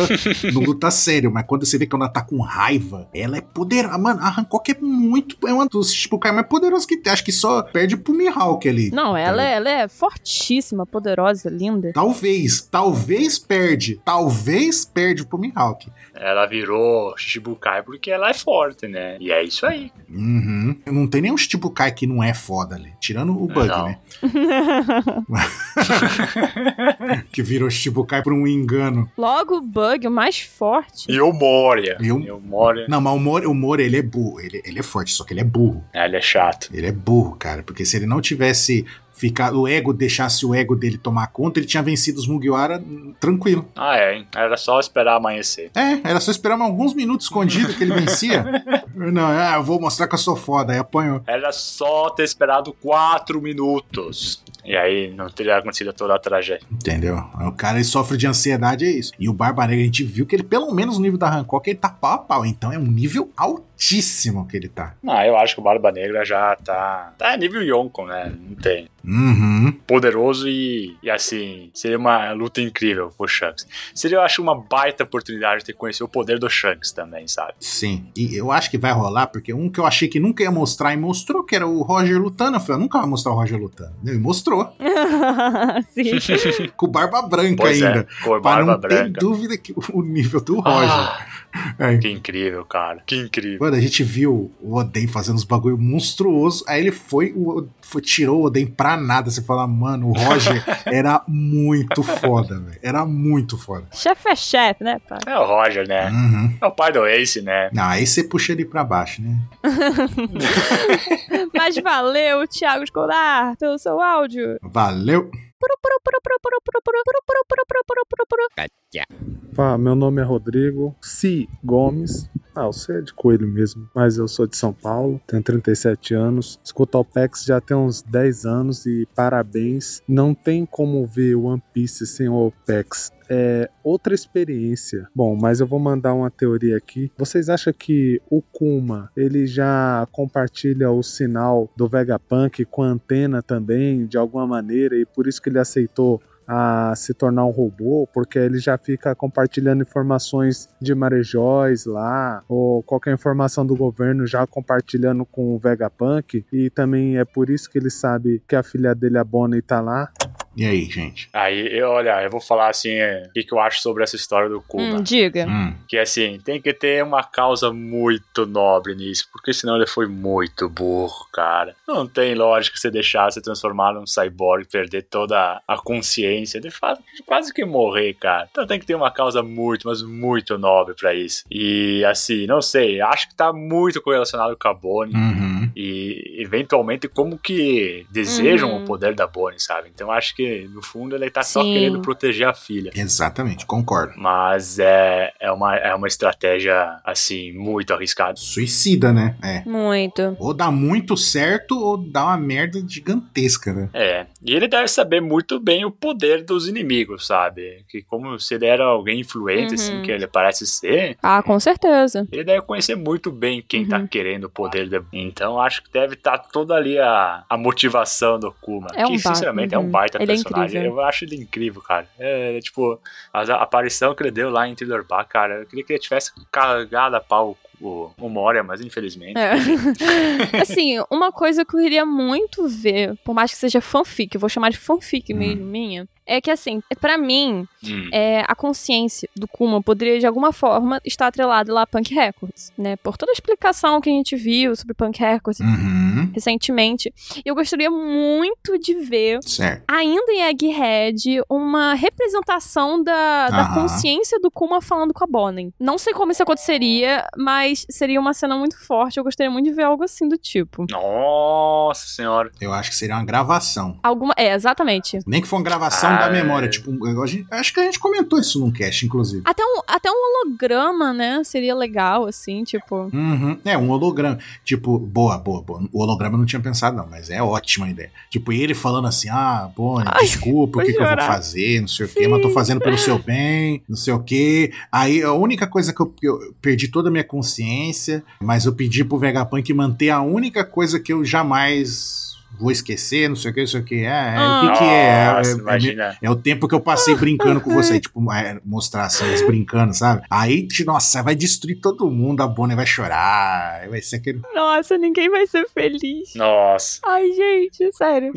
Speaker 3: não luta sério. Mas quando você vê que ela tá com raiva, ela é poderosa. Mano, a Hancock é muito. É uma dos tipo, cara mais poderosos que tem. Acho que só perde pro Mihawk ali.
Speaker 2: Não, ela é, ela é fortíssima, poderosa, linda.
Speaker 3: Tá um Talvez, talvez perde. Talvez perde pro Mihawk.
Speaker 1: Ela virou Shichibukai porque ela é forte, né? E é isso aí.
Speaker 3: Uhum. Não tem nenhum Shichibukai que não é foda ali. Tirando o Bug, né? Que virou Shichibukai por um engano.
Speaker 2: Logo o Bug, o mais forte.
Speaker 1: E o Moria.
Speaker 3: E o,
Speaker 1: Moria.
Speaker 3: Não, mas o Moria, o Moria, ele é burro. Ele, ele é forte, só que ele é burro.
Speaker 1: É, ele é chato.
Speaker 3: Ele é burro, cara. Porque se ele não tivesse ficado, o ego deixasse o ego dele tomar conta, ele tinha vencido os Mugiwara hum, tranquilo.
Speaker 1: Ah, é, hein? Era só esperar amanhecer.
Speaker 3: É, era só esperar mais alguns minutos escondido que ele vencia. não, ah, eu vou mostrar que eu sou foda. Aí apanhou.
Speaker 1: Era só ter esperado quatro minutos. E aí não teria acontecido toda a tragédia.
Speaker 3: Entendeu? O cara ele sofre de ansiedade, é isso. E o Barba Negra, a gente viu que ele, pelo menos no nível da Hancock, ele tá pau a pau. Então é um nível altíssimo que ele tá.
Speaker 1: Não, Ah, eu acho que o Barba Negra já tá. Tá nível Yonko, né? Não tem.
Speaker 3: Uhum.
Speaker 1: Poderoso e, e assim, seria uma luta incrível pro Shanks. Seria, eu acho, uma baita oportunidade de ter conhecido o poder do Shanks também, sabe?
Speaker 3: Sim. E eu acho que vai rolar, porque um que eu achei que nunca ia mostrar e mostrou, que era o Roger lutando. Eu falei, eu nunca vai mostrar o Roger lutando. Ele mostrou.
Speaker 2: Sim.
Speaker 3: com barba branca
Speaker 1: Pois é,
Speaker 3: ainda.
Speaker 1: com
Speaker 3: pra
Speaker 1: barba
Speaker 3: não ter
Speaker 1: branca. Ah.
Speaker 3: dúvida que o nível do Roger. É.
Speaker 1: Que incrível, cara. Que incrível.
Speaker 3: Mano, a gente viu o Oden fazendo uns bagulho monstruoso, aí ele foi, o- foi- tirou o Oden pra nada. Você fala, mano, o Roger era muito foda, velho. Era muito foda.
Speaker 2: Chefe é chefe, né, pai?
Speaker 1: É o Roger, né? É o pai do Ace, né?
Speaker 3: Não, Ah, aí você puxa ele pra baixo, né?
Speaker 2: Mas valeu, Thiago Escolar, pelo seu áudio.
Speaker 3: Valeu.
Speaker 5: Pá, meu nome é Rodrigo Si Gomes. Ah, eu sei de coelho mesmo, mas eu sou de São Paulo, tenho 37 anos. Escuto o PEX já tem uns 10 anos e parabéns. Não tem como ver One Piece sem o OPEX. É outra experiência. Bom, mas eu vou mandar uma teoria aqui. Vocês acham que o Kuma ele já compartilha o sinal do Vegapunk com a antena também, de alguma maneira, e por isso que ele aceitou a se tornar um robô, porque ele já fica compartilhando informações de marejóis lá, ou qualquer informação do governo já compartilhando com o Vegapunk, e também é por isso que ele sabe que a filha dele, a Bonnie, tá lá.
Speaker 3: E aí, gente?
Speaker 1: Aí, eu- olha, eu vou falar assim, é, o que, que eu acho sobre essa história do Kuma.
Speaker 2: Hum, diga.
Speaker 1: Que assim, tem que ter uma causa muito nobre nisso, porque senão ele foi muito burro, cara. Não tem lógica você deixar se transformar num cyborg, perder toda a consciência, de fato, quase que morrer, cara. Então tem que ter uma causa muito, mas muito nobre pra isso. E assim, não sei, acho que tá muito correlacionado com a Bonnie. E eventualmente, como que desejam
Speaker 3: Uhum.
Speaker 1: o poder da Bonnie, sabe? Então acho que no fundo ele tá só
Speaker 3: Sim.
Speaker 1: querendo proteger a filha.
Speaker 3: Exatamente, concordo.
Speaker 1: Mas é, é, uma, é uma estratégia, assim, muito arriscada.
Speaker 3: Suicida, né? É.
Speaker 2: Muito.
Speaker 3: Ou dá muito certo, ou dá uma merda gigantesca, né?
Speaker 1: É, e ele deve saber muito bem o poder dos inimigos, sabe? Que como se ele era alguém influente, assim,
Speaker 2: Uhum.
Speaker 1: que ele parece ser,
Speaker 2: Ah, com certeza.
Speaker 1: ele deve conhecer muito bem quem
Speaker 2: Uhum.
Speaker 1: tá querendo o poder. De... Então acho que deve estar toda ali a, a motivação do Kuma.
Speaker 2: É um
Speaker 1: que,
Speaker 2: ba-
Speaker 1: sinceramente, é um
Speaker 2: uhum.
Speaker 1: baita
Speaker 2: Ele é
Speaker 1: personagem.
Speaker 2: incrível.
Speaker 1: Eu acho ele incrível, cara. É, tipo, a, a aparição que ele deu lá em Thriller Bar, cara, eu queria que ele tivesse cagado a pau o, o Moria, mas infelizmente...
Speaker 2: É. assim, uma coisa que eu queria muito ver, por mais que seja fanfic, eu vou chamar de fanfic mesmo, minha, é que assim, pra mim,
Speaker 17: Hum.
Speaker 2: é, a consciência do Kuma poderia de alguma forma estar atrelada lá a Punk Records, né? Por toda a explicação que a gente viu sobre Punk Records,
Speaker 3: Uhum.
Speaker 2: recentemente. E eu gostaria muito de ver,
Speaker 3: Certo.
Speaker 2: ainda em Egghead, uma representação da, da
Speaker 3: Aham.
Speaker 2: consciência do Kuma falando com a Bonnie. Não sei como isso aconteceria, mas seria uma cena muito forte. Eu gostaria muito de ver algo assim do tipo.
Speaker 1: Nossa senhora.
Speaker 3: Eu acho que seria uma gravação.
Speaker 2: Alguma. É, exatamente.
Speaker 3: Nem que for uma gravação
Speaker 1: Ah,
Speaker 3: da
Speaker 1: é.
Speaker 3: memória. Tipo, um- a gente- acho que a gente comentou isso num cast, inclusive.
Speaker 2: Até um, até um holograma, né? Seria legal, assim, tipo.
Speaker 3: Uhum. É, um holograma. Tipo, boa, boa, boa. O holograma eu não tinha pensado, não, mas é ótima a ideia. Tipo, ele falando assim: ah, Bonnie, desculpa, o
Speaker 6: vou
Speaker 3: que, que eu vou
Speaker 6: chorar.
Speaker 3: fazer, não sei o quê, mas tô fazendo pelo seu bem, não sei o quê. Aí a única coisa que eu, que eu perdi toda a minha consciência, mas eu pedi pro Vegapunk manter a única coisa que eu jamais. Vou esquecer, não sei o que, não sei o que. É, é, o que, que é?
Speaker 1: Nossa,
Speaker 3: É- é-
Speaker 1: imagina.
Speaker 3: é o tempo que eu passei brincando com você, tipo, é, mostrar assim, eles brincando, sabe? Aí, te- nossa, vai destruir todo mundo, a Bonnie vai chorar, aí vai ser aquele.
Speaker 2: Nossa, ninguém vai ser feliz.
Speaker 1: Nossa.
Speaker 2: Ai, gente, sério.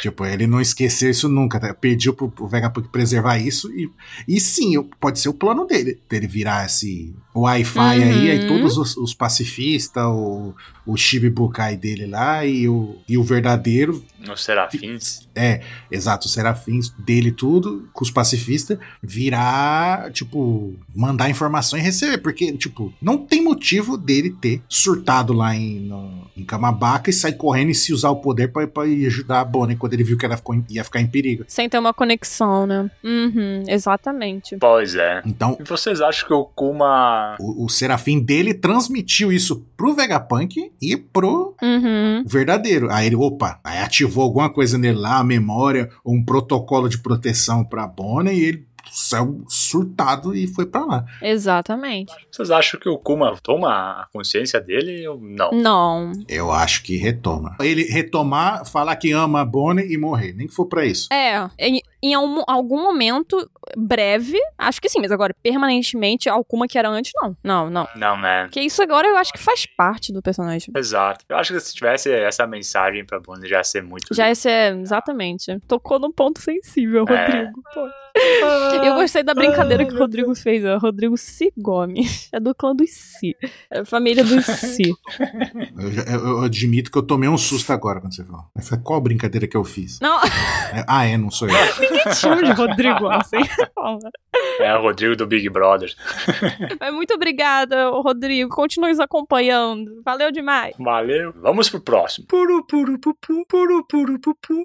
Speaker 3: Tipo, ele não esqueceu isso nunca, tá? pediu pro, pro Vegapunk preservar isso e, e sim, o- pode ser o plano dele, dele virar esse Wi-Fi aí, aí todos os, os pacifistas, o, o Shibibukai dele lá e o, e o verdadeiro
Speaker 1: Nos serafins.
Speaker 3: É, exato, os serafins dele tudo, com os pacifistas, virar, tipo, mandar informação e receber, porque, tipo, não tem motivo dele ter surtado lá em, no- em Camabaca e sair correndo e se usar o poder pra, pra ir ajudar a Bonnie quando ele viu que ela ficou em- ia ficar em perigo.
Speaker 2: Sem ter uma conexão, né? Uhum, exatamente.
Speaker 1: Pois é.
Speaker 3: Então,
Speaker 1: E vocês acham que o Kuma.
Speaker 3: o, o serafim dele transmitiu isso pro Vegapunk e pro
Speaker 2: Uhum.
Speaker 3: verdadeiro. Aí ele, opa, aí ativou alguma coisa nele lá, a memória, ou um protocolo de proteção pra Bonnie, e ele saiu surtado e foi pra lá.
Speaker 2: Exatamente.
Speaker 1: Vocês acham que o Kuma toma a consciência dele ou não?
Speaker 2: Não.
Speaker 3: Eu acho que retoma. Ele retomar, falar que ama a Bonnie e morrer, nem que for pra isso.
Speaker 2: É, em, em algum, algum momento breve, acho que sim, mas agora permanentemente, alguma que era antes, não. Não, não.
Speaker 1: Não, né?
Speaker 2: Porque isso agora eu acho que faz parte do personagem.
Speaker 1: Exato. Eu acho que se tivesse essa mensagem pra Bonnie já ia ser muito.
Speaker 2: Já esse é, exatamente. Tocou num ponto sensível,
Speaker 1: É.
Speaker 2: Rodrigo. pô. Eu gostei da brincadeira que o Rodrigo fez, ó. Rodrigo Si Gomes. É do clã dos Si. É família dos Si. É.
Speaker 3: Eu, já- eu- eu admito que eu tomei um susto agora quando você falou. Mas foi qual brincadeira que eu fiz?
Speaker 2: Não.
Speaker 3: É, ah, é, não sou eu.
Speaker 2: Ninguém chama de Rodrigo assim. Calma.
Speaker 1: É o Rodrigo do Big Brother.
Speaker 2: Mas muito obrigada, ô Rodrigo. Continue nos acompanhando. Valeu demais.
Speaker 1: Valeu. Vamos pro próximo.
Speaker 17: Puru, puru, pupu, puru, puru, pupu.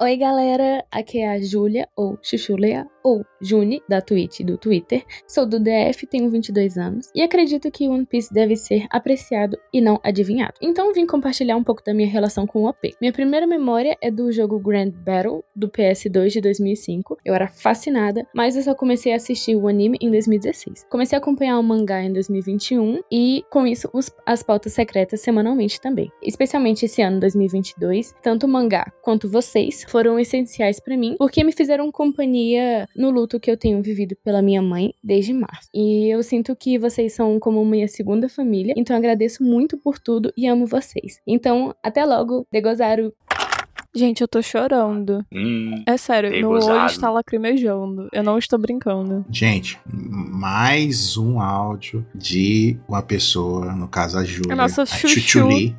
Speaker 7: Oi galera, aqui é a Júlia, ou Chuchulea, ou Juni, da Twitch e do Twitter. Sou do DF, tenho 22 anos e acredito que One Piece deve ser apreciado e não adivinhado. Então vim compartilhar um pouco da minha relação com o OP. Minha primeira memória é do jogo Grand Battle do PS2 de 2005. Eu era fascinada, mas eu só comecei a assistir o anime em 2016. Comecei a acompanhar o é um mangá em 2021 e com isso os- as pautas secretas semanalmente também. Especialmente esse ano 2022, tanto o mangá quanto vocês foram essenciais pra mim, porque me fizeram companhia no luto que eu tenho vivido pela minha mãe desde março. E eu sinto que vocês são como minha segunda família, então agradeço muito por tudo e amo vocês. Então, até logo, Degozaru!
Speaker 2: Gente, eu tô chorando.
Speaker 1: Hum,
Speaker 2: É sério,
Speaker 3: Bem
Speaker 2: meu olho
Speaker 3: gozado.
Speaker 2: está lacrimejando. Eu não estou brincando.
Speaker 3: Gente, mais um áudio de uma pessoa, no caso a Júlia,
Speaker 2: A nossa
Speaker 3: a
Speaker 2: chuchu.
Speaker 3: Chuchuli,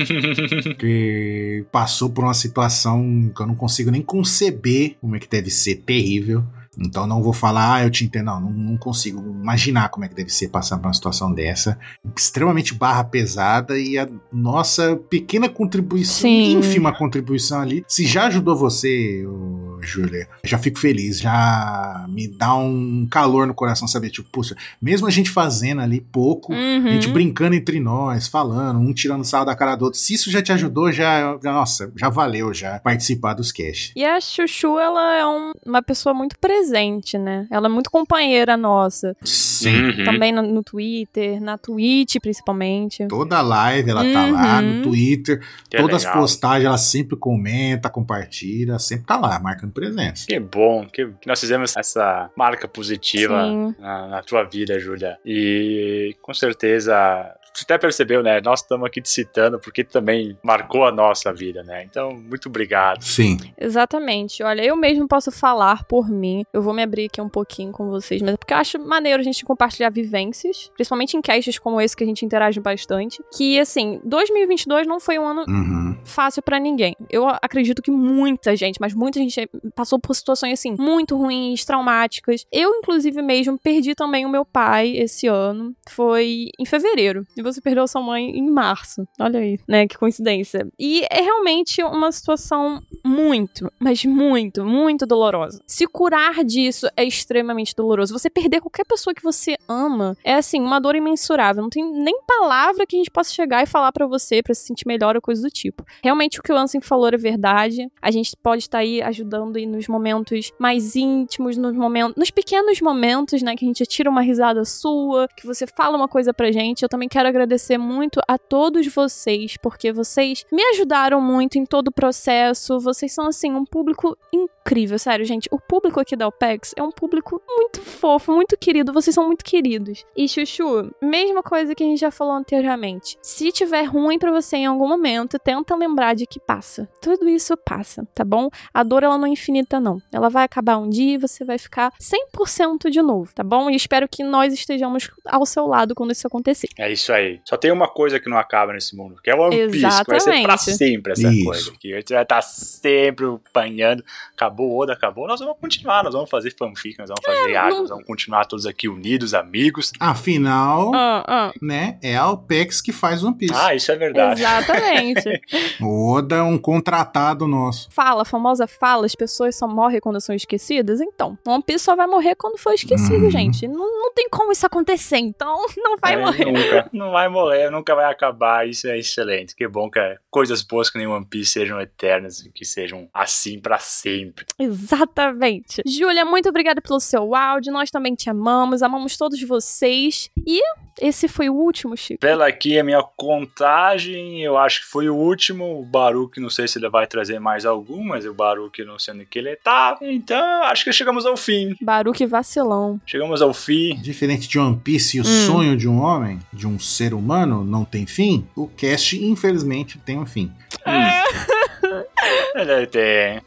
Speaker 3: que passou por uma situação que eu não consigo nem conceber como é que deve ser terrível. Então não vou falar, ah, eu te entendo, não, não, não consigo imaginar como é que deve ser passar por uma situação dessa. Extremamente barra pesada e a nossa pequena contribuição, ínfima contribuição ali, se já ajudou você, ô, Júlia, já fico feliz, já me dá um calor no coração saber, tipo, puxa, mesmo a gente fazendo ali pouco,
Speaker 6: Uhum.
Speaker 3: a gente brincando entre nós, falando, um tirando sarro da cara do outro, se isso já te ajudou, já, já- nossa, já valeu já participar dos cash.
Speaker 2: E a Chuchu, ela é um- uma pessoa muito presente, né? Ela é muito companheira nossa.
Speaker 3: Sim. Uhum.
Speaker 2: Também no, no Twitter, na Twitch, principalmente.
Speaker 3: Toda live ela tá
Speaker 2: Uhum.
Speaker 3: lá no Twitter,
Speaker 1: Que
Speaker 3: todas as
Speaker 1: legal.
Speaker 3: postagens ela sempre comenta, compartilha, sempre tá lá, marcando presença.
Speaker 1: Que bom que, que nós fizemos essa marca positiva
Speaker 3: Sim.
Speaker 1: na, na tua vida, Júlia. E com certeza Você até percebeu, né? Nós estamos aqui te citando porque também marcou a nossa vida, né? Então, muito obrigado.
Speaker 3: Sim.
Speaker 2: Exatamente. Olha, eu mesmo posso falar por mim. Eu vou me abrir aqui um pouquinho com vocês, mas é porque eu acho maneiro a gente compartilhar vivências, principalmente em caixas como esse que a gente interage bastante. Que, assim, 2022 não foi um ano fácil pra ninguém. Eu acredito que muita gente, mas muita gente passou por situações, assim, muito ruins, traumáticas. Eu, inclusive, mesmo perdi também o meu pai esse ano. Foi em fevereiro. E você perdeu sua mãe em março. Olha aí, né? Que coincidência. E é realmente uma situação muito, mas muito, muito dolorosa. Se curar disso é extremamente doloroso. Você perder qualquer pessoa que você ama é assim, uma dor imensurável. Não tem nem palavra que a gente possa chegar e falar pra você pra se sentir melhor ou coisa do tipo. Realmente o que o Ansem falou é verdade. A gente pode estar aí ajudando aí nos momentos mais íntimos, nos momentos, nos pequenos momentos, né, que a gente tira uma risada sua, que você fala uma coisa pra gente. Eu também quero agradecer muito a todos vocês, porque vocês me ajudaram muito em todo o processo. Vocês são assim um público incrível, sério, gente. O público aqui da OPEX é um público muito fofo, muito querido. Vocês são muito queridos. E Chuchu, mesma coisa que a gente já falou anteriormente. Se tiver ruim pra você em algum momento, tenta lembrar de que passa. Tudo isso passa, tá bom? A dor ela não é infinita não. Ela vai acabar um dia e você vai ficar 100% de novo, tá bom? E espero que nós estejamos ao seu lado quando isso acontecer.
Speaker 1: É isso aí. Só tem uma coisa que não acaba nesse mundo, que é o One Piece, que vai ser pra
Speaker 2: Exatamente.
Speaker 1: sempre essa
Speaker 2: Isso.
Speaker 1: coisa. Que a gente vai estar sempre apanhando. Acabou o Oda, acabou. Nós vamos continuar, nós vamos fazer fanfic, nós vamos fazer arte,
Speaker 2: É, não-
Speaker 1: nós vamos continuar todos aqui unidos, amigos.
Speaker 3: Afinal,
Speaker 2: Ah, ah.
Speaker 3: né, é a OPEX que faz One Piece.
Speaker 1: Ah, isso é verdade.
Speaker 2: Exatamente.
Speaker 3: O Oda é um contratado nosso.
Speaker 2: fala, a famosa fala, as pessoas só morrem quando são esquecidas. Então, One Piece só vai morrer quando for esquecido, gente. Não, não tem como isso acontecer, então não vai
Speaker 1: Uhum. É,
Speaker 2: morrer.
Speaker 1: Nunca, não vai morrer, nunca vai acabar. Isso é excelente. Que bom que é. coisas boas que nem One Piece sejam eternas e que sejam assim pra sempre.
Speaker 2: Exatamente. Júlia, muito obrigada pelo seu áudio. Nós também te amamos, amamos todos vocês. E esse foi o último, Chico.
Speaker 1: Pela aqui a minha contagem, eu acho que foi o último. O Baruque, não sei se ele vai trazer mais algum, mas o Baruque não sendo que ele tá. Então, acho que chegamos ao fim.
Speaker 2: Baruque vacilão.
Speaker 1: Chegamos ao fim.
Speaker 3: Diferente de One Piece, e o
Speaker 2: Hum.
Speaker 3: sonho de um homem, de um ser humano, não tem fim. O cast, infelizmente, tem um fim.
Speaker 1: É. Ele tem.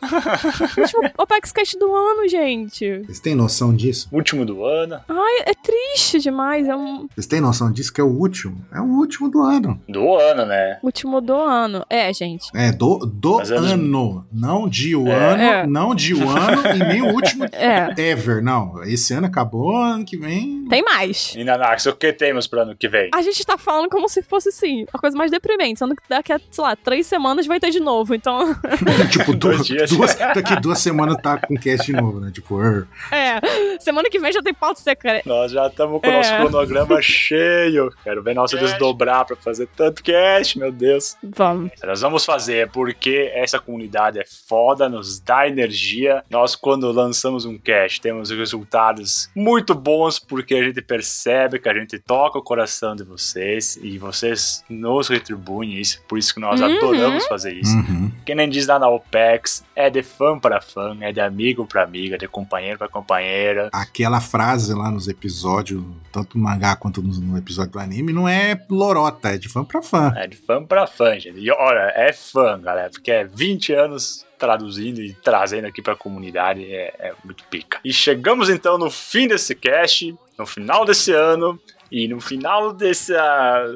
Speaker 2: último Opex Cast do ano, gente.
Speaker 3: Vocês têm noção disso?
Speaker 1: Último do ano.
Speaker 2: Ai, é triste demais. É um
Speaker 3: Vocês têm noção disso que é o último? É o último do ano.
Speaker 1: Do ano, né?
Speaker 2: último do ano. É, gente.
Speaker 3: É, do, do ano. Não de o
Speaker 1: É.
Speaker 3: ano,
Speaker 2: É.
Speaker 3: não de o ano e nem o último
Speaker 2: É.
Speaker 3: ever. Não, esse ano acabou, ano que vem.
Speaker 2: Tem mais.
Speaker 1: E Nanax, o que temos pro ano que vem?
Speaker 2: A gente tá falando como se fosse, assim, a coisa mais deprimente. Sendo que daqui a, sei lá, três semanas vai ter de novo. Então,
Speaker 3: Tipo, duas,
Speaker 1: dias.
Speaker 3: duas, daqui duas semanas tá com cast de novo, né? Tipo, er.
Speaker 2: é. Semana que vem já tem pauta secreta.
Speaker 1: Nós já estamos com o nosso
Speaker 2: É.
Speaker 1: cronograma cheio. Quero ver nós se desdobrar pra fazer tanto cast, meu Deus.
Speaker 2: Vamos.
Speaker 1: É, Nós vamos fazer porque essa comunidade é foda, nos dá energia. Nós, quando lançamos um cast, temos resultados muito bons porque a gente percebe que a gente toca o coração de vocês e vocês nos retribuem isso. Por isso que nós
Speaker 6: Uhum.
Speaker 1: adoramos fazer isso. Quem nem diz lá na OPEX, é de fã pra fã, é de amigo pra amiga, de companheiro pra companheira.
Speaker 3: aquela frase lá nos episódios, tanto no mangá quanto no, no episódio do anime, não é lorota, é de fã pra fã.
Speaker 1: É de fã pra fã, gente. E olha, é fã, galera, porque é 20 anos traduzindo e trazendo aqui pra comunidade, é, é muito pica. E chegamos então no fim desse cast, no final desse ano. E no final dessa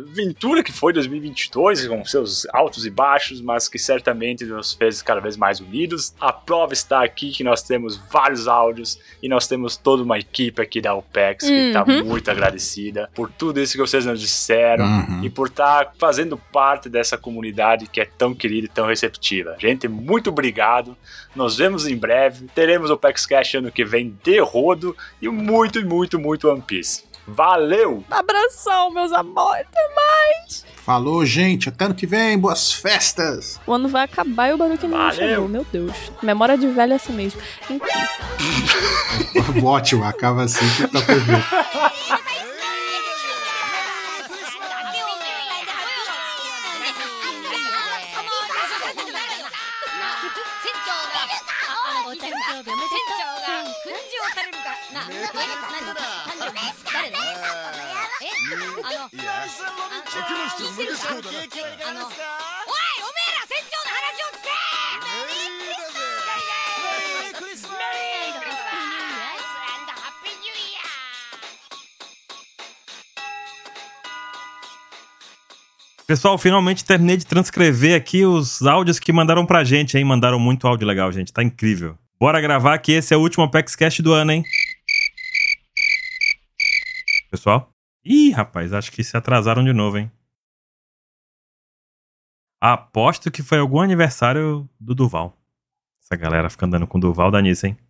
Speaker 1: aventura que foi 2022, com seus altos e baixos, mas que certamente nos fez cada vez mais unidos, a prova está aqui que nós temos vários áudios e nós temos toda uma equipe aqui da OPEX que tá está
Speaker 6: Uhum.
Speaker 1: muito agradecida por tudo isso que vocês nos disseram
Speaker 6: Uhum.
Speaker 1: e por estar fazendo parte dessa comunidade que é tão querida e tão receptiva. Gente, muito obrigado. Nos vemos em breve. Teremos o PEX Cash ano que vem de rodo e muito, muito, muito One Piece. Valeu!
Speaker 2: Abração, meus amores. Até mais.
Speaker 3: Falou, gente, até ano que vem, boas festas!
Speaker 2: O ano vai acabar e o Baruque não
Speaker 3: Valeu.
Speaker 2: chegou. Meu Deus. Memória de velho é assim mesmo. Enfim.
Speaker 3: Ótimo, acaba assim que tá perfeito.
Speaker 23: いや起きました無理そうだな
Speaker 24: Pessoal, finalmente terminei de transcrever aqui os áudios que mandaram pra gente, hein? Mandaram muito áudio legal, gente. Tá incrível. Bora gravar que esse é o último Apex Cash do ano, hein? Pessoal? Ih, rapaz, acho que se atrasaram de novo, hein? Aposto que foi algum aniversário do Duval. Essa galera fica andando com o Duval dá nisso, hein?